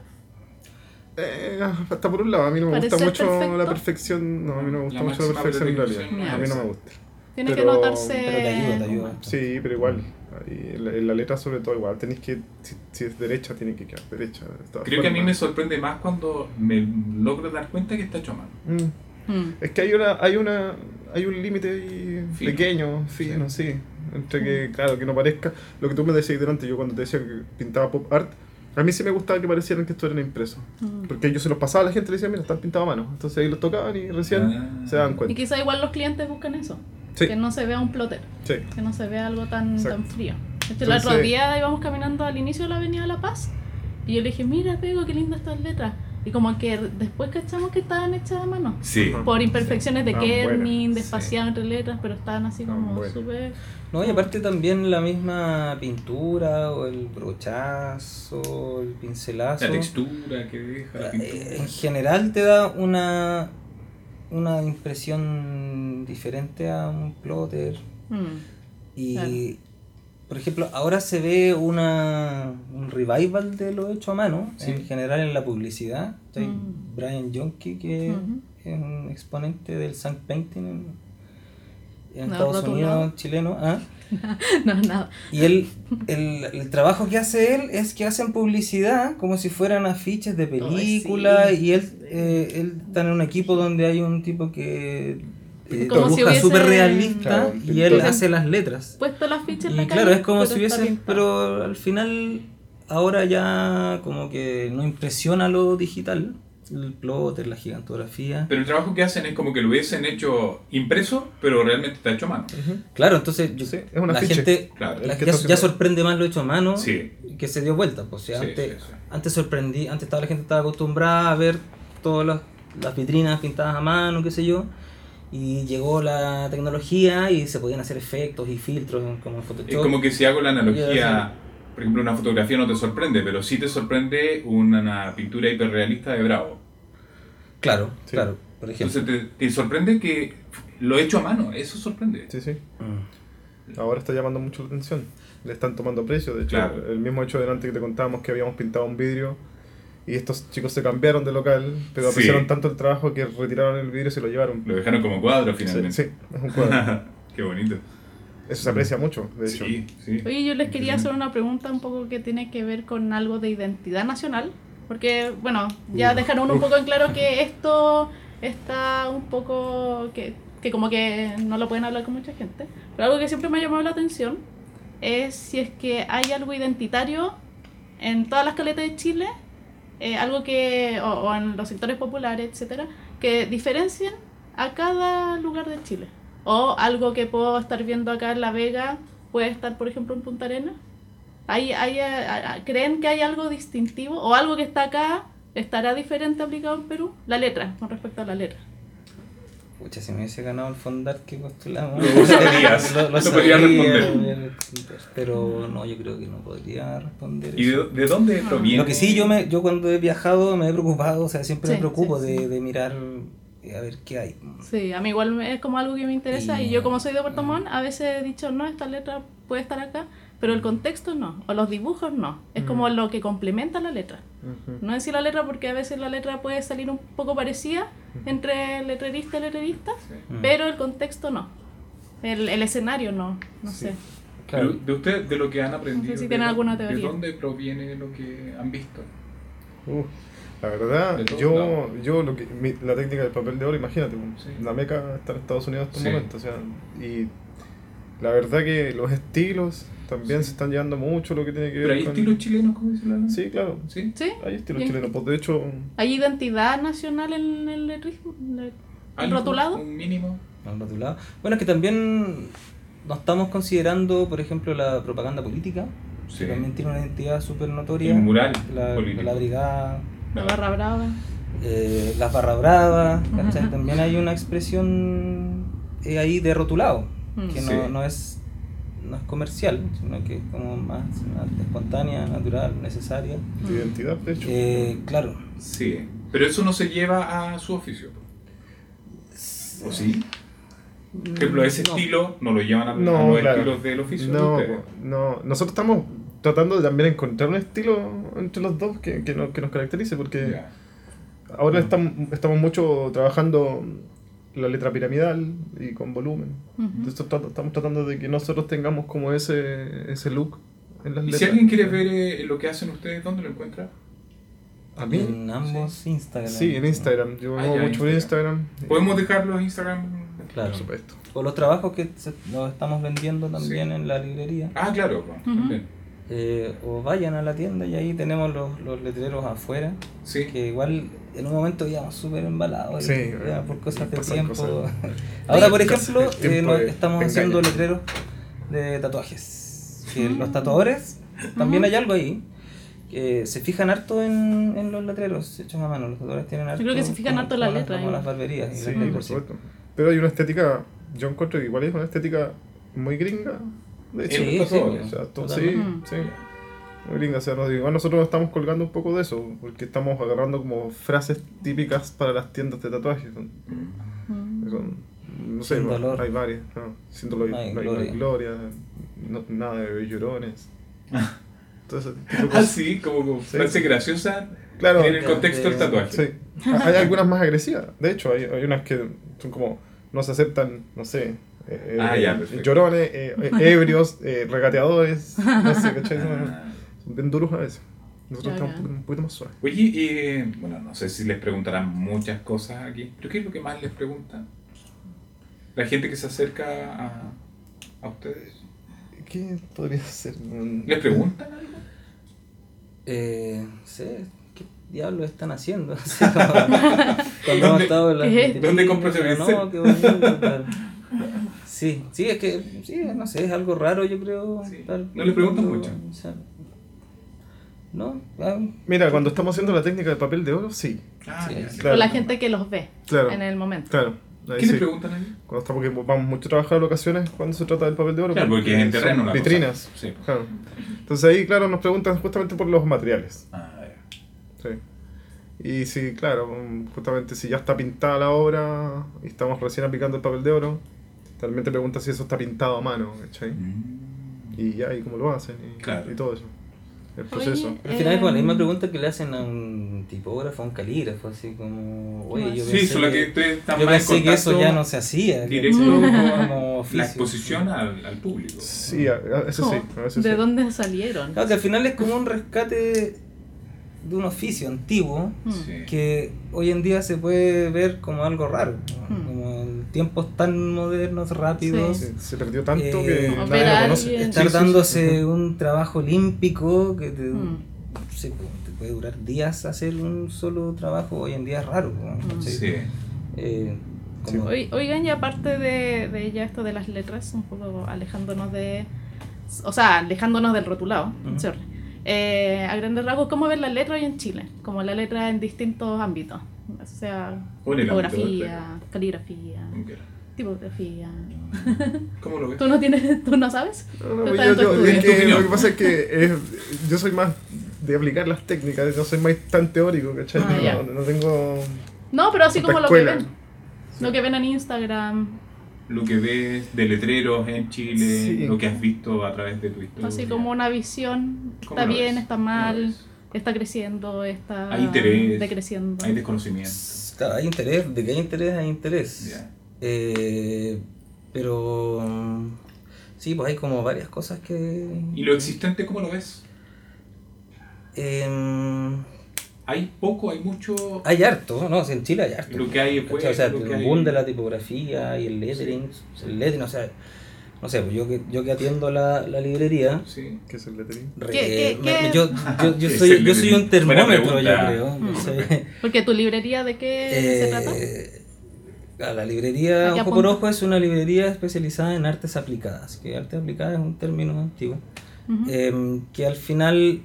[SPEAKER 3] Eh, hasta por un lado, a mí no me
[SPEAKER 1] Parece
[SPEAKER 3] gusta mucho
[SPEAKER 1] perfecto.
[SPEAKER 3] la perfección. No, a mí no me gusta
[SPEAKER 2] La
[SPEAKER 3] mucho la
[SPEAKER 2] máxima
[SPEAKER 3] perfección en realidad.
[SPEAKER 2] perfección,
[SPEAKER 1] no
[SPEAKER 3] A mí no
[SPEAKER 2] es.
[SPEAKER 3] me gusta.
[SPEAKER 1] Tiene
[SPEAKER 3] Pero-
[SPEAKER 1] que notarse.
[SPEAKER 4] Pero te ayuda, te ayuda.
[SPEAKER 3] Sí, pero igual. ahí En la, en la letra, sobre todo, igual. Tenéis que. Si, si es derecha, tiene que quedar derecha. de todas
[SPEAKER 2] Creo que a mí me
[SPEAKER 3] formas.
[SPEAKER 2] sorprende más cuando me logro dar cuenta que está hecho a mano.
[SPEAKER 3] Mm.
[SPEAKER 1] Mm.
[SPEAKER 3] Es que hay una, hay una, hay un límite ahí
[SPEAKER 2] Fino.
[SPEAKER 3] pequeño, fino, sí. Entre que, claro, que no parezca. Lo que tú me decías delante, yo cuando te decía que pintaba pop art, a mí sí me gustaba que parecieran que esto era impreso.
[SPEAKER 1] Mm.
[SPEAKER 3] Porque yo se los pasaba a la gente y les decía, mira, están pintados a mano. Entonces ahí los tocaban y recién
[SPEAKER 2] Ah.
[SPEAKER 3] se dan
[SPEAKER 1] Mm. Y
[SPEAKER 3] cuenta.
[SPEAKER 1] quizá igual los clientes buscan eso.
[SPEAKER 3] Sí,
[SPEAKER 1] Que no se vea un plotter,
[SPEAKER 3] sí.
[SPEAKER 1] que no se vea algo tan,
[SPEAKER 3] Exacto.
[SPEAKER 1] tan frío. De hecho, el otro
[SPEAKER 3] Entonces-
[SPEAKER 1] día íbamos caminando al inicio de la Avenida La Paz y yo le dije, mira, Pego, qué lindas estas letras. Y como que después cachamos que estaban hechas a mano.
[SPEAKER 2] Sí.
[SPEAKER 3] Ajá.
[SPEAKER 1] Por imperfecciones de
[SPEAKER 3] Tan buena.
[SPEAKER 1] kerning, de
[SPEAKER 2] Sí.
[SPEAKER 1] espaciado entre letras, pero estaban así
[SPEAKER 3] Tan
[SPEAKER 1] como
[SPEAKER 3] buena.
[SPEAKER 1] súper...
[SPEAKER 4] No, y aparte también la misma pintura o el brochazo, el pincelazo.
[SPEAKER 2] La textura que deja la
[SPEAKER 4] eh,
[SPEAKER 2] pintura. pues.
[SPEAKER 4] en general te da una, una impresión diferente a un plotter.
[SPEAKER 1] Mm.
[SPEAKER 4] Y,
[SPEAKER 1] Claro.
[SPEAKER 4] por ejemplo, ahora se ve una, un revival de lo hecho a mano,
[SPEAKER 2] Sí.
[SPEAKER 4] en general en la publicidad. Hay
[SPEAKER 1] Mm.
[SPEAKER 4] Brian Yonke, que
[SPEAKER 1] Ujú.
[SPEAKER 4] es un exponente del Sand Painting en, en
[SPEAKER 1] No,
[SPEAKER 4] Estados
[SPEAKER 1] rotulado.
[SPEAKER 4] Unidos, chileno. ¿ah?
[SPEAKER 1] no, nada.
[SPEAKER 4] Y él, el, el trabajo que hace él es que hacen publicidad como si fueran afiches de película.
[SPEAKER 1] sí.
[SPEAKER 4] Y él, eh, él está en un equipo donde hay un tipo que eh,
[SPEAKER 1] Como si
[SPEAKER 4] dibuja
[SPEAKER 1] hubiese-
[SPEAKER 4] súper realista
[SPEAKER 3] Claro,
[SPEAKER 4] y él
[SPEAKER 3] pintor.
[SPEAKER 4] hace las letras.
[SPEAKER 1] Puesto la ficha en la
[SPEAKER 4] Y
[SPEAKER 1] calle,
[SPEAKER 4] claro, es como
[SPEAKER 1] pero
[SPEAKER 4] si
[SPEAKER 1] está
[SPEAKER 4] hubiese,
[SPEAKER 1] pintado.
[SPEAKER 4] pero al final ahora ya como que no impresiona lo digital, el plotter, la gigantografía.
[SPEAKER 2] Pero el trabajo que hacen es como que lo hubiesen hecho impreso, pero realmente está hecho a mano.
[SPEAKER 3] Ujú.
[SPEAKER 4] Claro, entonces yo-
[SPEAKER 3] Sí, es un
[SPEAKER 4] la
[SPEAKER 3] afiche.
[SPEAKER 4] gente
[SPEAKER 2] Claro.
[SPEAKER 4] la-
[SPEAKER 3] Es que
[SPEAKER 4] ya,
[SPEAKER 3] esto se
[SPEAKER 4] ya
[SPEAKER 3] ve.
[SPEAKER 4] sorprende más lo hecho a mano
[SPEAKER 2] Sí.
[SPEAKER 4] que se dio vuelta. pues, o sea,
[SPEAKER 2] Sí,
[SPEAKER 4] antes,
[SPEAKER 2] sí, sí.
[SPEAKER 4] antes sorprendí, antes estaba, la gente estaba acostumbrada a ver todas las, las vitrinas pintadas a mano, qué sé yo. Y llegó la tecnología y se podían hacer efectos y filtros en- como en
[SPEAKER 2] Es
[SPEAKER 4] Photoshop.
[SPEAKER 2] como que si hago la
[SPEAKER 4] Ya,
[SPEAKER 2] analogía por ejemplo, una fotografía no te sorprende, pero sí te sorprende una, una pintura hiperrealista de Bravo.
[SPEAKER 4] Claro,
[SPEAKER 3] Sí.
[SPEAKER 4] claro, por ejemplo.
[SPEAKER 2] Entonces te, te sorprende que lo hecho a mano, eso sorprende.
[SPEAKER 3] Sí, sí.
[SPEAKER 4] Mm.
[SPEAKER 3] Ahora está llamando mucho la atención. Le están tomando precio. De hecho,
[SPEAKER 2] Claro.
[SPEAKER 3] el mismo hecho delante que te contábamos que habíamos pintado un vidrio y estos chicos se cambiaron de local, pero
[SPEAKER 2] Sí.
[SPEAKER 3] apreciaron tanto el trabajo que retiraron el vidrio y se lo llevaron.
[SPEAKER 2] Lo dejaron como cuadro
[SPEAKER 3] Sí,
[SPEAKER 2] finalmente.
[SPEAKER 3] sí, es un cuadro.
[SPEAKER 2] Qué bonito.
[SPEAKER 3] Eso se aprecia mucho, de hecho.
[SPEAKER 2] Sí, sí.
[SPEAKER 1] Oye, yo les quería
[SPEAKER 2] Entiendo.
[SPEAKER 1] hacer una pregunta un poco que tiene que ver con algo de identidad nacional, porque, bueno, ya dejaron un poco en claro que esto está un poco, que, que como que no lo pueden hablar con mucha gente, pero algo que siempre me ha llamado la atención es si es que hay algo identitario en todas las caletas de Chile, eh, algo que, o, o en los sectores populares, etcétera, que diferencien a cada lugar de Chile. O algo que puedo estar viendo acá en La Vega puede estar, por ejemplo, en Punta Arenas. ¿Hay, hay, eh, a- a- ¿Creen que hay algo distintivo o algo que está acá estará diferente aplicado en Perú? La letra, con respecto a la letra.
[SPEAKER 4] Pucha, si me hubiese ganado el fondar que postulamos.
[SPEAKER 2] Lo sabrías, lo podrías
[SPEAKER 4] responder. Pero no, yo creo que no podría responder.
[SPEAKER 2] ¿Y
[SPEAKER 4] eso.
[SPEAKER 2] de, de dónde
[SPEAKER 1] Ah.
[SPEAKER 2] proviene?
[SPEAKER 4] Lo que sí, yo, me, yo cuando he viajado me he preocupado, o sea, siempre me
[SPEAKER 1] Sí,
[SPEAKER 4] preocupo
[SPEAKER 1] sí, sí.
[SPEAKER 4] De, de mirar eh, a ver qué hay.
[SPEAKER 1] Sí, a mí igual me- es como algo que me interesa y ah. yo como soy de Puerto Montt a veces he dicho, no, esta letra puede estar acá, pero el contexto no, o los dibujos no, es como lo que complementa la letra.
[SPEAKER 3] Ujú.
[SPEAKER 1] No en sí la letra porque a veces la letra puede salir un poco parecida entre letrerista y letrerista,
[SPEAKER 4] Mm.
[SPEAKER 1] pero el contexto no. El, el escenario no, no
[SPEAKER 3] Sí.
[SPEAKER 1] sé.
[SPEAKER 4] Claro.
[SPEAKER 2] De, de usted, de lo que han aprendido.
[SPEAKER 1] No sé si
[SPEAKER 2] de
[SPEAKER 1] tienen
[SPEAKER 2] dó-
[SPEAKER 1] alguna
[SPEAKER 2] ¿De
[SPEAKER 1] teoría.
[SPEAKER 2] dónde proviene lo que han visto?
[SPEAKER 3] Uh, la verdad,
[SPEAKER 2] De todos
[SPEAKER 3] yo,
[SPEAKER 2] lados.
[SPEAKER 3] yo lo que, mi- la técnica del papel de oro, imagínate,
[SPEAKER 2] Sí.
[SPEAKER 3] la meca está en Estados Unidos en estos
[SPEAKER 2] Sí.
[SPEAKER 3] momentos. o sea, y la verdad que los estilos también
[SPEAKER 2] Sí.
[SPEAKER 3] se están llevando mucho lo que tiene que ver
[SPEAKER 2] Pero hay
[SPEAKER 3] con...
[SPEAKER 2] estilos chilenos, como dice la
[SPEAKER 3] Sí, claro.
[SPEAKER 2] ¿Sí?
[SPEAKER 1] ¿Sí?
[SPEAKER 3] Hay estilos
[SPEAKER 1] Bien.
[SPEAKER 3] chilenos. Pues de hecho,
[SPEAKER 1] ¿Hay identidad nacional en el letrismo? Le- ¿El
[SPEAKER 2] ¿Algo,
[SPEAKER 1] rotulado?
[SPEAKER 2] Un mínimo.
[SPEAKER 4] Al otro lado. Bueno, es que también no estamos considerando, por ejemplo, la propaganda política,
[SPEAKER 2] Sí.
[SPEAKER 4] que también tiene una identidad súper notoria.
[SPEAKER 2] El mural
[SPEAKER 4] La,
[SPEAKER 2] político.
[SPEAKER 4] la brigada,
[SPEAKER 1] La barra brava.
[SPEAKER 4] eh, las barra bravas, ¿cachai?
[SPEAKER 1] Ujú.
[SPEAKER 4] También hay una expresión eh, ahí de rotulado,
[SPEAKER 1] Mm.
[SPEAKER 4] que
[SPEAKER 2] Sí.
[SPEAKER 4] no, no es no es comercial, sino que es como más espontánea, natural, necesaria.
[SPEAKER 1] Ah. Mm.
[SPEAKER 3] de identidad, de hecho.
[SPEAKER 4] Eh, claro,
[SPEAKER 2] Sí. Pero eso no se lleva a su oficio. ¿O sí? Por ejemplo, ese
[SPEAKER 4] No.
[SPEAKER 2] estilo no lo llevan a, a
[SPEAKER 3] No,
[SPEAKER 2] los
[SPEAKER 3] claro.
[SPEAKER 2] estilos del oficio. de
[SPEAKER 3] No,
[SPEAKER 2] ustedes.
[SPEAKER 3] po, no, nosotros estamos tratando de también encontrar un estilo entre los dos que, que nos, que nos caracterice, porque
[SPEAKER 2] Ya.
[SPEAKER 3] ahora estamos, estamos mucho trabajando la letra piramidal y con volumen.
[SPEAKER 1] Ujú.
[SPEAKER 3] Entonces trat- estamos tratando de que nosotros tengamos como ese, ese look en las
[SPEAKER 2] Y
[SPEAKER 3] letras.
[SPEAKER 2] si alguien quiere ver eh, lo que hacen ustedes, ¿dónde lo encuentra?
[SPEAKER 3] ¿A mí?
[SPEAKER 4] en ambos Instagram.
[SPEAKER 3] Sí, en Instagram. Yo
[SPEAKER 2] Ah,
[SPEAKER 3] hago
[SPEAKER 2] ya,
[SPEAKER 3] mucho en Instagram.
[SPEAKER 2] Podemos dejar los Instagram.
[SPEAKER 4] Claro.
[SPEAKER 3] Por supuesto.
[SPEAKER 4] O los trabajos que se- los estamos vendiendo también en la librería.
[SPEAKER 2] Ah, claro. bueno, también.
[SPEAKER 4] Eh, o vayan a la tienda y ahí tenemos los, los letreros afuera.
[SPEAKER 2] Sí.
[SPEAKER 4] Que igual en un momento íbamos súper embalados.
[SPEAKER 3] Sí, eh,
[SPEAKER 4] y- ya por cosas de
[SPEAKER 3] pasan
[SPEAKER 4] tiempo.
[SPEAKER 3] cosas.
[SPEAKER 4] Ahora, por
[SPEAKER 3] Cosas
[SPEAKER 4] ejemplo,
[SPEAKER 3] del tiempo
[SPEAKER 4] eh, nos-
[SPEAKER 3] que
[SPEAKER 4] estamos
[SPEAKER 3] te
[SPEAKER 4] haciendo
[SPEAKER 3] engañan.
[SPEAKER 4] letreros de tatuajes. Que
[SPEAKER 1] Mm.
[SPEAKER 4] los tatuadores, también hay algo ahí. Que se fijan harto en, en los letreros hechos a mano. Los tatuadores tienen harto.
[SPEAKER 1] creo que se fijan
[SPEAKER 4] como-
[SPEAKER 1] harto en la
[SPEAKER 4] como
[SPEAKER 1] letra,
[SPEAKER 4] Como
[SPEAKER 1] ¿eh?
[SPEAKER 4] las barberías. y las
[SPEAKER 3] Sí,
[SPEAKER 4] letras,
[SPEAKER 3] por
[SPEAKER 4] sí.
[SPEAKER 3] supuesto. Pero hay una estética, yo encuentro que igual es una estética muy gringa. De hecho,
[SPEAKER 4] Sí,
[SPEAKER 2] Está
[SPEAKER 4] sí,
[SPEAKER 2] todo,
[SPEAKER 4] pues,
[SPEAKER 3] O sea, to- sí,
[SPEAKER 4] totalmente.
[SPEAKER 1] Ujú.
[SPEAKER 3] sí. Muy gringa, o sea, nos- igual nosotros estamos colgando un poco de eso, porque estamos agarrando como frases típicas para las tiendas de tatuajes. son-
[SPEAKER 1] Mm.
[SPEAKER 3] son- no sé,
[SPEAKER 4] Sin
[SPEAKER 3] bueno,
[SPEAKER 4] dolor.
[SPEAKER 3] hay varias. no, sin dolor, no hay, no hay gloria, no- nada de llorones. Todo ese tipo de cosas.
[SPEAKER 2] Así, como, como
[SPEAKER 3] Sí.
[SPEAKER 2] frase graciosa
[SPEAKER 3] Claro,
[SPEAKER 2] en el contexto del
[SPEAKER 4] Eh,
[SPEAKER 2] tatuaje.
[SPEAKER 3] Sí. Ha- Hay algunas más agresivas. De hecho, hay, hay unas que son como no se aceptan, no sé, eh,
[SPEAKER 2] Ah,
[SPEAKER 3] eh,
[SPEAKER 2] ya, perfecto.
[SPEAKER 3] llorones, eh, eh, ebrios, eh, regateadores. No sé, ¿cachai? Son,
[SPEAKER 2] Ah.
[SPEAKER 3] son bien duros a veces. Nosotros
[SPEAKER 1] Ya,
[SPEAKER 3] estamos un
[SPEAKER 1] ya.
[SPEAKER 3] poquito- un poquito más suaves.
[SPEAKER 2] Oye, eh, bueno, no sé si les preguntarán muchas cosas aquí, pero ¿qué es lo que más les preguntan? La gente que se acerca a, a ustedes.
[SPEAKER 3] ¿Qué podría ser?
[SPEAKER 2] ¿Les preguntan algo?
[SPEAKER 4] Eh, sé, ¿qué diablos están haciendo? Así como- Cuando hemos
[SPEAKER 2] ¿Dónde-
[SPEAKER 4] estado en la
[SPEAKER 1] qué?
[SPEAKER 4] librería,
[SPEAKER 2] ¿Dónde compro ese
[SPEAKER 4] pero
[SPEAKER 2] pincel?
[SPEAKER 4] No, qué bonito, claro. Sí, sí, es que, sí, no sé, es algo raro, yo creo.
[SPEAKER 2] Sí,
[SPEAKER 4] estar
[SPEAKER 2] no le preguntan
[SPEAKER 4] viendo,
[SPEAKER 2] mucho.
[SPEAKER 4] o sea, no, ah,
[SPEAKER 3] Mira, cuando estamos haciendo la técnica de papel de oro, sí.
[SPEAKER 2] Ah,
[SPEAKER 4] Sí,
[SPEAKER 2] ya,
[SPEAKER 4] sí.
[SPEAKER 2] sí.
[SPEAKER 1] O
[SPEAKER 3] Claro.
[SPEAKER 1] la gente que los ve
[SPEAKER 3] Claro.
[SPEAKER 1] en el momento.
[SPEAKER 3] Claro. Ahí
[SPEAKER 2] ¿Qué
[SPEAKER 3] sí.
[SPEAKER 2] le preguntan a él?
[SPEAKER 3] Cuando está, porque vamos mucho a trabajar en ocasiones cuando se trata del papel de oro.
[SPEAKER 2] Claro, porque es en
[SPEAKER 3] son
[SPEAKER 2] terreno la cosa.
[SPEAKER 3] Vitrinas.
[SPEAKER 2] Sí. pues.
[SPEAKER 3] Claro. Entonces ahí, claro, nos preguntan justamente por los materiales.
[SPEAKER 2] Ah, ya.
[SPEAKER 3] Sí. Y sí, claro, mm, justamente si ya está pintada la obra y estamos recién aplicando el papel de oro, también te preguntan si eso está pintado a mano, ¿cachai?
[SPEAKER 2] Mm.
[SPEAKER 3] Y ya, y cómo lo hacen, y,
[SPEAKER 2] Claro.
[SPEAKER 3] y todo eso. El proceso.
[SPEAKER 1] Oye,
[SPEAKER 4] Al final es como la
[SPEAKER 1] Em.
[SPEAKER 4] misma pregunta que le hacen a un tipógrafo, a un calígrafo, así como, oye, yo
[SPEAKER 2] Sí,
[SPEAKER 4] pensé
[SPEAKER 2] solo que
[SPEAKER 4] que-
[SPEAKER 2] ustedes están
[SPEAKER 4] yo
[SPEAKER 2] más en
[SPEAKER 4] pensé que eso
[SPEAKER 2] contacto
[SPEAKER 4] ya no se hacía.
[SPEAKER 2] directo
[SPEAKER 4] como
[SPEAKER 2] con
[SPEAKER 4] oficio.
[SPEAKER 2] la exposición al, al público.
[SPEAKER 3] Sí, a, a- eso sí. a veces
[SPEAKER 1] ¿De
[SPEAKER 3] sí.
[SPEAKER 1] dónde salieron?
[SPEAKER 4] Claro, que al final es como un rescate de un oficio antiguo
[SPEAKER 1] Mm.
[SPEAKER 2] Sí.
[SPEAKER 4] que hoy en día se puede ver como algo raro. ¿no?
[SPEAKER 1] Mm.
[SPEAKER 4] Como en tiempos tan modernos, rápidos.
[SPEAKER 1] Sí.
[SPEAKER 3] Sí, Se perdió tanto
[SPEAKER 4] Eh,
[SPEAKER 3] que
[SPEAKER 4] Opera
[SPEAKER 3] nadie lo conoce.
[SPEAKER 1] alguien.
[SPEAKER 4] Estar
[SPEAKER 3] Sí, sí, sí.
[SPEAKER 4] dándose un trabajo olímpico que te,
[SPEAKER 1] Mm.
[SPEAKER 4] sí, pues, te puede durar días hacer un solo trabajo, hoy en día es raro. ¿no?
[SPEAKER 1] Mm.
[SPEAKER 4] Sí.
[SPEAKER 2] Sí.
[SPEAKER 4] Eh, como-
[SPEAKER 1] Oi- Oigan, y aparte de, de ya esto de las letras, un poco alejándonos de. O sea, alejándonos del rotulado,
[SPEAKER 4] Ujú.
[SPEAKER 1] sorry. Eh, a grandes rasgos, ¿cómo ven la letra hoy en Chile? Como la letra en distintos ámbitos. O sea,
[SPEAKER 2] O en el ámbito del
[SPEAKER 1] tipografía, caligrafía,
[SPEAKER 2] Mm.
[SPEAKER 1] tipografía.
[SPEAKER 2] ¿Cómo lo ves?
[SPEAKER 1] ¿Tú no, tienes, ¿Tú no sabes?
[SPEAKER 3] No, no,
[SPEAKER 1] Tú
[SPEAKER 3] pues
[SPEAKER 1] estás en tu
[SPEAKER 3] yo- yo-
[SPEAKER 1] estudio.
[SPEAKER 3] es
[SPEAKER 2] En tu
[SPEAKER 3] que lo que
[SPEAKER 2] opinión.
[SPEAKER 3] pasa es que eh, yo soy más de aplicar las técnicas, no soy más tan teórico, ¿cachai?
[SPEAKER 1] Ah, ya.
[SPEAKER 3] no, no tengo
[SPEAKER 1] No, pero así
[SPEAKER 3] tanta
[SPEAKER 1] como lo que
[SPEAKER 3] escuela.
[SPEAKER 1] ven. Lo que ven en Instagram,
[SPEAKER 2] Lo que ves de letreros en Chile,
[SPEAKER 3] Sí.
[SPEAKER 2] lo que has visto a través de tu historia.
[SPEAKER 1] así como una visión.
[SPEAKER 2] ¿Cómo
[SPEAKER 1] Está
[SPEAKER 2] lo
[SPEAKER 1] bien,
[SPEAKER 2] ves?
[SPEAKER 1] está
[SPEAKER 2] ¿Cómo lo
[SPEAKER 1] mal,
[SPEAKER 2] ves?
[SPEAKER 1] está creciendo, está
[SPEAKER 2] Hay interés,
[SPEAKER 1] decreciendo.
[SPEAKER 2] Hay desconocimiento.
[SPEAKER 4] Claro, hay interés, de que hay interés, hay interés.
[SPEAKER 2] Ya.
[SPEAKER 4] Eh, pero mm, sí, pues hay como varias cosas que.
[SPEAKER 2] ¿Y lo existente cómo lo ves?
[SPEAKER 4] Em,
[SPEAKER 2] ¿Hay poco, hay mucho?
[SPEAKER 4] hay harto, ¿no? O sea, En Chile hay harto.
[SPEAKER 2] Lo que hay después,
[SPEAKER 4] ¿Cachai? O sea,
[SPEAKER 2] lo que
[SPEAKER 4] el
[SPEAKER 2] hay-
[SPEAKER 4] boom de la tipografía y el lettering. El lettering, o sea, no sé, pues yo que, yo que atiendo la, la librería.
[SPEAKER 2] Sí.
[SPEAKER 3] que es el lettering.
[SPEAKER 4] re-
[SPEAKER 1] qué-
[SPEAKER 4] me-
[SPEAKER 1] qué?
[SPEAKER 4] Yo, yo, yo
[SPEAKER 2] Es
[SPEAKER 4] soy,
[SPEAKER 2] el
[SPEAKER 4] yo soy un
[SPEAKER 2] lettering. Buena
[SPEAKER 4] termómetro, yo
[SPEAKER 2] pregunta.
[SPEAKER 4] creo. Yo
[SPEAKER 1] Mm.
[SPEAKER 4] soy-
[SPEAKER 1] Porque tu librería de qué se trata?
[SPEAKER 4] Eh, a la
[SPEAKER 1] ¿A
[SPEAKER 4] librería
[SPEAKER 1] qué
[SPEAKER 4] Ojo por
[SPEAKER 1] apunta?
[SPEAKER 4] Ojo es una librería especializada en artes aplicadas, que arte aplicada es un término antiguo,
[SPEAKER 1] Ujú.
[SPEAKER 4] eh, que al final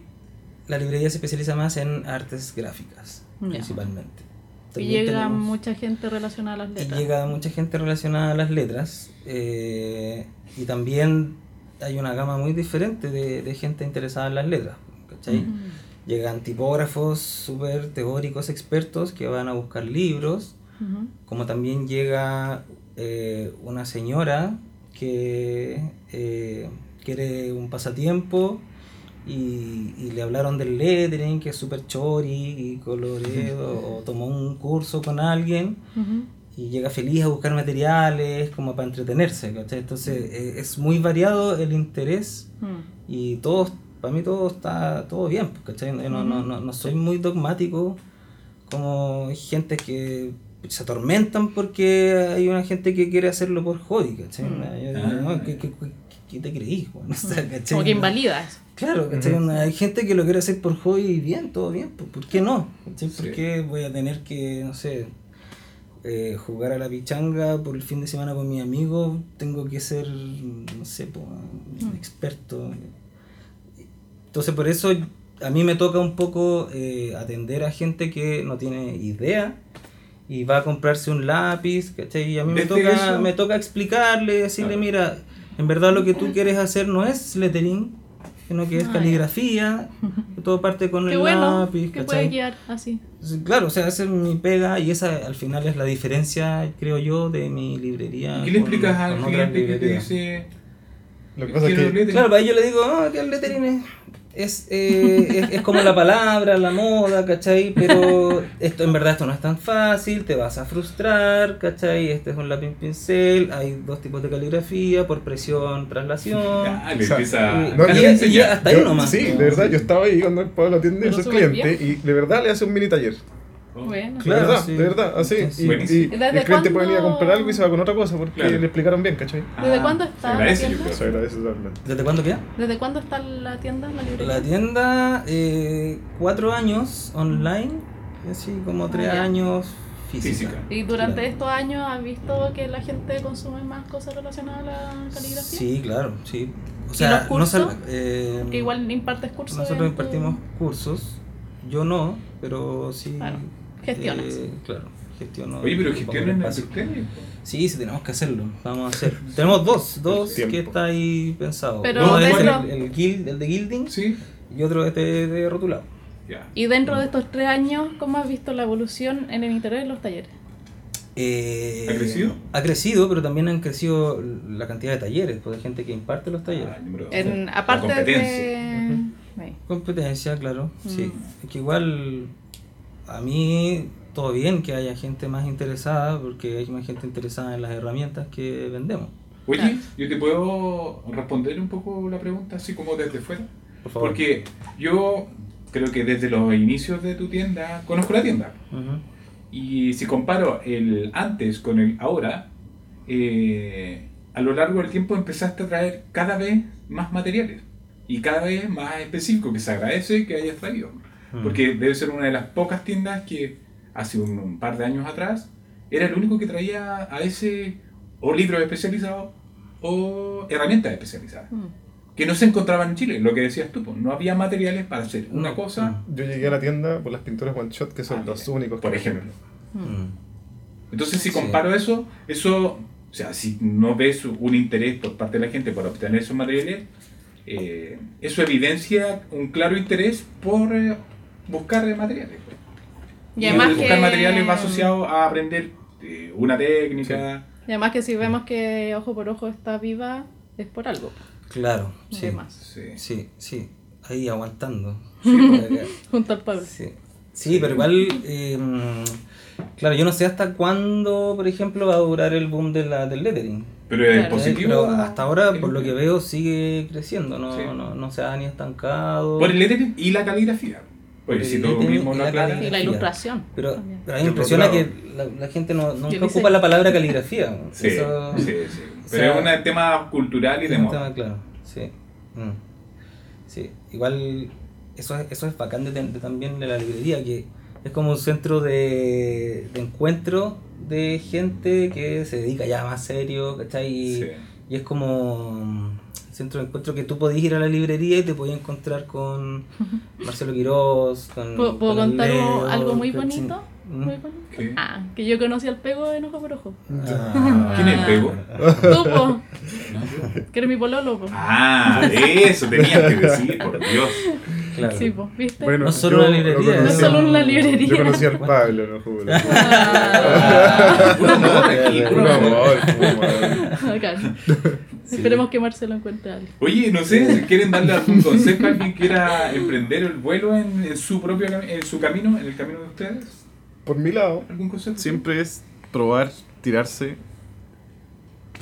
[SPEAKER 4] la librería se especializa más en artes gráficas,
[SPEAKER 1] Ya.
[SPEAKER 4] principalmente.
[SPEAKER 1] y
[SPEAKER 4] También
[SPEAKER 1] llega
[SPEAKER 4] tenemos-
[SPEAKER 1] mucha gente relacionada a las
[SPEAKER 4] y
[SPEAKER 1] letras.
[SPEAKER 4] llega mucha gente relacionada a las letras, eh, y también hay una gama muy diferente de, de gente interesada en las letras, ¿cachai?
[SPEAKER 2] Mm.
[SPEAKER 1] Ujú.
[SPEAKER 4] Llegan tipógrafos súper teóricos, expertos, que van a buscar libros,
[SPEAKER 1] Ujú.
[SPEAKER 4] como también llega eh, una señora que eh, quiere un pasatiempo y, y le hablaron del lettering, que es súper chori y coloreo, o tomó un curso con alguien
[SPEAKER 1] Ujú.
[SPEAKER 4] y llega feliz a buscar materiales como para entretenerse, ¿cachai? Entonces eh, es muy variado el interés
[SPEAKER 1] Mm.
[SPEAKER 4] y todos, para mí todo está todo bien, pues, ¿cachai? No, no, no, no soy muy dogmático como hay gente que se atormentan porque hay una gente que quiere hacerlo por hobby, ¿cachai?
[SPEAKER 1] Mm.
[SPEAKER 4] Yo
[SPEAKER 2] Ah.
[SPEAKER 4] digo, no, ¿qué, qué, qué- qué te creís? weón? O sea, ¿cachai?
[SPEAKER 1] Como que invalida eso.
[SPEAKER 4] Claro, ¿cachai? hay gente que lo quiere hacer por hobby y bien, todo bien, pues, ¿por qué no? ¿Cachai? ¿Por
[SPEAKER 2] Sí.
[SPEAKER 4] qué voy a tener que, no sé, eh, jugar a la pichanga por el fin de semana con mis amigos? Tengo que ser, no sé, po, un
[SPEAKER 1] Mm.
[SPEAKER 4] experto. Entonces, por eso a mí me toca un poco eh, atender a gente que no tiene idea. Y va a comprarse un lápiz, ¿cachai? Y a mí me
[SPEAKER 2] Desde
[SPEAKER 4] toca,
[SPEAKER 2] eso-
[SPEAKER 4] me toca explicarle, decirle,
[SPEAKER 2] Claro.
[SPEAKER 4] mira, en verdad lo que tú quieres hacer no es lettering, sino que es
[SPEAKER 1] Ah,
[SPEAKER 4] caligrafía, que todo parte con
[SPEAKER 1] Qué
[SPEAKER 4] el
[SPEAKER 1] bueno
[SPEAKER 4] lápiz,
[SPEAKER 1] que
[SPEAKER 4] ¿cachai?
[SPEAKER 1] puede guiar así.
[SPEAKER 4] Sí, Claro, o sea, esa es mi pega y esa al final es la diferencia, creo yo, de mi librería.
[SPEAKER 2] ¿Qué le
[SPEAKER 4] Ah, con-
[SPEAKER 2] explicas al
[SPEAKER 4] con otras
[SPEAKER 2] cliente que te
[SPEAKER 4] librerías.
[SPEAKER 2] dice?
[SPEAKER 3] Lo que pasa es que.
[SPEAKER 4] Claro, para ellos le digo, no, que el lettering es, es, eh, es- es como la palabra, la moda, ¿cachai? Pero esto en verdad esto no es tan fácil, te vas a frustrar, ¿cachai? Este es un lápiz pincel, hay dos tipos de caligrafía, por presión, traslación.
[SPEAKER 2] Ah, le
[SPEAKER 3] O sea,
[SPEAKER 2] empieza
[SPEAKER 4] eh,
[SPEAKER 2] le
[SPEAKER 3] no,
[SPEAKER 2] empieza
[SPEAKER 3] y-
[SPEAKER 2] a
[SPEAKER 3] y-
[SPEAKER 2] enseñar.
[SPEAKER 4] hasta ahí
[SPEAKER 3] yo-
[SPEAKER 4] nomás.
[SPEAKER 3] Sí, de verdad, yo estaba ahí cuando el Pablo atiende a
[SPEAKER 1] Pero
[SPEAKER 3] sus
[SPEAKER 1] súper
[SPEAKER 3] clientes y de verdad le hace un mini taller.
[SPEAKER 2] Oh,
[SPEAKER 1] Bueno.
[SPEAKER 3] De
[SPEAKER 4] Claro,
[SPEAKER 3] verdad,
[SPEAKER 4] sí.
[SPEAKER 3] de verdad, así.
[SPEAKER 4] Entonces,
[SPEAKER 3] Y, y- y el
[SPEAKER 2] buenísimo.
[SPEAKER 1] ¿Desde
[SPEAKER 3] cliente puede venir a
[SPEAKER 1] cuándo-
[SPEAKER 3] comprar algo y se va con otra cosa porque
[SPEAKER 2] Claro.
[SPEAKER 3] le explicaron bien, ¿cachai?
[SPEAKER 1] ¿Desde
[SPEAKER 4] Ah,
[SPEAKER 1] cuándo
[SPEAKER 2] se
[SPEAKER 1] está la
[SPEAKER 2] agradece, yo
[SPEAKER 1] tienda?
[SPEAKER 2] creo.
[SPEAKER 3] Eso agradece totalmente.
[SPEAKER 4] ¿Desde cuándo queda?
[SPEAKER 1] ¿Desde cuándo está la tienda, la librería?
[SPEAKER 4] La tienda, eh, cuatro años online, y así como tres
[SPEAKER 1] Ah, ya.
[SPEAKER 4] años física.
[SPEAKER 2] Física.
[SPEAKER 1] Y durante
[SPEAKER 4] Claro.
[SPEAKER 1] estos años has visto que la gente consume más cosas relacionadas a la caligrafía.
[SPEAKER 4] Sí, claro, sí. O
[SPEAKER 1] los
[SPEAKER 4] sea, no
[SPEAKER 1] cursos?
[SPEAKER 4] sal- eh,
[SPEAKER 1] Que igual impartes cursos.
[SPEAKER 4] nosotros
[SPEAKER 1] en tu-
[SPEAKER 4] impartimos cursos, yo no, pero sí.
[SPEAKER 1] Claro, gestionas.
[SPEAKER 4] eh, claro, gestiono.
[SPEAKER 2] Oye, pero
[SPEAKER 4] un poco el
[SPEAKER 2] gestionen entre
[SPEAKER 4] espacio.
[SPEAKER 2] ustedes.
[SPEAKER 4] Sí, sí, tenemos que hacerlo. Vamos a hacer. tenemos dos, dos
[SPEAKER 3] tiempo.
[SPEAKER 4] que está ahí pensado.
[SPEAKER 1] Pero
[SPEAKER 4] Uno es el,
[SPEAKER 1] dentro-
[SPEAKER 4] el, guild- el de Gilding
[SPEAKER 2] Sí,
[SPEAKER 4] y otro es de, de rotulado.
[SPEAKER 2] ya.
[SPEAKER 1] Y dentro
[SPEAKER 4] mm.
[SPEAKER 1] de estos tres años, ¿cómo has visto la evolución en el interior de los talleres?
[SPEAKER 4] Eh,
[SPEAKER 2] ¿Ha crecido?
[SPEAKER 4] Ha crecido, pero también han crecido la cantidad de talleres, pues hay gente que imparte los talleres.
[SPEAKER 2] Ah, el número dos.
[SPEAKER 1] En,
[SPEAKER 2] La
[SPEAKER 1] aparte
[SPEAKER 2] competencia.
[SPEAKER 1] de... Sí.
[SPEAKER 4] Competencia, claro, sí.
[SPEAKER 1] Mm.
[SPEAKER 4] Es que igual a mí todo bien que haya gente más interesada, porque hay más gente interesada en las herramientas que vendemos.
[SPEAKER 2] Oye, yo te puedo responder un poco la pregunta, así como desde fuera.
[SPEAKER 4] Por favor.
[SPEAKER 2] Porque yo creo que desde los inicios de tu tienda, conozco la tienda.
[SPEAKER 4] Ujú.
[SPEAKER 2] Y si comparo el antes con el ahora, eh, a lo largo del tiempo empezaste a traer cada vez más materiales y cada vez más específico, que se agradece que hayas traído.
[SPEAKER 4] Mm.
[SPEAKER 2] Porque debe ser una de las pocas tiendas que hace un, un par de años atrás era el único que traía a ese o libros especializados o herramientas especializadas.
[SPEAKER 1] Mm.
[SPEAKER 2] Que no se encontraban en Chile, lo que decías tú, pues, no había materiales para hacer una
[SPEAKER 4] Mm.
[SPEAKER 2] cosa.
[SPEAKER 3] Yo llegué a la tienda por las pinturas one shot, que son
[SPEAKER 2] Ah,
[SPEAKER 3] los
[SPEAKER 2] mira.
[SPEAKER 3] únicos.
[SPEAKER 2] Por
[SPEAKER 3] que-
[SPEAKER 2] ejemplo.
[SPEAKER 4] Mm.
[SPEAKER 2] Entonces, si
[SPEAKER 4] Sí.
[SPEAKER 2] comparo eso, eso, o sea, si no ves un interés por parte de la gente para obtener esos materiales, eh, eso evidencia un claro interés por eh, buscar eh, materiales.
[SPEAKER 1] Y además
[SPEAKER 2] buscar
[SPEAKER 1] que-
[SPEAKER 2] materiales va asociado a aprender eh, una técnica.
[SPEAKER 1] Y además que si vemos que ojo por ojo está viva, es por algo.
[SPEAKER 4] Claro,
[SPEAKER 1] no
[SPEAKER 4] sí.
[SPEAKER 1] hay más.
[SPEAKER 2] Sí.
[SPEAKER 4] Sí, sí. Ahí aguantando.
[SPEAKER 2] pues.
[SPEAKER 1] Junto al pueblo.
[SPEAKER 4] Sí. Sí, pero igual, eh, claro, yo no sé hasta cuándo, por ejemplo, va a durar el boom de la, del lettering.
[SPEAKER 2] Pero es
[SPEAKER 1] Claro.
[SPEAKER 2] positivo.
[SPEAKER 4] Pero hasta ahora,
[SPEAKER 2] el-
[SPEAKER 4] por lo que veo, sigue creciendo, no,
[SPEAKER 2] Sí.
[SPEAKER 4] no, no se ha ni estancado.
[SPEAKER 2] Por el E lettering y la caligrafía.
[SPEAKER 4] el E
[SPEAKER 2] Porque si tú
[SPEAKER 4] lettering
[SPEAKER 2] mismo
[SPEAKER 4] y
[SPEAKER 2] no
[SPEAKER 4] la
[SPEAKER 2] aclaras.
[SPEAKER 1] Y
[SPEAKER 4] caligrafía.
[SPEAKER 1] la ilustración.
[SPEAKER 4] Pero, mm,
[SPEAKER 1] también.
[SPEAKER 4] pero a mí
[SPEAKER 3] Yo
[SPEAKER 4] me impresiona
[SPEAKER 3] creo.
[SPEAKER 4] que la, la gente no, nunca
[SPEAKER 1] diseño.
[SPEAKER 4] ocupa la palabra caligrafía.
[SPEAKER 2] Sí,
[SPEAKER 4] Eso-
[SPEAKER 2] sí, sí. Pero
[SPEAKER 4] o sea,
[SPEAKER 2] es un tema cultural y de
[SPEAKER 4] Tiene un
[SPEAKER 2] moda.
[SPEAKER 4] tema claro, sí. Mm. Sí, igual eso es, eso es bacán de, de- también de la librería, que es como un centro de, de encuentro de gente que se dedica ya más serio, ¿cachai? Y,
[SPEAKER 2] Sí.
[SPEAKER 4] y es como un centro de encuentro que tú podés ir a la librería y te podés encontrar con Marcelo Quirós, con...
[SPEAKER 1] ¿Puedo, puedo
[SPEAKER 4] con el
[SPEAKER 1] contar
[SPEAKER 4] Leo,
[SPEAKER 1] algo muy
[SPEAKER 4] con- sí.
[SPEAKER 1] bonito?
[SPEAKER 4] Mm.
[SPEAKER 1] Muy bonito.
[SPEAKER 2] ¿Qué?
[SPEAKER 1] Ah, que yo conocí al pego en ojo por ojo.
[SPEAKER 4] Ah.
[SPEAKER 2] ¿Quién es el pego?
[SPEAKER 1] Tú, po, que eres mi pololo, po.
[SPEAKER 2] Ah, de eso tenías que decir, por Dios.
[SPEAKER 4] Claro.
[SPEAKER 1] Sí, po, ¿viste?
[SPEAKER 3] Bueno,
[SPEAKER 4] No solo
[SPEAKER 3] yo
[SPEAKER 4] una librería,
[SPEAKER 3] lo
[SPEAKER 1] no
[SPEAKER 3] conocí-
[SPEAKER 1] solo una librería.
[SPEAKER 3] Yo conocí al Pablo, no Júbilo.
[SPEAKER 1] Ah,
[SPEAKER 2] Puro amor aquí,
[SPEAKER 3] Un
[SPEAKER 2] puro amor.
[SPEAKER 3] amor, un amor.
[SPEAKER 1] bacán. Esperemos que Marcelo encuentre algo.
[SPEAKER 2] Oye, no sé si quieren darle algún consejo a alguien que quiera emprender el vuelo en, en su propio cam- en su camino, en el camino de ustedes.
[SPEAKER 3] Por mi lado,
[SPEAKER 2] ¿Algún consejo?
[SPEAKER 3] siempre es probar, tirarse,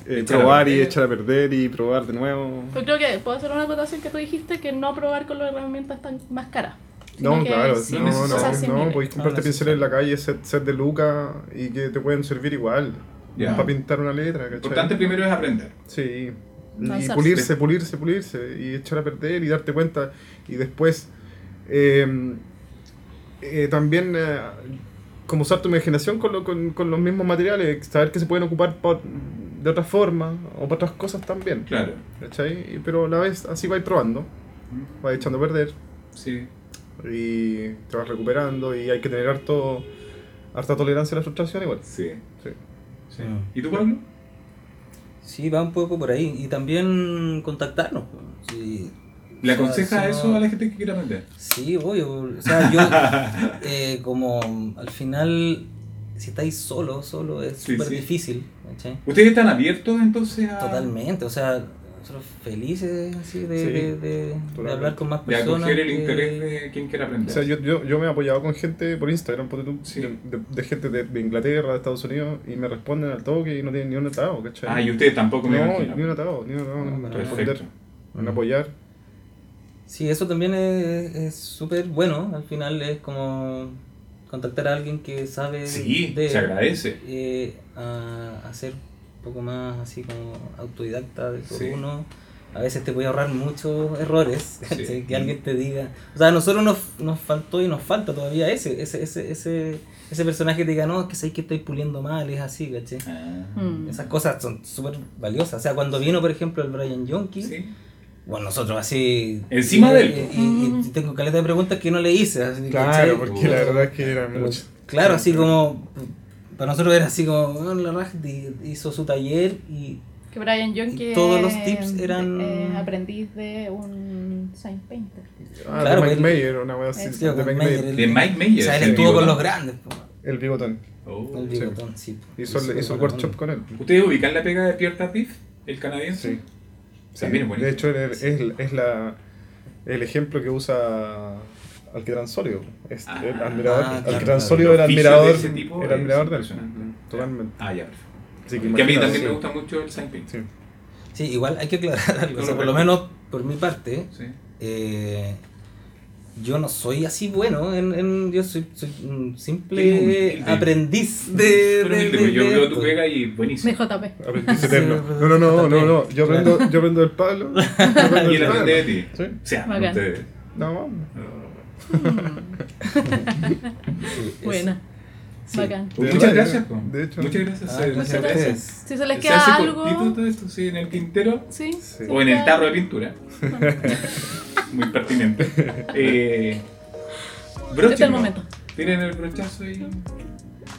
[SPEAKER 3] eh,
[SPEAKER 2] Echar a
[SPEAKER 3] probar y
[SPEAKER 2] perder.
[SPEAKER 3] echar a perder y probar de nuevo.
[SPEAKER 1] Yo Pues creo que puedo hacer una acotación que tú dijiste que no probar con las herramientas tan más caras. sino
[SPEAKER 3] No,
[SPEAKER 1] que
[SPEAKER 3] claro,
[SPEAKER 1] sí,
[SPEAKER 3] no, no, pues.
[SPEAKER 1] cosas
[SPEAKER 3] no,
[SPEAKER 1] similares.
[SPEAKER 3] podéis comprarte
[SPEAKER 4] No,
[SPEAKER 3] pinceles en la calle, set, set de lucas y que te pueden servir igual
[SPEAKER 2] Ya.
[SPEAKER 3] para pintar una letra, ¿cachai?
[SPEAKER 2] Lo importante primero es aprender.
[SPEAKER 3] Sí. Y
[SPEAKER 1] Lanzarse.
[SPEAKER 3] pulirse, pulirse, pulirse. Y echar a perder y darte cuenta. Y después. eh, eh, también. eh, como usar tu imaginación con, lo- con, con los mismos materiales. Saber que se pueden ocupar pa- de otra forma. O para otras cosas también.
[SPEAKER 2] Claro.
[SPEAKER 3] ¿cachai? Y- Pero a la vez así vais probando. Vais echando a perder.
[SPEAKER 2] Sí.
[SPEAKER 3] Y te vas recuperando. Y hay que tener harto. Harta tolerancia a la frustración igual.
[SPEAKER 2] Sí.
[SPEAKER 3] Sí.
[SPEAKER 2] sí.
[SPEAKER 4] Mm.
[SPEAKER 2] ¿Y tú, Pablo?
[SPEAKER 4] Sí, va un poco por ahí. Y también contactarnos. po. Sí.
[SPEAKER 2] ¿Le
[SPEAKER 4] O sea,
[SPEAKER 2] aconseja
[SPEAKER 4] si
[SPEAKER 2] eso
[SPEAKER 4] no-
[SPEAKER 2] a la gente que quiere aprender?
[SPEAKER 4] Sí, obvio. O sea, yo, eh, como al final, si estáis solo, solo es
[SPEAKER 2] Sí,
[SPEAKER 4] súper
[SPEAKER 2] sí.
[SPEAKER 4] difícil. ¿cachai?
[SPEAKER 2] ¿Ustedes están abiertos entonces a...?
[SPEAKER 4] Totalmente. O sea, nosotros felices así de,
[SPEAKER 3] Sí.
[SPEAKER 4] de, de- de hablar con más
[SPEAKER 2] De
[SPEAKER 4] personas.
[SPEAKER 2] acoger el
[SPEAKER 4] que-
[SPEAKER 2] interés de quien quiera aprender.
[SPEAKER 3] O sea, yo, yo, yo me he apoyado con gente por Instagram, ponte tú,
[SPEAKER 2] Sí.
[SPEAKER 3] de, de- de gente de, de Inglaterra, de Estados Unidos, y me responden al toque y no tienen ni un atado, ¿cachai?
[SPEAKER 2] Ah, y ustedes tampoco me
[SPEAKER 3] no,
[SPEAKER 2] imagino.
[SPEAKER 3] ni un atado, ni un atado,
[SPEAKER 4] No,
[SPEAKER 3] no,
[SPEAKER 4] no,
[SPEAKER 2] Perfecto.
[SPEAKER 3] en apoyar.
[SPEAKER 4] Sí, eso también es es súper bueno. Al final es como contactar a alguien que sabe
[SPEAKER 2] Sí,
[SPEAKER 4] de...
[SPEAKER 2] se agradece.
[SPEAKER 4] eh, a, a ser un poco más así como autodidacta de por
[SPEAKER 2] Sí.
[SPEAKER 4] uno. A veces te puede ahorrar muchos errores,
[SPEAKER 2] Sí.
[SPEAKER 4] ¿cachai? que alguien te diga. O sea, a nosotros nos, nos faltó y nos falta todavía ese, ese, ese, ese, ese personaje que te diga, no, es que sabéis que estáis puliendo mal, es así, ¿cachai?
[SPEAKER 2] Ah,
[SPEAKER 1] Mm.
[SPEAKER 4] Esas cosas son súper valiosas. O sea, cuando vino, por ejemplo, el Brian Yonke,
[SPEAKER 2] sí.
[SPEAKER 4] bueno, nosotros así.
[SPEAKER 2] Encima
[SPEAKER 4] y-
[SPEAKER 2] de él.
[SPEAKER 4] Y, y- y tengo caleta de preguntas que no le hice. así,
[SPEAKER 3] Claro,
[SPEAKER 4] ¿cachai?
[SPEAKER 3] porque la verdad es que era mucho.
[SPEAKER 4] Claro, así como Para nosotros era así como, bueno, la Raj di- hizo su taller y
[SPEAKER 1] Que Brian Young,
[SPEAKER 4] Y
[SPEAKER 1] que
[SPEAKER 4] todos los tips eran-
[SPEAKER 1] eh, aprendiz de un Saint Painter.
[SPEAKER 3] Ah,
[SPEAKER 4] Claro,
[SPEAKER 3] de Mike
[SPEAKER 4] el-
[SPEAKER 3] Mayer, una wea así.
[SPEAKER 4] Sí,
[SPEAKER 3] de
[SPEAKER 4] con
[SPEAKER 3] Mike
[SPEAKER 4] Mayer,
[SPEAKER 3] Mayer.
[SPEAKER 4] el-
[SPEAKER 2] De Mike Mayer,
[SPEAKER 4] O sea, él
[SPEAKER 2] el
[SPEAKER 4] estuvo con
[SPEAKER 2] bigotón.
[SPEAKER 4] los grandes. po.
[SPEAKER 3] El bigotón.
[SPEAKER 2] Oh.
[SPEAKER 4] El bigotón, sí. po.
[SPEAKER 3] Hizo, el- hizo el
[SPEAKER 4] buena
[SPEAKER 3] workshop
[SPEAKER 4] onda.
[SPEAKER 3] con él.
[SPEAKER 2] ¿Ustedes ubican la pega de Pierre Tardif, el canadiense?
[SPEAKER 3] Sí. Sí,
[SPEAKER 2] También es
[SPEAKER 3] de
[SPEAKER 2] buenísimo.
[SPEAKER 3] hecho, es, es- es la, el ejemplo que usa Alquitrán Solio. Es
[SPEAKER 2] Ah,
[SPEAKER 3] el admirador.
[SPEAKER 4] ah, claro,
[SPEAKER 3] Alquitrán
[SPEAKER 4] claro.
[SPEAKER 3] Solio era
[SPEAKER 2] El oficio
[SPEAKER 3] admirador,
[SPEAKER 2] de ese tipo
[SPEAKER 3] era
[SPEAKER 2] es
[SPEAKER 3] admirador de él.
[SPEAKER 2] impresionante.
[SPEAKER 3] Totalmente.
[SPEAKER 2] Ah, ya, perfecto.
[SPEAKER 3] Así
[SPEAKER 2] Que a mí
[SPEAKER 3] imagínate,
[SPEAKER 2] también
[SPEAKER 4] sí.
[SPEAKER 2] me gusta mucho el Saint Paint.
[SPEAKER 3] sí.
[SPEAKER 4] Sí, igual hay que aclarar algo. o sea, por lo menos por mi parte,
[SPEAKER 2] Sí.
[SPEAKER 4] eh, yo no soy así bueno. En, en- yo soy, soy un
[SPEAKER 2] Eres
[SPEAKER 4] simple
[SPEAKER 2] humilde.
[SPEAKER 4] aprendiz de.
[SPEAKER 2] Tú
[SPEAKER 4] de-
[SPEAKER 2] eres
[SPEAKER 4] de-
[SPEAKER 2] libre, yo
[SPEAKER 4] de
[SPEAKER 2] veo
[SPEAKER 4] esto.
[SPEAKER 2] tu pega y buenísimo.
[SPEAKER 1] BJP.
[SPEAKER 3] Aprendiz
[SPEAKER 4] Sí, pues,
[SPEAKER 3] eterno. No, no, no, no, no. Yo aprendo, yo aprendo del Pablo. yo aprendo
[SPEAKER 2] Y él
[SPEAKER 3] del
[SPEAKER 2] aprende de ti.
[SPEAKER 3] Pablo. Sí.
[SPEAKER 2] O sea,
[SPEAKER 1] Bacán.
[SPEAKER 2] ustedes.
[SPEAKER 3] No, vamos.
[SPEAKER 4] Sí, es-
[SPEAKER 1] Buena.
[SPEAKER 4] sí.
[SPEAKER 1] Bacán.
[SPEAKER 3] De
[SPEAKER 2] Muchas
[SPEAKER 3] verdad,
[SPEAKER 2] gracias.
[SPEAKER 3] yo-
[SPEAKER 2] po.
[SPEAKER 3] de hecho-
[SPEAKER 2] Muchas gracias.
[SPEAKER 4] Ah,
[SPEAKER 2] se-
[SPEAKER 4] gracias
[SPEAKER 2] se
[SPEAKER 4] a
[SPEAKER 2] agradece.
[SPEAKER 4] ustedes.
[SPEAKER 1] Si se les
[SPEAKER 2] ¿Se
[SPEAKER 1] queda
[SPEAKER 2] hace
[SPEAKER 1] algo.
[SPEAKER 2] cortito todo esto? Sí, en el tintero.
[SPEAKER 1] Sí.
[SPEAKER 3] Sí.
[SPEAKER 1] se
[SPEAKER 2] O en
[SPEAKER 1] les
[SPEAKER 2] el
[SPEAKER 1] queda-
[SPEAKER 2] tarro de pintura. Muy pertinente. Eh,
[SPEAKER 1] Este es el
[SPEAKER 2] bróchenlo.
[SPEAKER 1] momento.
[SPEAKER 2] Tienen el brochazo y.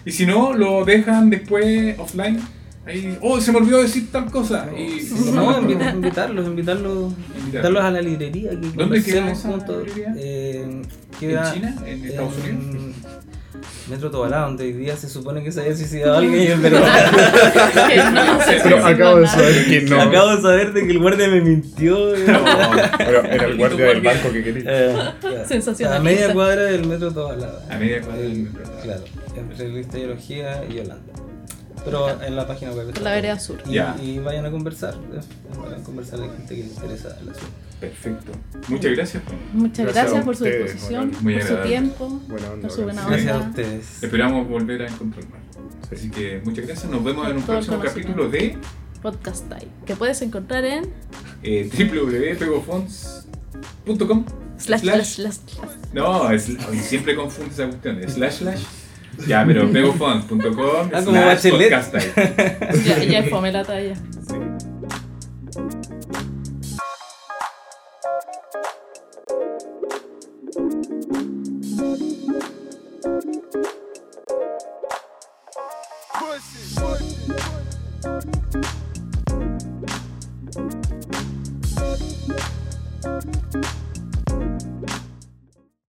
[SPEAKER 2] Y si no, lo dejan después offline. Ahí. ¡Oh, se me olvidó decir tal cosa! Y.
[SPEAKER 4] No, invi- invitarlos, invitarlos, invitarlos a la librería. Que
[SPEAKER 2] queda
[SPEAKER 4] conversemos
[SPEAKER 2] esa
[SPEAKER 4] juntos.
[SPEAKER 2] librería?
[SPEAKER 4] Eh, queda
[SPEAKER 2] ¿En China? ¿En Estados Unidos?
[SPEAKER 4] Metro Tobalá, donde hoy día se supone que se había suicidado alguien y en verdad
[SPEAKER 1] Que no se
[SPEAKER 3] Pero
[SPEAKER 1] hizo
[SPEAKER 3] acabo de
[SPEAKER 1] nada.
[SPEAKER 3] saber que no.
[SPEAKER 4] acabo de saber de que el guardia me mintió. eh.
[SPEAKER 3] Pero era el guardia del barco que quería.
[SPEAKER 4] Eh,
[SPEAKER 1] Sensacionalista.
[SPEAKER 4] A media cuadra del Metro Tobalá.
[SPEAKER 2] A media cuadra del Metro Tobalá.
[SPEAKER 4] Claro, entre Lista Ideología y Holanda. Pero en la página web. está
[SPEAKER 1] La
[SPEAKER 4] todo.
[SPEAKER 1] vereda sur.
[SPEAKER 4] Y,
[SPEAKER 2] Ya.
[SPEAKER 4] y vayan a conversar. eh, Vayan a conversar de gente que le interesa el asunto.
[SPEAKER 2] Perfecto. Muchas gracias. Juan.
[SPEAKER 1] Muchas
[SPEAKER 3] Gracias a
[SPEAKER 1] gracias por su
[SPEAKER 3] ustedes,
[SPEAKER 1] disposición,
[SPEAKER 2] Muy
[SPEAKER 1] por su
[SPEAKER 2] agradable.
[SPEAKER 1] tiempo,
[SPEAKER 3] Buena onda,
[SPEAKER 1] por su buena
[SPEAKER 2] gracias.
[SPEAKER 4] Gracias a
[SPEAKER 1] onda.
[SPEAKER 4] ustedes.
[SPEAKER 2] Esperamos volver a encontrarnos. Así que muchas gracias. Nos vemos en un
[SPEAKER 1] Todo el
[SPEAKER 2] próximo capítulo de
[SPEAKER 1] Podcast Time, que puedes encontrar en
[SPEAKER 2] eh, www.pegofonts.com.
[SPEAKER 1] slash slash slash.
[SPEAKER 2] No, es, siempre confundes esa cuestión. es Slash slash. Ya, pero pegofonts.com.
[SPEAKER 4] Ah, como
[SPEAKER 2] slash
[SPEAKER 4] Bachelet.
[SPEAKER 2] podcast ahí.
[SPEAKER 1] slash. Ya, ya fome la talla.
[SPEAKER 2] Sí.